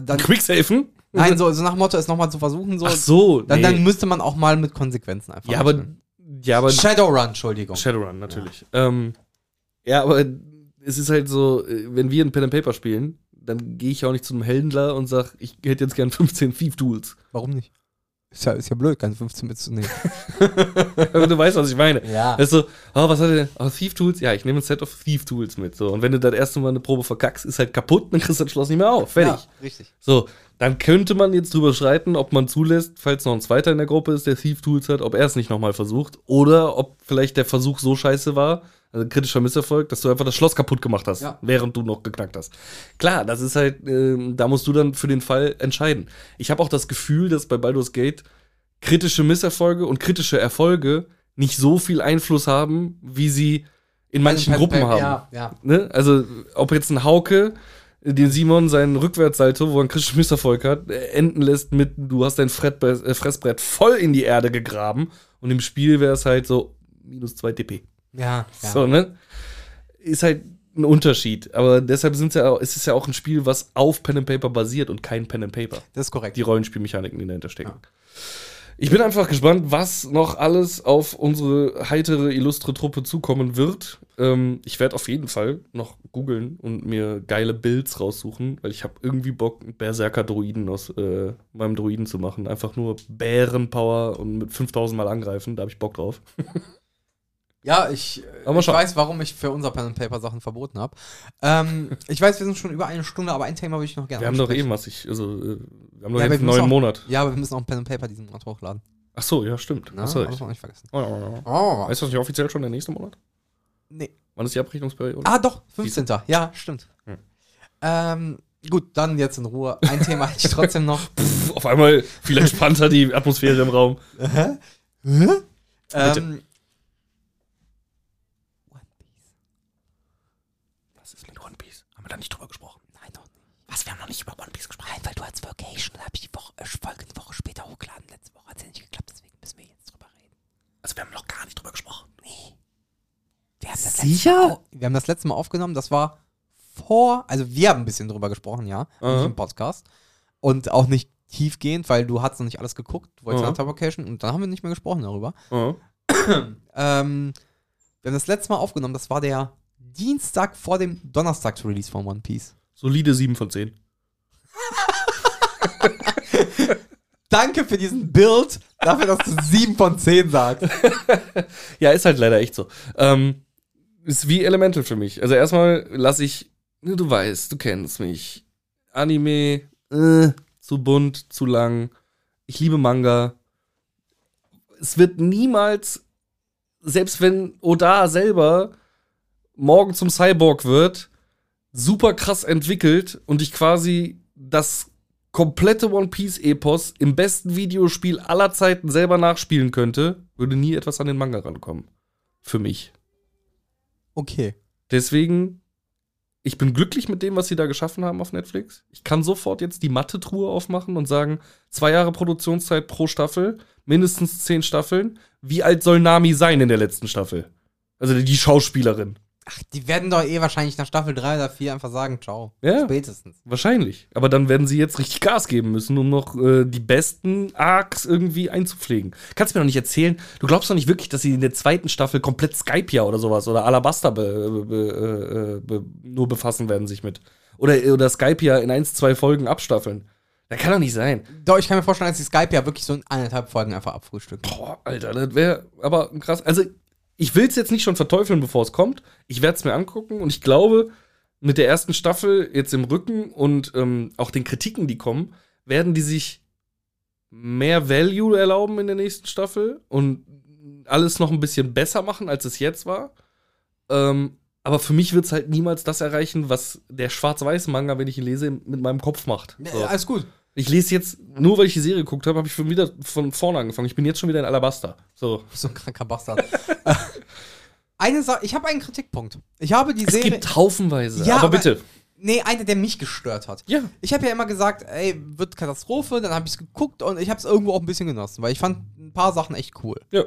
S2: dann,
S1: Quicksafen?
S2: nein, so, so nach dem Motto, es nochmal zu versuchen, so.
S1: Ach so.
S2: dann,
S1: nee.
S2: dann müsste man auch mal mit Konsequenzen einfach.
S1: ja, aber,
S2: rechnen.
S1: ja, aber
S2: Shadowrun, Entschuldigung.
S1: Shadowrun natürlich. Ja. Ähm, ja, aber es ist halt so, äh, wenn wir ein Pen and Paper spielen, dann gehe ich auch nicht zum Händler und sag, ich hätte jetzt gern 15 Thief Tools.
S2: Warum nicht? Ist ja, ist ja blöd, keine 15 mitzunehmen.
S1: du weißt, was ich meine.
S2: ja.
S1: Das ist so, oh, was hat er denn? Oh, Thief Tools? Ja, ich nehme ein Set of Thief Tools mit. So. Und wenn du das erste Mal eine Probe verkackst, ist halt kaputt, dann kriegst du das Schloss nicht mehr auf. Fertig.
S2: Ja, richtig.
S1: So, dann könnte man jetzt drüber schreiten, ob man zulässt, falls noch ein zweiter in der Gruppe ist, der Thief Tools hat, ob er es nicht nochmal versucht oder ob vielleicht der Versuch so scheiße war, also kritischer Misserfolg, dass du einfach das Schloss kaputt gemacht hast,
S2: Ja.
S1: während du noch geknackt hast. Klar, das ist halt, ähm, da musst du dann für den Fall entscheiden. Ich habe auch das Gefühl, dass bei Baldur's Gate kritische Misserfolge und kritische Erfolge nicht so viel Einfluss haben, wie sie in manchen
S2: Also,
S1: Gruppen haben.
S2: Ja, ja.
S1: Ne? Also, ob jetzt ein Hauke den Simon seinen Rückwärtssalto, wo er einen kritischen Misserfolg hat, äh, enden lässt mit, du hast dein Frettbre äh, Fressbrett voll in die Erde gegraben und im Spiel wäre es halt so minus 2 DP.
S2: Ja, ja.
S1: So, ne? Ist halt ein Unterschied. Aber deshalb sind's ja auch, es ist ja auch ein Spiel, was auf Pen and Paper basiert und kein Pen and Paper
S2: Das ist korrekt.
S1: die Rollenspielmechaniken, die dahinter stecken. Ich bin einfach gespannt, was noch alles auf unsere heitere, illustre Truppe zukommen wird. Ähm, ich werde auf jeden Fall noch googeln und mir geile Builds raussuchen, weil ich habe irgendwie Bock, einen Berserker-Druiden aus äh, meinem Druiden zu machen. Einfach nur Bärenpower und mit 5000 Mal angreifen, da habe ich Bock drauf.
S2: Ja, ich, äh,
S1: Aber mal
S2: ich
S1: schauen.
S2: weiß, warum ich für unser Pen and Paper Sachen verboten habe. Ähm, ich weiß, wir sind schon über eine Stunde, aber ein Thema würde ich noch gerne
S1: Wir haben doch
S2: ansprechen.
S1: eben was ich, also äh, wir haben doch
S2: Ja, aber
S1: jetzt
S2: wir
S1: einen
S2: müssen
S1: neuen
S2: auch-
S1: Monat.
S2: Ja, aber wir müssen auch ein Pen and Paper diesen Monat hochladen.
S1: Ach so, ja, stimmt.
S2: Ne?
S1: Hast du
S2: Muss
S1: recht.
S2: man nicht vergessen.
S1: Oh, ja, ja, ja.
S2: Oh,
S1: Ist das nicht offiziell schon der nächste Monat?
S2: nee.
S1: Wann ist die Abrechnungsperiode?
S2: Ah, doch, 15. Ja, stimmt.
S1: Hm.
S2: Ähm, gut, dann jetzt in Ruhe. Ein Thema hätte ich trotzdem noch.
S1: Pff, auf einmal viel entspannter die Atmosphäre im Raum.
S2: Hä? Hä? Ähm,
S1: Was ist mit One Piece? Haben wir da nicht drüber gesprochen? Nein, noch nicht. Was? Wir haben noch nicht über One Piece gesprochen.
S5: Nein, weil du als Vacation habe ich die Woche, äh, Folge eine Woche später hochgeladen. Letzte Woche hat es ja nicht geklappt, deswegen müssen wir jetzt drüber reden.
S1: Also wir haben noch gar nicht drüber gesprochen. Nee.
S5: Wir haben das
S2: Sicher? Wir haben das letzte Mal aufgenommen, das war vor, also wir haben ein bisschen drüber gesprochen, ja,
S1: Aha.
S2: nicht im Podcast. Und auch nicht tiefgehend, weil du hast noch nicht alles geguckt, du wolltest
S4: Mhm.
S1: Aha.
S2: nach der Vacation und dann haben wir nicht mehr gesprochen darüber.
S1: Oh.
S2: Ähm, wir haben das letzte Mal aufgenommen, das war der Dienstag vor dem Donnerstags-Release von One Piece.
S1: Solide 7 von 10.
S2: Danke für diesen Build, dafür, dass du 7 von 10 sagst.
S1: Ja, ist halt leider echt so. Ähm, ist wie ne, Elemental für mich. Also erstmal lasse ich, du weißt, du kennst mich. Anime,
S4: äh, zu bunt, zu lang. Ich liebe Manga. Es wird niemals, selbst wenn Oda selber morgen zum Cyborg wird, super krass entwickelt und ich quasi das komplette One Piece Epos im besten Videospiel aller Zeiten selber nachspielen könnte, würde nie etwas an den Manga rankommen. Für mich.
S2: Okay.
S4: Deswegen, ich bin glücklich mit dem, was sie da geschaffen haben auf Netflix. Ich kann sofort jetzt die Mathe-Truhe aufmachen und sagen, zwei Jahre Produktionszeit pro Staffel, mindestens zehn Staffeln. Wie alt soll Nami sein in der letzten Staffel? Also die Schauspielerin.
S2: Ach, die werden doch eh wahrscheinlich nach Staffel 3 oder 4 einfach sagen, ciao.
S4: Ja.
S2: Spätestens.
S4: Wahrscheinlich. Aber dann werden sie jetzt richtig Gas geben müssen, um noch äh, die besten Arcs irgendwie einzupflegen. Kannst mir doch nicht erzählen, du glaubst doch nicht wirklich, dass sie in der zweiten Staffel komplett Skypia oder sowas oder Alabaster be, be, äh, be, nur befassen werden sich mit. Oder, oder Skypia in eins, zwei Folgen abstaffeln. Das kann doch nicht sein.
S2: Doch, ich kann mir vorstellen, dass die Skype ja wirklich so in eineinhalb Folgen einfach abfrühstücken.
S4: Boah, Alter, das wäre aber krass. Also, ich will es jetzt nicht schon verteufeln, bevor es kommt. Ich werde es mir angucken und ich glaube, mit der ersten Staffel jetzt im Rücken und ähm, auch den Kritiken, die kommen, werden die sich mehr Value erlauben in der nächsten Staffel und alles noch ein bisschen besser machen, als es jetzt war. Ähm, aber für mich wird es halt niemals das erreichen, was der Schwarz-Weiß-Manga, wenn ich ihn lese, mit meinem Kopf macht. So.
S2: Äh, Alles gut.
S4: Ich lese jetzt, nur weil ich die Serie geguckt habe, habe ich schon wieder von vorne angefangen. Ich bin jetzt schon wieder in Alabaster. So.
S2: So ein kranker Bastard. Äh, Eine Sache, ich habe einen Kritikpunkt. Ich habe die
S4: Es
S2: Serie.
S4: gibt haufenweise.
S2: Ja,
S4: aber,
S2: aber-
S4: bitte.
S2: Nee, einer, der mich gestört hat.
S4: Ja.
S2: Ich habe ja immer gesagt, ey, wird Katastrophe, dann habe ich es geguckt und ich habe es irgendwo auch ein bisschen genossen, weil ich fand ein paar Sachen echt cool.
S4: ja.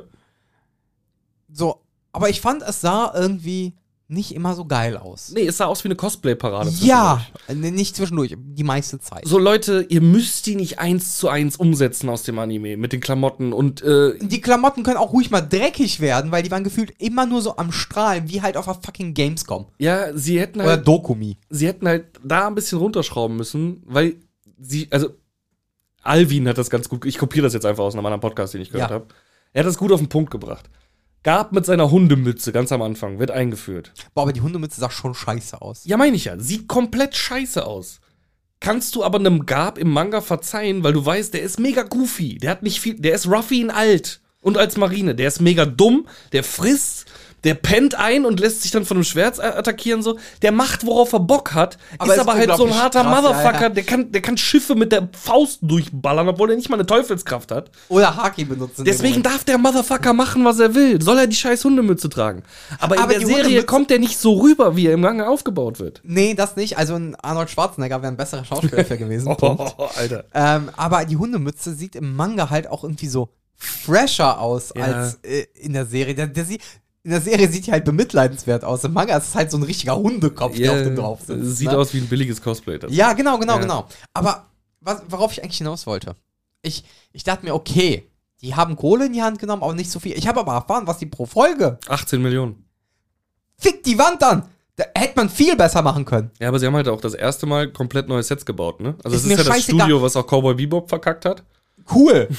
S2: So, aber ich fand, es sah irgendwie nicht immer so geil aus.
S4: Nee, es sah aus wie eine Cosplay-Parade.
S2: ja, nee, nicht zwischendurch, die meiste Zeit.
S4: So, Leute, ihr müsst die nicht eins zu eins umsetzen aus dem Anime mit den Klamotten und äh,
S2: Die Klamotten können auch ruhig mal dreckig werden, weil die waren gefühlt immer nur so am Strahlen, wie halt auf der fucking Gamescom.
S4: ja, sie hätten
S2: Oder
S4: halt,
S2: Dokumi.
S4: sie hätten halt da ein bisschen runterschrauben müssen, weil sie, also Alvin hat das ganz gut, ich kopiere das jetzt einfach aus einem anderen Podcast, den ich gehört
S2: Ja.
S4: habe. Er hat das gut auf den Punkt gebracht. Gab mit seiner Hundemütze ganz am Anfang, wird eingeführt.
S2: Boah, aber die Hundemütze sah schon scheiße aus.
S4: Ja, meine ich ja. Sieht komplett scheiße aus. Kannst du aber einem Gab im Manga verzeihen, weil du weißt, der ist mega goofy. Der hat nicht viel. Der ist Ruffy in alt. Und als Marine. Der ist mega dumm. Der frisst. Der pennt ein und lässt sich dann von einem Schwert a- attackieren. So. Der macht, worauf er Bock hat.
S2: Aber
S4: ist
S2: ist
S4: aber halt so ein
S2: unglaublich
S4: harter
S2: krass, ja,
S4: Motherfucker.
S2: ja.
S4: Der, kann, der kann Schiffe mit der Faust durchballern, obwohl er nicht mal eine Teufelskraft hat.
S2: Oder Haki benutzen.
S4: Deswegen darf der Motherfucker machen, was er will. Soll er die scheiß Hundemütze tragen. Aber,
S2: Aber
S4: in
S2: die
S4: der Serie
S2: Hundemütze-
S4: kommt der nicht so rüber, wie er im Manga aufgebaut wird.
S2: Nee, das nicht. Also ein Arnold Schwarzenegger wäre ein besserer Schauspieler für gewesen. Punkt.
S4: Oh, Alter.
S2: Ähm, aber die Hundemütze sieht im Manga halt auch irgendwie so fresher aus
S4: Ja.
S2: als äh, in der Serie. Der, der sie, in der Serie sieht die halt bemitleidenswert aus. Im Manga ist es halt so ein richtiger Hundekopf, der auf dem drauf sitzt.
S4: Sieht
S2: ne?
S4: aus wie ein billiges Cosplay. Das.
S2: Ja, genau, genau,
S4: Ja.
S2: genau. Aber was, worauf ich eigentlich hinaus wollte, ich, ich dachte mir, okay, die haben Kohle in die Hand genommen, aber nicht so viel. Ich habe aber erfahren, was die pro Folge.
S4: 18 Millionen.
S2: Fick die Wand an! Da hätte man viel besser machen können.
S4: Ja, aber sie haben halt auch das erste Mal komplett neue Sets gebaut, ne? Also
S2: Ist
S4: es ist
S2: mir
S4: ja das
S2: scheißegal.
S4: Studio, was auch Cowboy Bebop verkackt hat.
S2: Cool.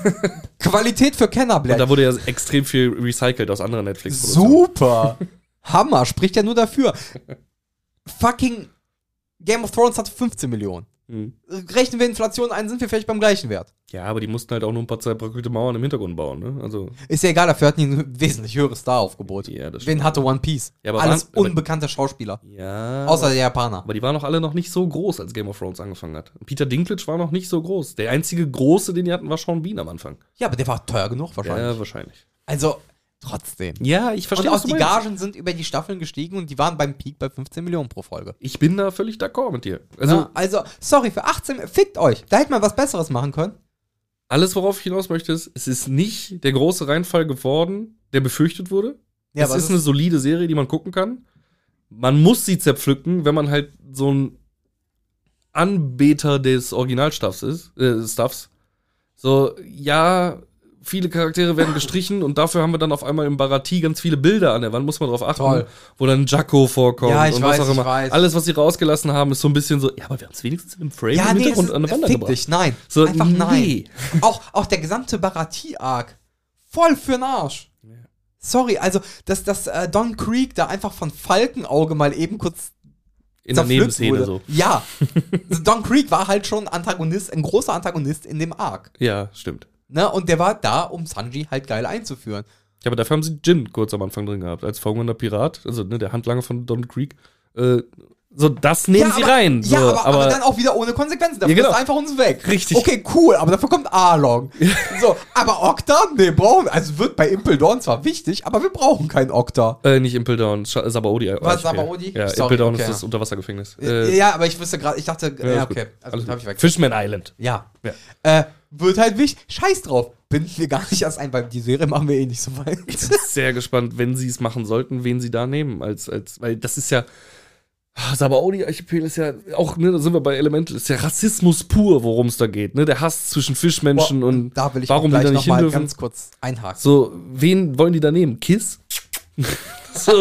S2: Qualität für Kennerblätter.
S4: Und da wurde ja extrem viel recycelt aus anderen netflix produktionen
S2: Super! Hammer, spricht ja nur dafür. Fucking Game of Thrones hatte 15 Millionen.
S4: Mhm.
S2: Rechnen wir Inflation ein, sind wir vielleicht beim gleichen Wert.
S4: Ja, aber die mussten halt auch nur ein paar zerbröckelte Mauern im Hintergrund bauen, ne? Also,
S2: Ist ja egal, dafür hatten die ein wesentlich höheres Star-Aufgebot.
S4: Ja, das
S2: Wen hatte One Piece?
S4: Ja, aber
S2: Alles
S4: waren- aber-
S2: unbekannte Schauspieler.
S4: ja.
S2: Außer der Japaner.
S4: aber die waren auch alle noch nicht so groß, als Game of Thrones angefangen hat. Peter Dinklage war noch nicht so groß. Der einzige große, den die hatten, war Sean Bean am Anfang.
S2: Ja, aber der war teuer genug wahrscheinlich.
S4: Ja, wahrscheinlich.
S2: Also, trotzdem.
S4: Ja, ich
S2: Und
S4: verstehe,
S2: auch
S4: was du
S2: die
S4: meinst.
S2: Gagen sind über die Staffeln gestiegen und die waren beim Peak bei 15 Millionen pro Folge.
S4: Ich bin da völlig d'accord mit dir. Also,
S2: Also, ja, also sorry, für 18, fickt euch. Da hätte man was Besseres machen können.
S4: Alles, worauf ich hinaus möchte, ist, es ist nicht der große Reinfall geworden, der befürchtet wurde.
S2: Ja,
S4: es ist eine solide Serie, die man gucken kann. Man muss sie zerpflücken, wenn man halt so ein Anbeter des Originalstuffs ist. Äh, Stuffs. So, ja, viele Charaktere werden gestrichen und dafür haben wir dann auf einmal im Barati ganz viele Bilder an der Wand, muss man drauf achten,
S2: Toll.
S4: wo dann Jacko vorkommt
S2: Ja, ich
S4: und
S2: weiß,
S4: was auch
S2: ich
S4: immer.
S2: weiß.
S4: Alles, was sie rausgelassen haben, ist so ein bisschen so, ja, aber wir haben es wenigstens im Frame
S2: ja,
S4: im
S2: nee, das
S4: Hintergrund
S2: ist,
S4: an der Wand
S2: fick
S4: gebracht.
S2: dich, nein.
S4: So,
S2: Einfach
S4: nee.
S2: nein. Auch, auch der gesamte Barati-Arc. Voll für'n Arsch. Sorry, also, dass, dass äh, Don Creek da einfach von Falkenauge mal eben kurz
S4: in der
S2: zerpflückt
S4: Nebenszene
S2: wurde.
S4: so.
S2: Ja. So Don Creek war halt schon Antagonist, ein großer Antagonist in dem Arc.
S4: Ja, stimmt.
S2: Ne? Und der war da, um Sanji halt geil einzuführen.
S4: Ja, aber dafür haben sie Jin kurz am Anfang drin gehabt, als verhungernder Pirat, also ne, der Handlanger von Don Creek. Äh, so, das nehmen
S2: ja,
S4: sie
S2: aber,
S4: rein. So,
S2: ja, aber, aber,
S4: aber
S2: dann auch wieder ohne Konsequenzen. Dafür
S4: Ja, genau.
S2: ist er einfach uns weg.
S4: Richtig.
S2: Okay, cool, aber dafür kommt Arlong. so, aber Okta? Nee, brauchen wir. Also wird bei Impel Dawn zwar wichtig, aber wir brauchen keinen Okta.
S4: äh, nicht Impel Down, Scha- Sabaody. äh,
S2: Was, Sabaody?
S4: Ja,
S2: Sorry,
S4: Impel Down
S2: okay,
S4: ist das
S2: ja.
S4: Unterwassergefängnis. Äh,
S2: ja, aber ich wusste gerade, ich dachte, ja,
S4: alles
S2: okay.
S4: gut.
S2: Also
S4: Alles
S2: hab
S4: gut.
S2: ich weg.
S4: Fishman Island.
S2: Ja.
S4: Ja.
S2: Äh, wird halt wichtig. Scheiß drauf. Binden wir gar nicht erst ein, weil die Serie machen wir eh nicht so weit.
S4: sehr gespannt, wenn sie es machen sollten, wen sie da nehmen. Als, als, weil das ist ja. Ah, Sabaody-Archipel ist ja auch, ne, da sind wir bei Elemental, ist ja Rassismus pur, worum es da geht, ne? Der Hass zwischen Fischmenschen
S2: Boah,
S4: und
S2: da will ich
S4: warum die
S2: gleich
S4: da
S2: noch
S4: nicht hin
S2: mal
S4: dürfen.
S2: ganz kurz einhaken.
S4: So, wen wollen die da nehmen? Kiss? so,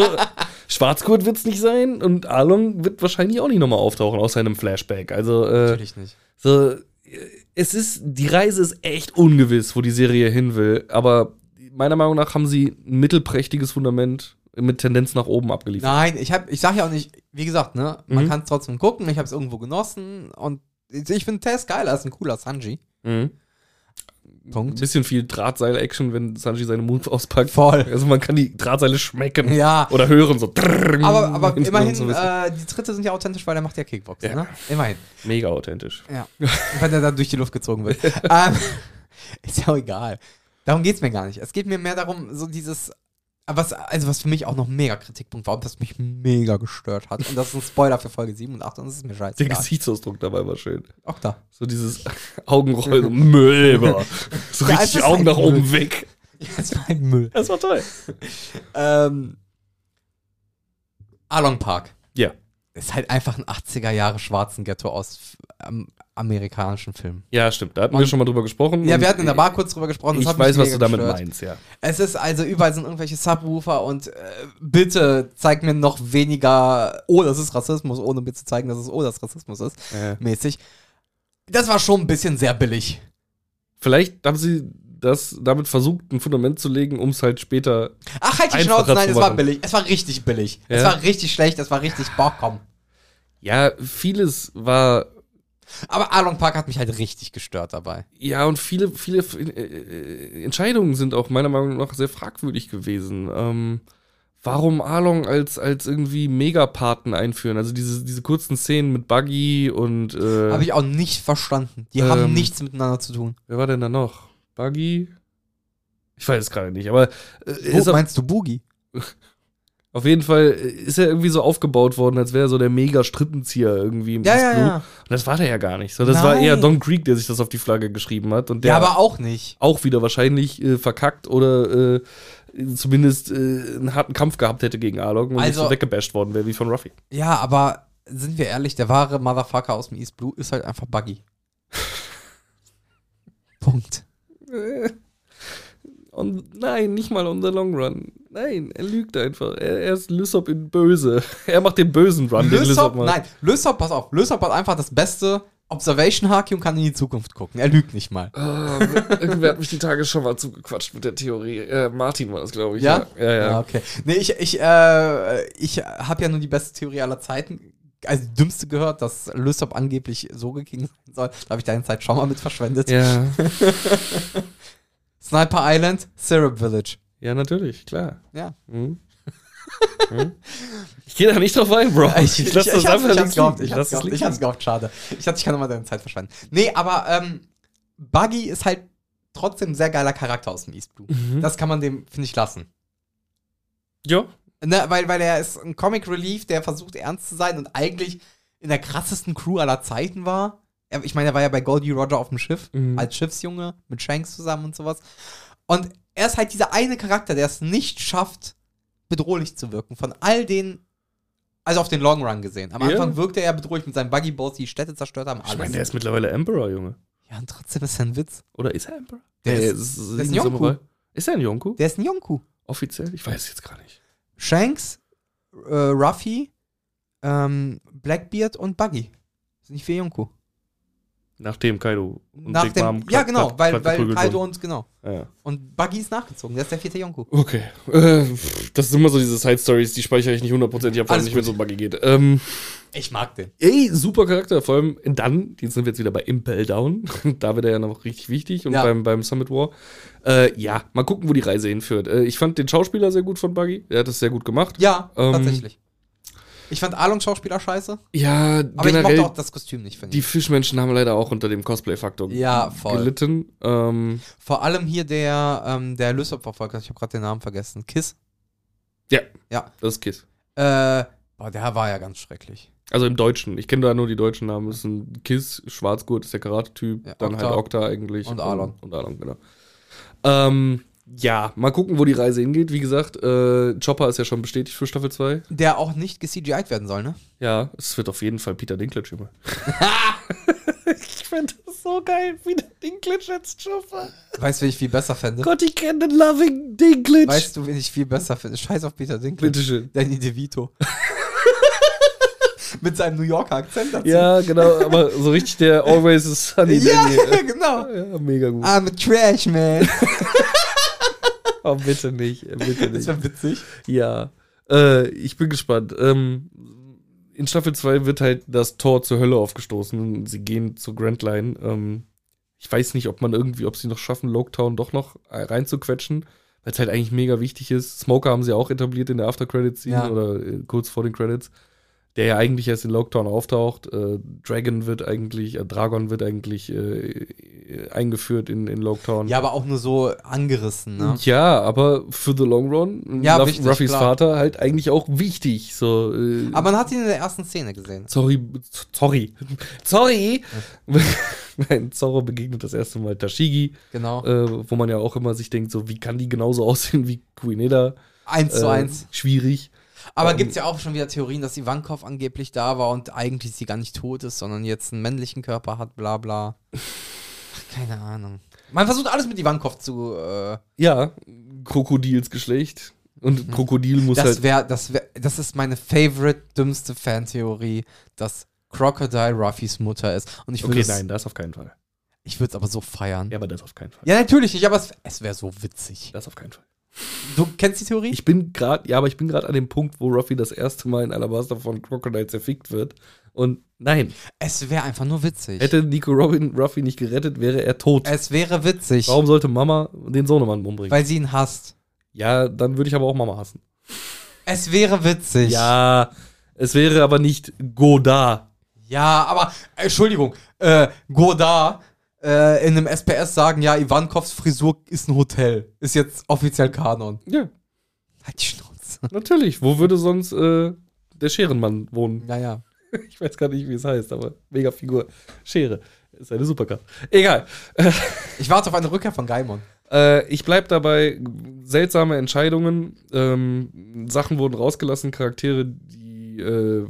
S4: Schwarzgurt wird's nicht sein und Arlong wird wahrscheinlich auch nicht nochmal auftauchen aus seinem Flashback. Also, äh,
S2: Natürlich nicht.
S4: so, äh, es ist, die Reise ist echt ungewiss, wo die Serie hin will, aber meiner Meinung nach haben sie ein mittelprächtiges Fundament mit Tendenz nach oben abgeliefert.
S2: Nein, ich hab, ich sag ja auch nicht, wie gesagt, ne, man
S4: Mhm.
S2: kann es trotzdem gucken, ich habe es irgendwo genossen und ich ich finde Tess geil, er ist ein cooler Sanji.
S4: Mhm. Ein
S2: Punkt.
S4: bisschen viel Drahtseil-Action, wenn Sanji seine Moves auspackt.
S2: Voll.
S4: Also man kann die Drahtseile schmecken
S2: Ja,
S4: oder hören, so.
S2: aber, aber
S4: Und so
S2: immerhin,
S4: ein bisschen.
S2: äh, die Tritte sind ja authentisch, weil er macht ja Kickboxen,
S4: Ja.
S2: ne? Immerhin.
S4: Mega authentisch.
S2: Ja. Wenn er dann durch die Luft gezogen wird. ähm, ist ja auch egal. Darum geht's mir gar nicht. Es geht mir mehr darum, so dieses, was, also was für mich auch noch ein mega Kritikpunkt war und das mich mega gestört hat. Und das ist ein Spoiler für Folge 7 und 8 und das ist mir
S4: Der
S2: scheißegal.
S4: Gesichtsausdruck dabei war schön.
S2: Auch da.
S4: So dieses Augenrollen, so Müll, boah. so
S2: Ja, es
S4: richtig
S2: ist
S4: Augen
S2: ein
S4: nach
S2: Müll.
S4: oben weg.
S2: Ja, das war ein Müll.
S4: Das war toll.
S2: Ähm, Along Park.
S4: Ja.
S2: Ist halt einfach ein 80er Jahre schwarzen Ghetto aus f- am, amerikanischen Filmen.
S4: Ja, stimmt. Da hatten wir
S2: Und-
S4: schon mal drüber gesprochen.
S2: Ja,
S4: Und
S2: wir hatten in der Bar kurz drüber gesprochen. das
S4: Ich
S2: hat mich
S4: weiß, was
S2: mega
S4: du damit
S2: gestört.
S4: meinst, ja.
S2: Es ist also überall sind irgendwelche Subwoofer und äh, bitte zeig mir noch weniger, oh, das ist Rassismus, ohne mir zu zeigen, dass es oh, das Rassismus ist,
S4: Äh,
S2: mäßig. Das war schon ein bisschen sehr billig.
S4: vielleicht haben sie das damit versucht, ein Fundament zu legen, um es halt später.
S2: Ach, halt die
S4: Einfacher
S2: Schnauze, nein,
S4: zu
S2: es war
S4: machen.
S2: billig. Es war richtig billig. Es
S4: Ja?
S2: war richtig schlecht, es war richtig, boah, komm.
S4: Ja, vieles war.
S2: Aber Along Park hat mich halt richtig gestört dabei.
S4: Ja, und viele, viele äh, Entscheidungen sind auch meiner Meinung nach sehr fragwürdig gewesen. Ähm, warum Arlong als, als irgendwie Megapaten einführen? Also diese, diese kurzen Szenen mit Buggy und. Äh,
S2: Habe ich auch nicht verstanden. Die
S4: Ähm.
S2: haben nichts miteinander zu tun.
S4: Wer war denn da noch? Buggy? Ich weiß es gerade nicht, aber äh, ist
S2: Wo
S4: auf,
S2: meinst du Boogie?
S4: auf jeden Fall äh, ist er irgendwie so aufgebaut worden, als wäre er so der mega Strippenzieher irgendwie im East Blue. Und das war der ja gar nicht. So, das war
S2: Nein.
S4: eher Don Creek, der sich das auf die Flagge geschrieben hat und der
S2: Ja, aber auch nicht.
S4: auch wieder wahrscheinlich äh, verkackt oder äh, zumindest äh, einen harten Kampf gehabt hätte gegen Arlong und
S2: Also-
S4: nicht so weggebasht worden wäre wie von Ruffy.
S2: Ja, aber sind wir ehrlich, der wahre Motherfucker aus dem East Blue ist halt einfach Buggy. Punkt.
S4: Und nein, nicht mal on the long run. Nein, er lügt einfach. Er, er ist Lysop in Böse. Er macht den bösen Run, den
S2: Lysop,
S4: macht.
S2: nein, Lysop, pass auf. Lysop hat einfach das beste Observation Haki und kann in die Zukunft gucken. Er lügt nicht mal.
S4: Ah, irgendwer hat mich die Tage schon mal zugequatscht mit der Theorie. Äh, Martin war das, glaube ich.
S2: Ja? Ah,
S4: Ja, ja. ja.
S2: okay. Nee, ich, ich, äh, ich habe ja nur die beste Theorie aller Zeiten, also die dümmste gehört, dass Lysop angeblich so gegangen sein soll. Da habe ich deine Zeit schon mal mit verschwendet.
S4: Ja.
S2: Sniper Island, Syrup Village.
S4: Ja, natürlich, klar.
S2: Ja.
S4: Mhm. Mhm. Ich gehe da nicht drauf ein, Bro. lass
S2: ich, hab's- ich hab's
S4: links liegen.
S2: gehofft, ich
S4: Ich
S2: hab's
S4: lass das
S2: gehofft, ich
S4: links
S2: hab's
S4: liegen.
S2: gehofft, schade. Ich dachte, ich kann nochmal deine Zeit verschwenden. Nee, aber ähm, Buggy ist halt trotzdem ein sehr geiler Charakter aus dem East Blue.
S4: Mhm.
S2: Das kann man dem, finde ich, lassen.
S4: Ja.
S2: Ne, weil, weil er ist ein Comic Relief, der versucht ernst zu sein und eigentlich in der krassesten Crew aller Zeiten war. Er- Ich meine, er war ja bei Goldie Roger auf dem Schiff,
S4: Mhm.
S2: als Schiffsjunge, mit Shanks zusammen und sowas. Und er ist halt dieser eine Charakter, der es nicht schafft, bedrohlich zu wirken. Von all den, also auf den Long Run gesehen. Am
S4: Ja.
S2: Anfang wirkte er bedrohlich mit seinen Buggy Boats, die die Städte zerstört haben,
S4: Ich meine,
S2: alles.
S4: der ist mittlerweile Emperor, Junge.
S2: ja, und trotzdem ist er ein Witz.
S4: Oder ist er Emperor?
S2: Der
S4: Nee,
S2: ist-
S4: es
S2: der ist ein
S4: ein
S2: Yonko.
S4: Samurai. Ist er ein Yonko?
S2: Der ist ein Yonku.
S4: Offiziell? Ich weiß es jetzt gar nicht.
S2: Shanks, äh, Ruffy, ähm, Blackbeard und Buggy. Das sind nicht vier Yonku.
S4: Nachdem Kaido und
S2: Nach
S4: Big
S2: dem,
S4: Mom
S2: ja,
S4: platt-
S2: genau,
S4: platt-
S2: weil,
S4: platt
S2: weil
S4: geprügelt
S2: Kaido
S4: wurden.
S2: und genau.
S4: Ja, ja.
S2: Und Buggy ist nachgezogen, der ist der vierte Yonko.
S4: Okay. Äh, pff, das sind immer so diese Side-Stories, die speichere ich nicht hundertprozentig ab, weil
S2: Alles
S4: es nicht mehr so buggy geht. Ähm,
S2: Ich mag den.
S4: Ey, super Charakter. Vor allem dann, jetzt sind wir jetzt wieder bei Impel Down. da wird er ja noch richtig wichtig und
S2: Ja.
S4: beim, beim Summit War. Äh, ja, mal gucken, wo die Reise hinführt. Äh, ich fand den Schauspieler sehr gut von Buggy. Er hat das sehr gut gemacht.
S2: Ja,
S4: Ähm,
S2: tatsächlich. Ich fand Alons Schauspieler scheiße,
S4: Ja,
S2: aber ich
S4: generell,
S2: mochte auch das Kostüm nicht, finde
S4: die
S2: ich.
S4: Fischmenschen haben leider auch unter dem Cosplay-Faktor
S2: Ja, voll.
S4: gelitten. Ähm,
S2: Vor allem hier der, ähm, der Lösopferfolger, ich habe gerade den Namen vergessen. Kiss.
S4: ja,
S2: Ja.
S4: das ist Kiss.
S2: Äh, boah, der war ja ganz schrecklich.
S4: Also im Deutschen. Ich kenne da nur die deutschen Namen. Das sind Kiss, Schwarzgurt ist der Karate-Typ,
S2: Ja,
S4: dann
S2: Okta.
S4: halt Okta eigentlich.
S2: Und Arlon.
S4: Und, Arlon, genau. Ähm, ja, mal gucken, wo die Reise hingeht. Wie gesagt, äh, Chopper ist ja schon bestätigt für Staffel 2.
S2: Der auch nicht gecgi'd werden soll, ne?
S4: Ja, es wird auf jeden Fall Peter Dinklage immer. ich finde das so geil. Peter Dinklage als Chopper.
S2: Weißt du, wen ich viel besser fände?
S4: Gott, ich kenne den Loving Dinklage.
S2: Weißt du, wen ich viel besser finde? Scheiß auf Peter Dinklage.
S4: Bitteschön.
S2: Danny DeVito. Mit seinem New Yorker Akzent dazu.
S4: Ja, genau, aber so richtig der Always is Sunny.
S2: ja
S4: Danny.
S2: genau.
S4: ja mega gut.
S2: I'm a trash man.
S4: Oh, bitte nicht. Bitte nicht.
S2: wär witzig.
S4: Ja, äh, ich bin gespannt. Ähm, in Staffel 2 wird halt das Tor zur Hölle aufgestoßen. Sie gehen zur Grand Line. Ähm, ich weiß nicht, ob man irgendwie, ob sie noch schaffen, Loketown doch noch äh, reinzuquetschen, weil es halt eigentlich mega wichtig ist. Smoker haben sie auch etabliert in der After-Credits-Scene
S2: Ja.
S4: oder äh, kurz vor den Credits, der ja eigentlich erst in Loketown auftaucht. Äh, Dragon wird eigentlich, äh, Dragon wird eigentlich äh, eingeführt in, in Loketown.
S2: Ja, aber auch nur so angerissen, ne?
S4: Ja, aber für the long run,
S2: Ja,
S4: Ruff-
S2: wichtig,
S4: Ruffys
S2: klar.
S4: Vater halt eigentlich auch wichtig. So, äh,
S2: Aber man hat ihn in der ersten Szene gesehen.
S4: sorry, sorry, sorry. Nein, Zorro begegnet das erste Mal Tashigi,
S2: Genau.
S4: äh, wo man ja auch immer sich denkt, so wie kann die genauso aussehen wie Queen Eda?
S2: Eins zu
S4: Äh,
S2: eins.
S4: Schwierig.
S2: Aber
S4: ähm,
S2: gibt's ja auch schon wieder Theorien, dass Ivankov angeblich da war und eigentlich sie gar nicht tot ist, sondern jetzt einen männlichen Körper hat, bla bla. Ach, keine Ahnung. Man versucht alles mit Ivankov zu. Äh,
S4: Ja, Krokodilsgeschlecht. Und Krokodil muss
S2: das
S4: halt.
S2: wäre, das wäre, das ist meine favorite, dümmste Fantheorie, dass Crocodile Ruffys Mutter ist. Und ich würde es
S4: das auf keinen Fall.
S2: ich würd's aber so feiern. Ja.
S4: aber das auf keinen Fall.
S2: natürlich nicht, aber es, es wäre so witzig.
S4: Das auf keinen Fall.
S2: Du kennst die Theorie?
S4: Ich bin gerade, ja, aber ich bin gerade an dem Punkt, wo Ruffy das erste Mal in Alabasta von Crocodile zerfickt wird. Und nein,
S2: es wäre einfach nur witzig.
S4: hätte Nico Robin Ruffy nicht gerettet, wäre er tot.
S2: es wäre witzig,
S4: Warum sollte Mama den Sohnemann umbringen?
S2: weil sie ihn hasst.
S4: ja, dann würde ich aber auch Mama hassen.
S2: Es wäre witzig.
S4: Ja, es wäre aber nicht Godard.
S2: Ja, aber äh, Entschuldigung, äh, Godard äh, in einem SPS sagen, ja, Ivankovs Frisur ist ein Hotel. Ist jetzt offiziell Kanon.
S4: Ja,
S2: Halt die Schnauze.
S4: natürlich. Wo würde sonst äh, der Scherenmann wohnen?
S2: Naja.
S4: Ich weiß gar nicht, wie es heißt, aber mega Figur. Schere. Ist eine Superkraft. Egal.
S2: Ich warte auf eine Rückkehr von Gaimon.
S4: Äh, ich bleib dabei, seltsame Entscheidungen, ähm, Sachen wurden rausgelassen, Charaktere, die äh,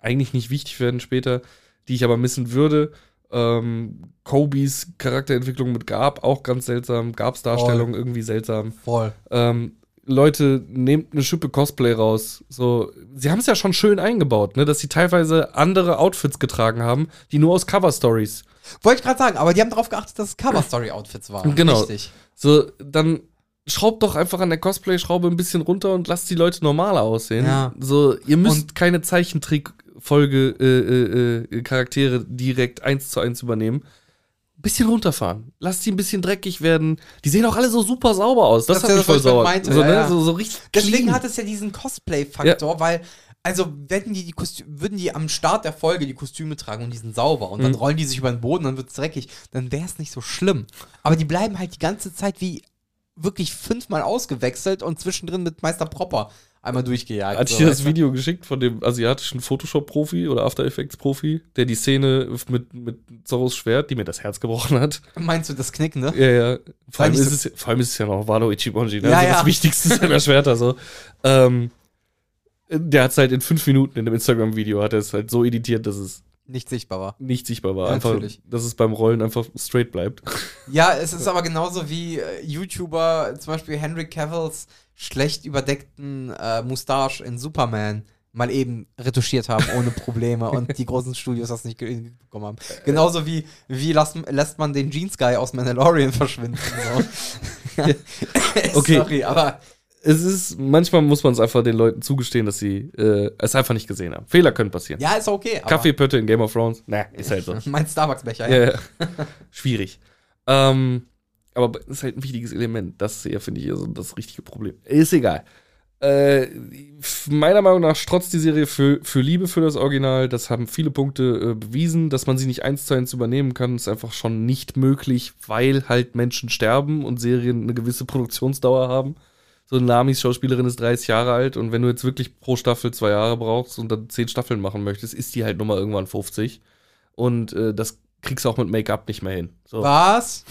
S4: eigentlich nicht wichtig werden später, die ich aber missen würde. Ähm, Kobys Charakterentwicklung mit Gab, auch ganz seltsam. Gabs Darstellung irgendwie seltsam.
S2: Voll.
S4: Ähm, Leute, nehmt eine Schippe Cosplay raus. So, sie haben es ja schon schön eingebaut, ne? dass sie teilweise andere Outfits getragen haben, die nur aus Cover-Stories
S2: Wollte ich gerade sagen, aber die haben darauf geachtet, dass es Cover-Story-Outfits waren.
S4: Genau.
S2: Richtig.
S4: So, dann schraubt doch einfach an der Cosplay-Schraube ein bisschen runter und lasst die Leute normaler aussehen.
S2: Ja.
S4: So, ihr müsst keine Zeichentrickfolge äh, äh, äh, Charaktere direkt eins zu eins übernehmen. Ein bisschen runterfahren. Lasst die ein bisschen dreckig werden. Die sehen auch alle so super sauber aus.
S2: Das
S4: Das,
S2: ist
S4: hat
S2: ja das,
S4: mich voll
S2: was ich
S4: sauer.
S2: meinte,
S4: so,
S2: ja,
S4: ne?
S2: ja.
S4: so, so richtig
S2: Deswegen
S4: clean.
S2: hat es ja diesen Cosplay-Faktor, weil, also, wenn die, die Kostüme, würden die am Start der Folge die Kostüme tragen und die sind sauber und dann
S4: Mhm.
S2: rollen die sich über den Boden, dann wird's dreckig, dann wäre es nicht so schlimm. Aber die bleiben halt die ganze Zeit wie wirklich fünfmal ausgewechselt und zwischendrin mit Meister Propper einmal durchgejagt.
S4: Hat
S2: so,
S4: ich dir das
S2: weißt du?
S4: Video geschickt von dem asiatischen Photoshop-Profi oder After Effects-Profi, der die Szene mit, mit Zorros Schwert, die mir das Herz gebrochen hat,
S2: Meinst du das Knick, ne?
S4: Ja, ja. Vor allem,
S2: Weil nicht
S4: ist es, vor allem ist es ja noch Wano Ichibonji, ne?
S2: Ja,
S4: also das
S2: ja.
S4: Wichtigste seiner Schwerter. So. Ähm, der hat es halt in fünf Minuten in dem Instagram-Video hat er es halt so editiert, dass es
S2: Nicht sichtbar war.
S4: nicht sichtbar war.
S2: Ja,
S4: einfach,
S2: natürlich.
S4: dass es beim Rollen einfach straight bleibt.
S2: Ja, es ist aber genauso wie äh, YouTuber, zum Beispiel Henry Cavills schlecht überdeckten äh, Moustache in Superman mal eben retuschiert haben ohne Probleme und die großen Studios das nicht ge- bekommen haben. Genauso wie, wie lässt, lässt man den Jeans Guy aus Mandalorian verschwinden. So. Ja.
S4: Okay.
S2: Sorry, aber
S4: es ist, manchmal muss man es einfach den Leuten zugestehen, dass sie äh, es einfach nicht gesehen haben. Fehler können passieren.
S2: Ja, ist okay. aber-
S4: Kaffeepötte in Game of Thrones, na, ist halt so.
S2: Mein Starbucks-Becher,
S4: ja,
S2: ja.
S4: ja. Schwierig. Ähm, aber es ist halt ein wichtiges Element. Das ist ja, finde ich, also das richtige Problem. Ist egal. Äh, f- meiner Meinung nach strotzt die Serie für, für Liebe für das Original. Das haben viele Punkte äh, bewiesen. Dass man sie nicht eins zu eins übernehmen kann, ist einfach schon nicht möglich, weil halt Menschen sterben und Serien eine gewisse Produktionsdauer haben. So eine Lamis-Schauspielerin ist 30 Jahre alt und wenn du jetzt wirklich pro Staffel zwei Jahre brauchst und dann zehn Staffeln machen möchtest, ist die halt nun mal irgendwann 50. Und äh, das kriegst du auch mit Make-up nicht mehr hin. So. Ja,
S2: Was?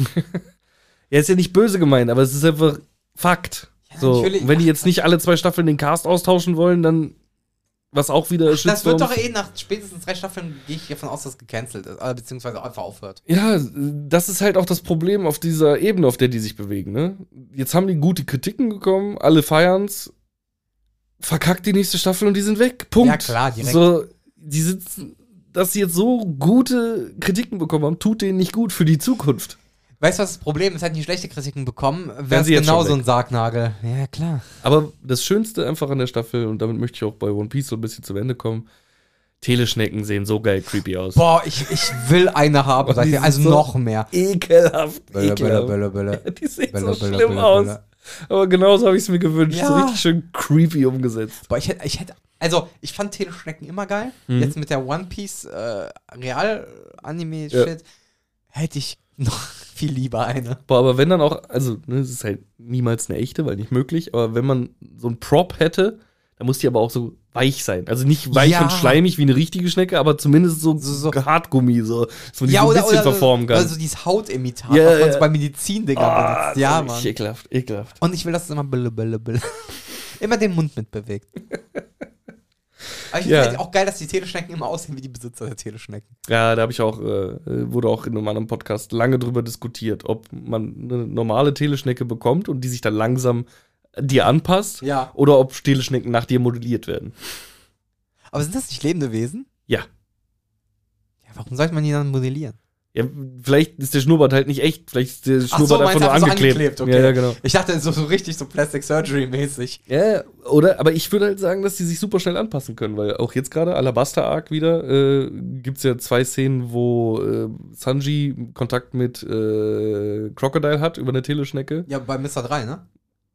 S4: ist ja nicht böse gemeint, aber es ist einfach Fakt.
S2: Ja,
S4: so,
S2: natürlich.
S4: und wenn die jetzt nicht alle zwei Staffeln den Cast austauschen wollen, dann was auch wieder
S2: Das wird
S4: Shitstorms-
S2: doch eh nach spätestens drei Staffeln, gehe ich davon aus, dass es gecancelt ist, äh, beziehungsweise einfach aufhört.
S4: Ja, das ist halt auch das Problem auf dieser Ebene, auf der die sich bewegen. Ne? Jetzt haben die gute Kritiken bekommen, alle feiern's, verkackt die nächste Staffel und die sind weg. Punkt.
S2: Ja, klar, direkt.
S4: So, die sitzen, dass sie jetzt so gute Kritiken bekommen haben, tut denen nicht gut für die Zukunft.
S2: Weißt du, was das Problem ist? Hätten die schlechte Kritiken bekommen, wäre
S4: Wären
S2: es
S4: sie jetzt schon
S2: genauso
S4: weg.
S2: ein Sargnagel. Ja, klar.
S4: Aber das Schönste einfach an der Staffel, und damit möchte ich auch bei One Piece so ein bisschen zum Ende kommen, Teleschnecken sehen so geil creepy aus.
S2: Boah, ich, ich will eine haben,
S4: Boah,
S2: sag
S4: die
S2: ich dir.
S4: sind
S2: Also
S4: so-
S2: noch mehr.
S4: Ekelhaft,
S2: bölle.
S4: Die sehen
S2: Bella,
S4: so
S2: Bella,
S4: schlimm
S2: Bella,
S4: aus.
S2: Bella.
S4: Aber genauso habe ich es mir gewünscht. So
S2: Ja.
S4: richtig schön creepy umgesetzt.
S2: Boah, ich hätte, ich hätte, also ich fand Teleschnecken immer geil.
S4: Mhm.
S2: Jetzt mit der One Piece äh, Real-Anime-Shit hätte ich noch viel lieber eine.
S4: Boah, aber wenn dann auch, also, ne, es ist halt niemals eine echte, weil nicht möglich, aber wenn man so ein Prop hätte, dann muss die aber auch so weich sein. Also nicht weich
S2: Ja.
S4: und schleimig wie eine richtige Schnecke, aber zumindest so,
S2: So- so-
S4: Hartgummi, so, dass man die so ein bisschen verformen kann.
S2: Also dieses Hautimitat,
S4: Ja,
S2: was man
S4: ja.
S2: so bei Medizindingern
S4: Ah,
S2: benutzt. Ja,
S4: das ist
S2: Mann.
S4: Ekelhaft, ekelhaft.
S2: Und ich will, dass es immer bille, bille, bille. immer den Mund mitbewegt. Aber ich
S4: Ja.
S2: finde auch geil, dass die Teleschnecken immer aussehen wie die Besitzer der Teleschnecken.
S4: Ja, da habe ich auch, äh, wurde auch in einem anderen Podcast lange drüber diskutiert, ob man eine normale Teleschnecke bekommt und die sich dann langsam dir anpasst
S2: Ja.
S4: oder ob Teleschnecken nach dir modelliert werden.
S2: Aber sind das nicht lebende Wesen?
S4: Ja.
S2: Ja, warum sollte man die dann modellieren?
S4: Ja, vielleicht ist der Schnurrbart halt nicht echt, vielleicht ist der Schnurrbart
S2: meinst du
S4: einfach nur
S2: einfach so
S4: angeklebt.
S2: angeklebt, okay.
S4: Ja, ja, genau.
S2: Ich dachte, so, so richtig so Plastic Surgery mäßig.
S4: Ja, oder? Aber ich würde halt sagen, dass die sich super schnell anpassen können, weil auch jetzt gerade Alabaster Arc wieder äh, gibt es ja zwei Szenen, wo äh, Sanji Kontakt mit äh, Crocodile hat über eine Teleschnecke.
S2: Ja, bei Mr. 3, ne?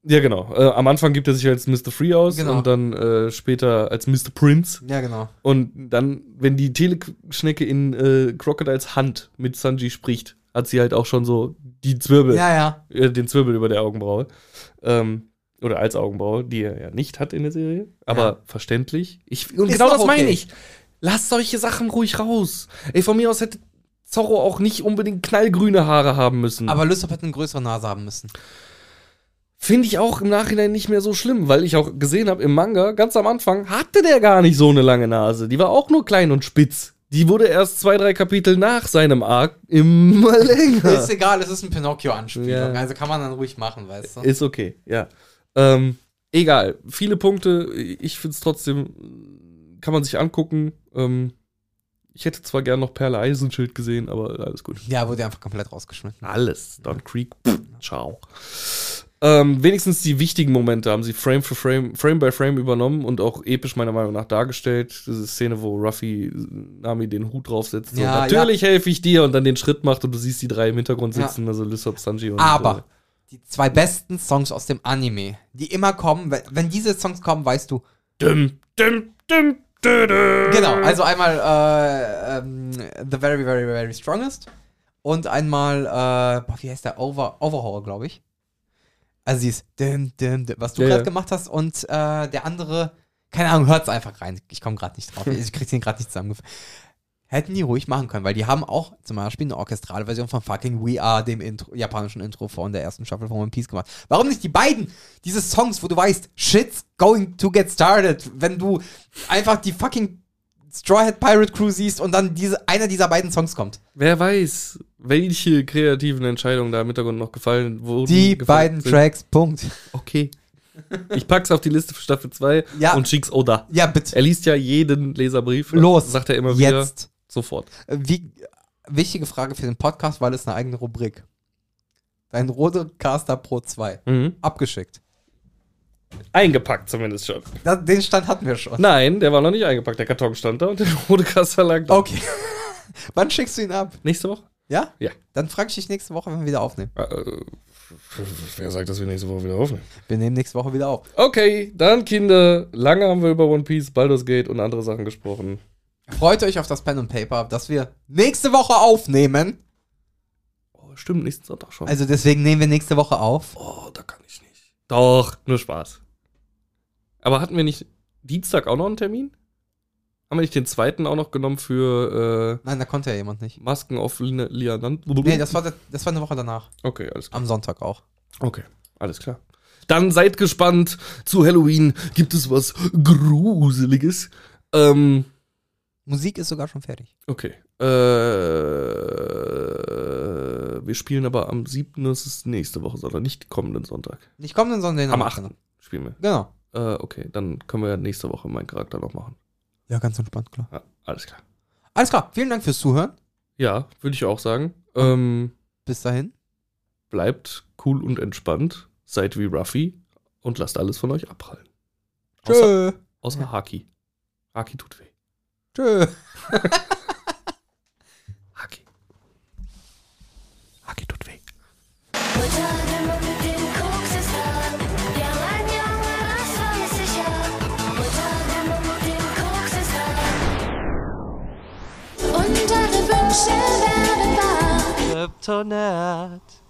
S4: Ja, genau. Äh, am Anfang gibt er sich als Mr. Free aus
S2: Genau.
S4: und dann äh, später als Mr. Prince.
S2: Ja, genau.
S4: Und dann, wenn die Teleschnecke in äh, Crocodiles Hand mit Sanji spricht, hat sie halt auch schon so die Zwirbel,
S2: Ja, ja.
S4: äh, den Zwirbel über der Augenbraue. Ähm, oder als Augenbraue, die er ja nicht hat in der Serie. Aber
S2: Ja.
S4: verständlich. Ich, und
S2: Ist
S4: genau
S2: doch
S4: das meine
S2: okay.
S4: ich. Lasst solche Sachen ruhig raus. Ey, von mir aus hätte Zorro auch nicht unbedingt knallgrüne Haare haben müssen.
S2: Aber Lysop hätte eine größere Nase haben müssen.
S4: Finde ich auch im Nachhinein nicht mehr so schlimm, weil ich auch gesehen habe, im Manga, ganz am Anfang, hatte der gar nicht so eine lange Nase. Die war auch nur klein und spitz. Die wurde erst zwei, drei Kapitel nach seinem Arc immer länger.
S2: Ist egal, es ist ein Pinocchio-Anspielung.
S4: Ja. Äh.
S2: Also kann man dann ruhig machen, weißt du?
S4: Ist okay, ja. Ähm, egal, viele Punkte. Ich finde es trotzdem, kann man sich angucken. Ähm, ich hätte zwar gern noch Perle Eisenschild gesehen, aber alles gut.
S2: Ja, wurde einfach komplett rausgeschmissen.
S4: Alles. Don Creek. Pff, ciao. Ähm, wenigstens die wichtigen Momente haben sie Frame für Frame, Frame by Frame übernommen und auch episch meiner Meinung nach dargestellt. Diese Szene, wo Ruffy äh, Nami den Hut draufsetzt. So,
S2: Ja,
S4: natürlich helfe ich dir und dann den Schritt macht und du siehst die drei im Hintergrund
S2: Ja.
S4: sitzen, also Lysop, Sanji und. äh,
S2: Aber die zwei besten Songs aus dem Anime, die immer kommen, wenn, wenn diese Songs kommen, weißt du.
S4: Äh, düm, düm, düm, dü, dü.
S2: Genau, also einmal äh, ähm, The Very, Very, Very Strongest und einmal, äh, boah, wie heißt der? Over, Overhaul, glaube ich. Also sie ist, dim, dim, dim, was du
S4: Ja,
S2: gerade
S4: ja.
S2: gemacht hast und äh, der andere, keine Ahnung, hört's einfach rein. Ich komme gerade nicht drauf. Ich krieg's den gerade nicht zusammengefasst. Hätten die ruhig machen können, weil die haben auch zum Beispiel eine orchestrale Version von fucking We Are, dem Intro, japanischen Intro von der ersten Staffel von One Piece gemacht. Warum nicht die beiden? Diese Songs, wo du weißt, shit's going to get started, wenn du einfach die fucking Straw Hat Pirate Crew siehst und dann diese, einer dieser beiden Songs kommt.
S4: Wer weiß, welche kreativen Entscheidungen da im Hintergrund noch gefallen wurden.
S2: Die
S4: gefallen
S2: beiden
S4: sind.
S2: Tracks, Punkt.
S4: Okay. Ich pack's auf die Liste für Staffel 2
S2: Ja.
S4: und schick's Oda.
S2: Ja, bitte.
S4: Er liest ja jeden Leserbrief.
S2: Los,
S4: Sagt er immer wieder.
S2: Jetzt.
S4: Sofort.
S2: Wie, wichtige Frage für den Podcast, weil es eine eigene Rubrik. Dein Rodecaster Pro 2.
S4: Mhm.
S2: Abgeschickt.
S4: Eingepackt zumindest schon.
S2: Da- den Stand hatten wir schon.
S4: Nein, der war noch nicht eingepackt. Der Karton stand da und der rote Kassel lag da.
S2: Okay. Wann schickst du ihn ab?
S4: Nächste Woche?
S2: Ja?
S4: Ja.
S2: Dann frage ich dich nächste Woche, wenn wir wieder aufnehmen.
S4: Äh, äh, wer sagt, dass wir nächste Woche wieder aufnehmen?
S2: Wir nehmen nächste Woche wieder auf.
S4: Okay, dann Kinder. Lange haben wir über One Piece, Baldur's Gate und andere Sachen gesprochen.
S2: Freut euch auf das Pen und Paper, dass wir nächste Woche aufnehmen.
S4: Oh, stimmt, nächsten Sonntag schon.
S2: Also deswegen nehmen wir nächste Woche auf.
S4: oh, da kann ich nicht. Doch, nur Spaß. Aber hatten wir nicht Dienstag auch noch einen Termin? Haben wir nicht den zweiten auch noch genommen für
S2: Nein, da konnte ja jemand
S4: äh,
S2: nicht.
S4: Masken auf Lina- Lianand?
S2: Nee, das war, der- das war eine Woche danach.
S4: okay, alles klar.
S2: Am Sonntag auch.
S4: Okay, alles klar. Dann seid gespannt. Zu Halloween gibt es was Gruseliges. Ähm,
S2: Musik ist sogar schon fertig.
S4: okay. Äh, wir spielen aber am 7. Das ist nächste Woche, sondern nicht kommenden Sonntag.
S2: Nicht kommenden, sondern den
S4: Am 8. spielen wir.
S2: Genau.
S4: Äh, okay, dann können wir nächste Woche meinen Charakter noch machen.
S2: Ja, ganz entspannt, klar.
S4: Ja, alles klar.
S2: Alles klar, vielen Dank fürs Zuhören.
S4: Ja, würde ich auch sagen. Ähm,
S2: Bis dahin.
S4: bleibt cool und entspannt. Seid wie Ruffy und lasst alles von euch abprallen.
S2: Tschö.
S4: Außer, außer Haki. Haki tut weh.
S2: Tschö.
S4: Haki. Haki tut weh.
S3: Utanım din koksuzdan Yalan yalan asfalesi ya Utanım din koksuzdan Unter der Büchse werden war
S6: Kryptonit.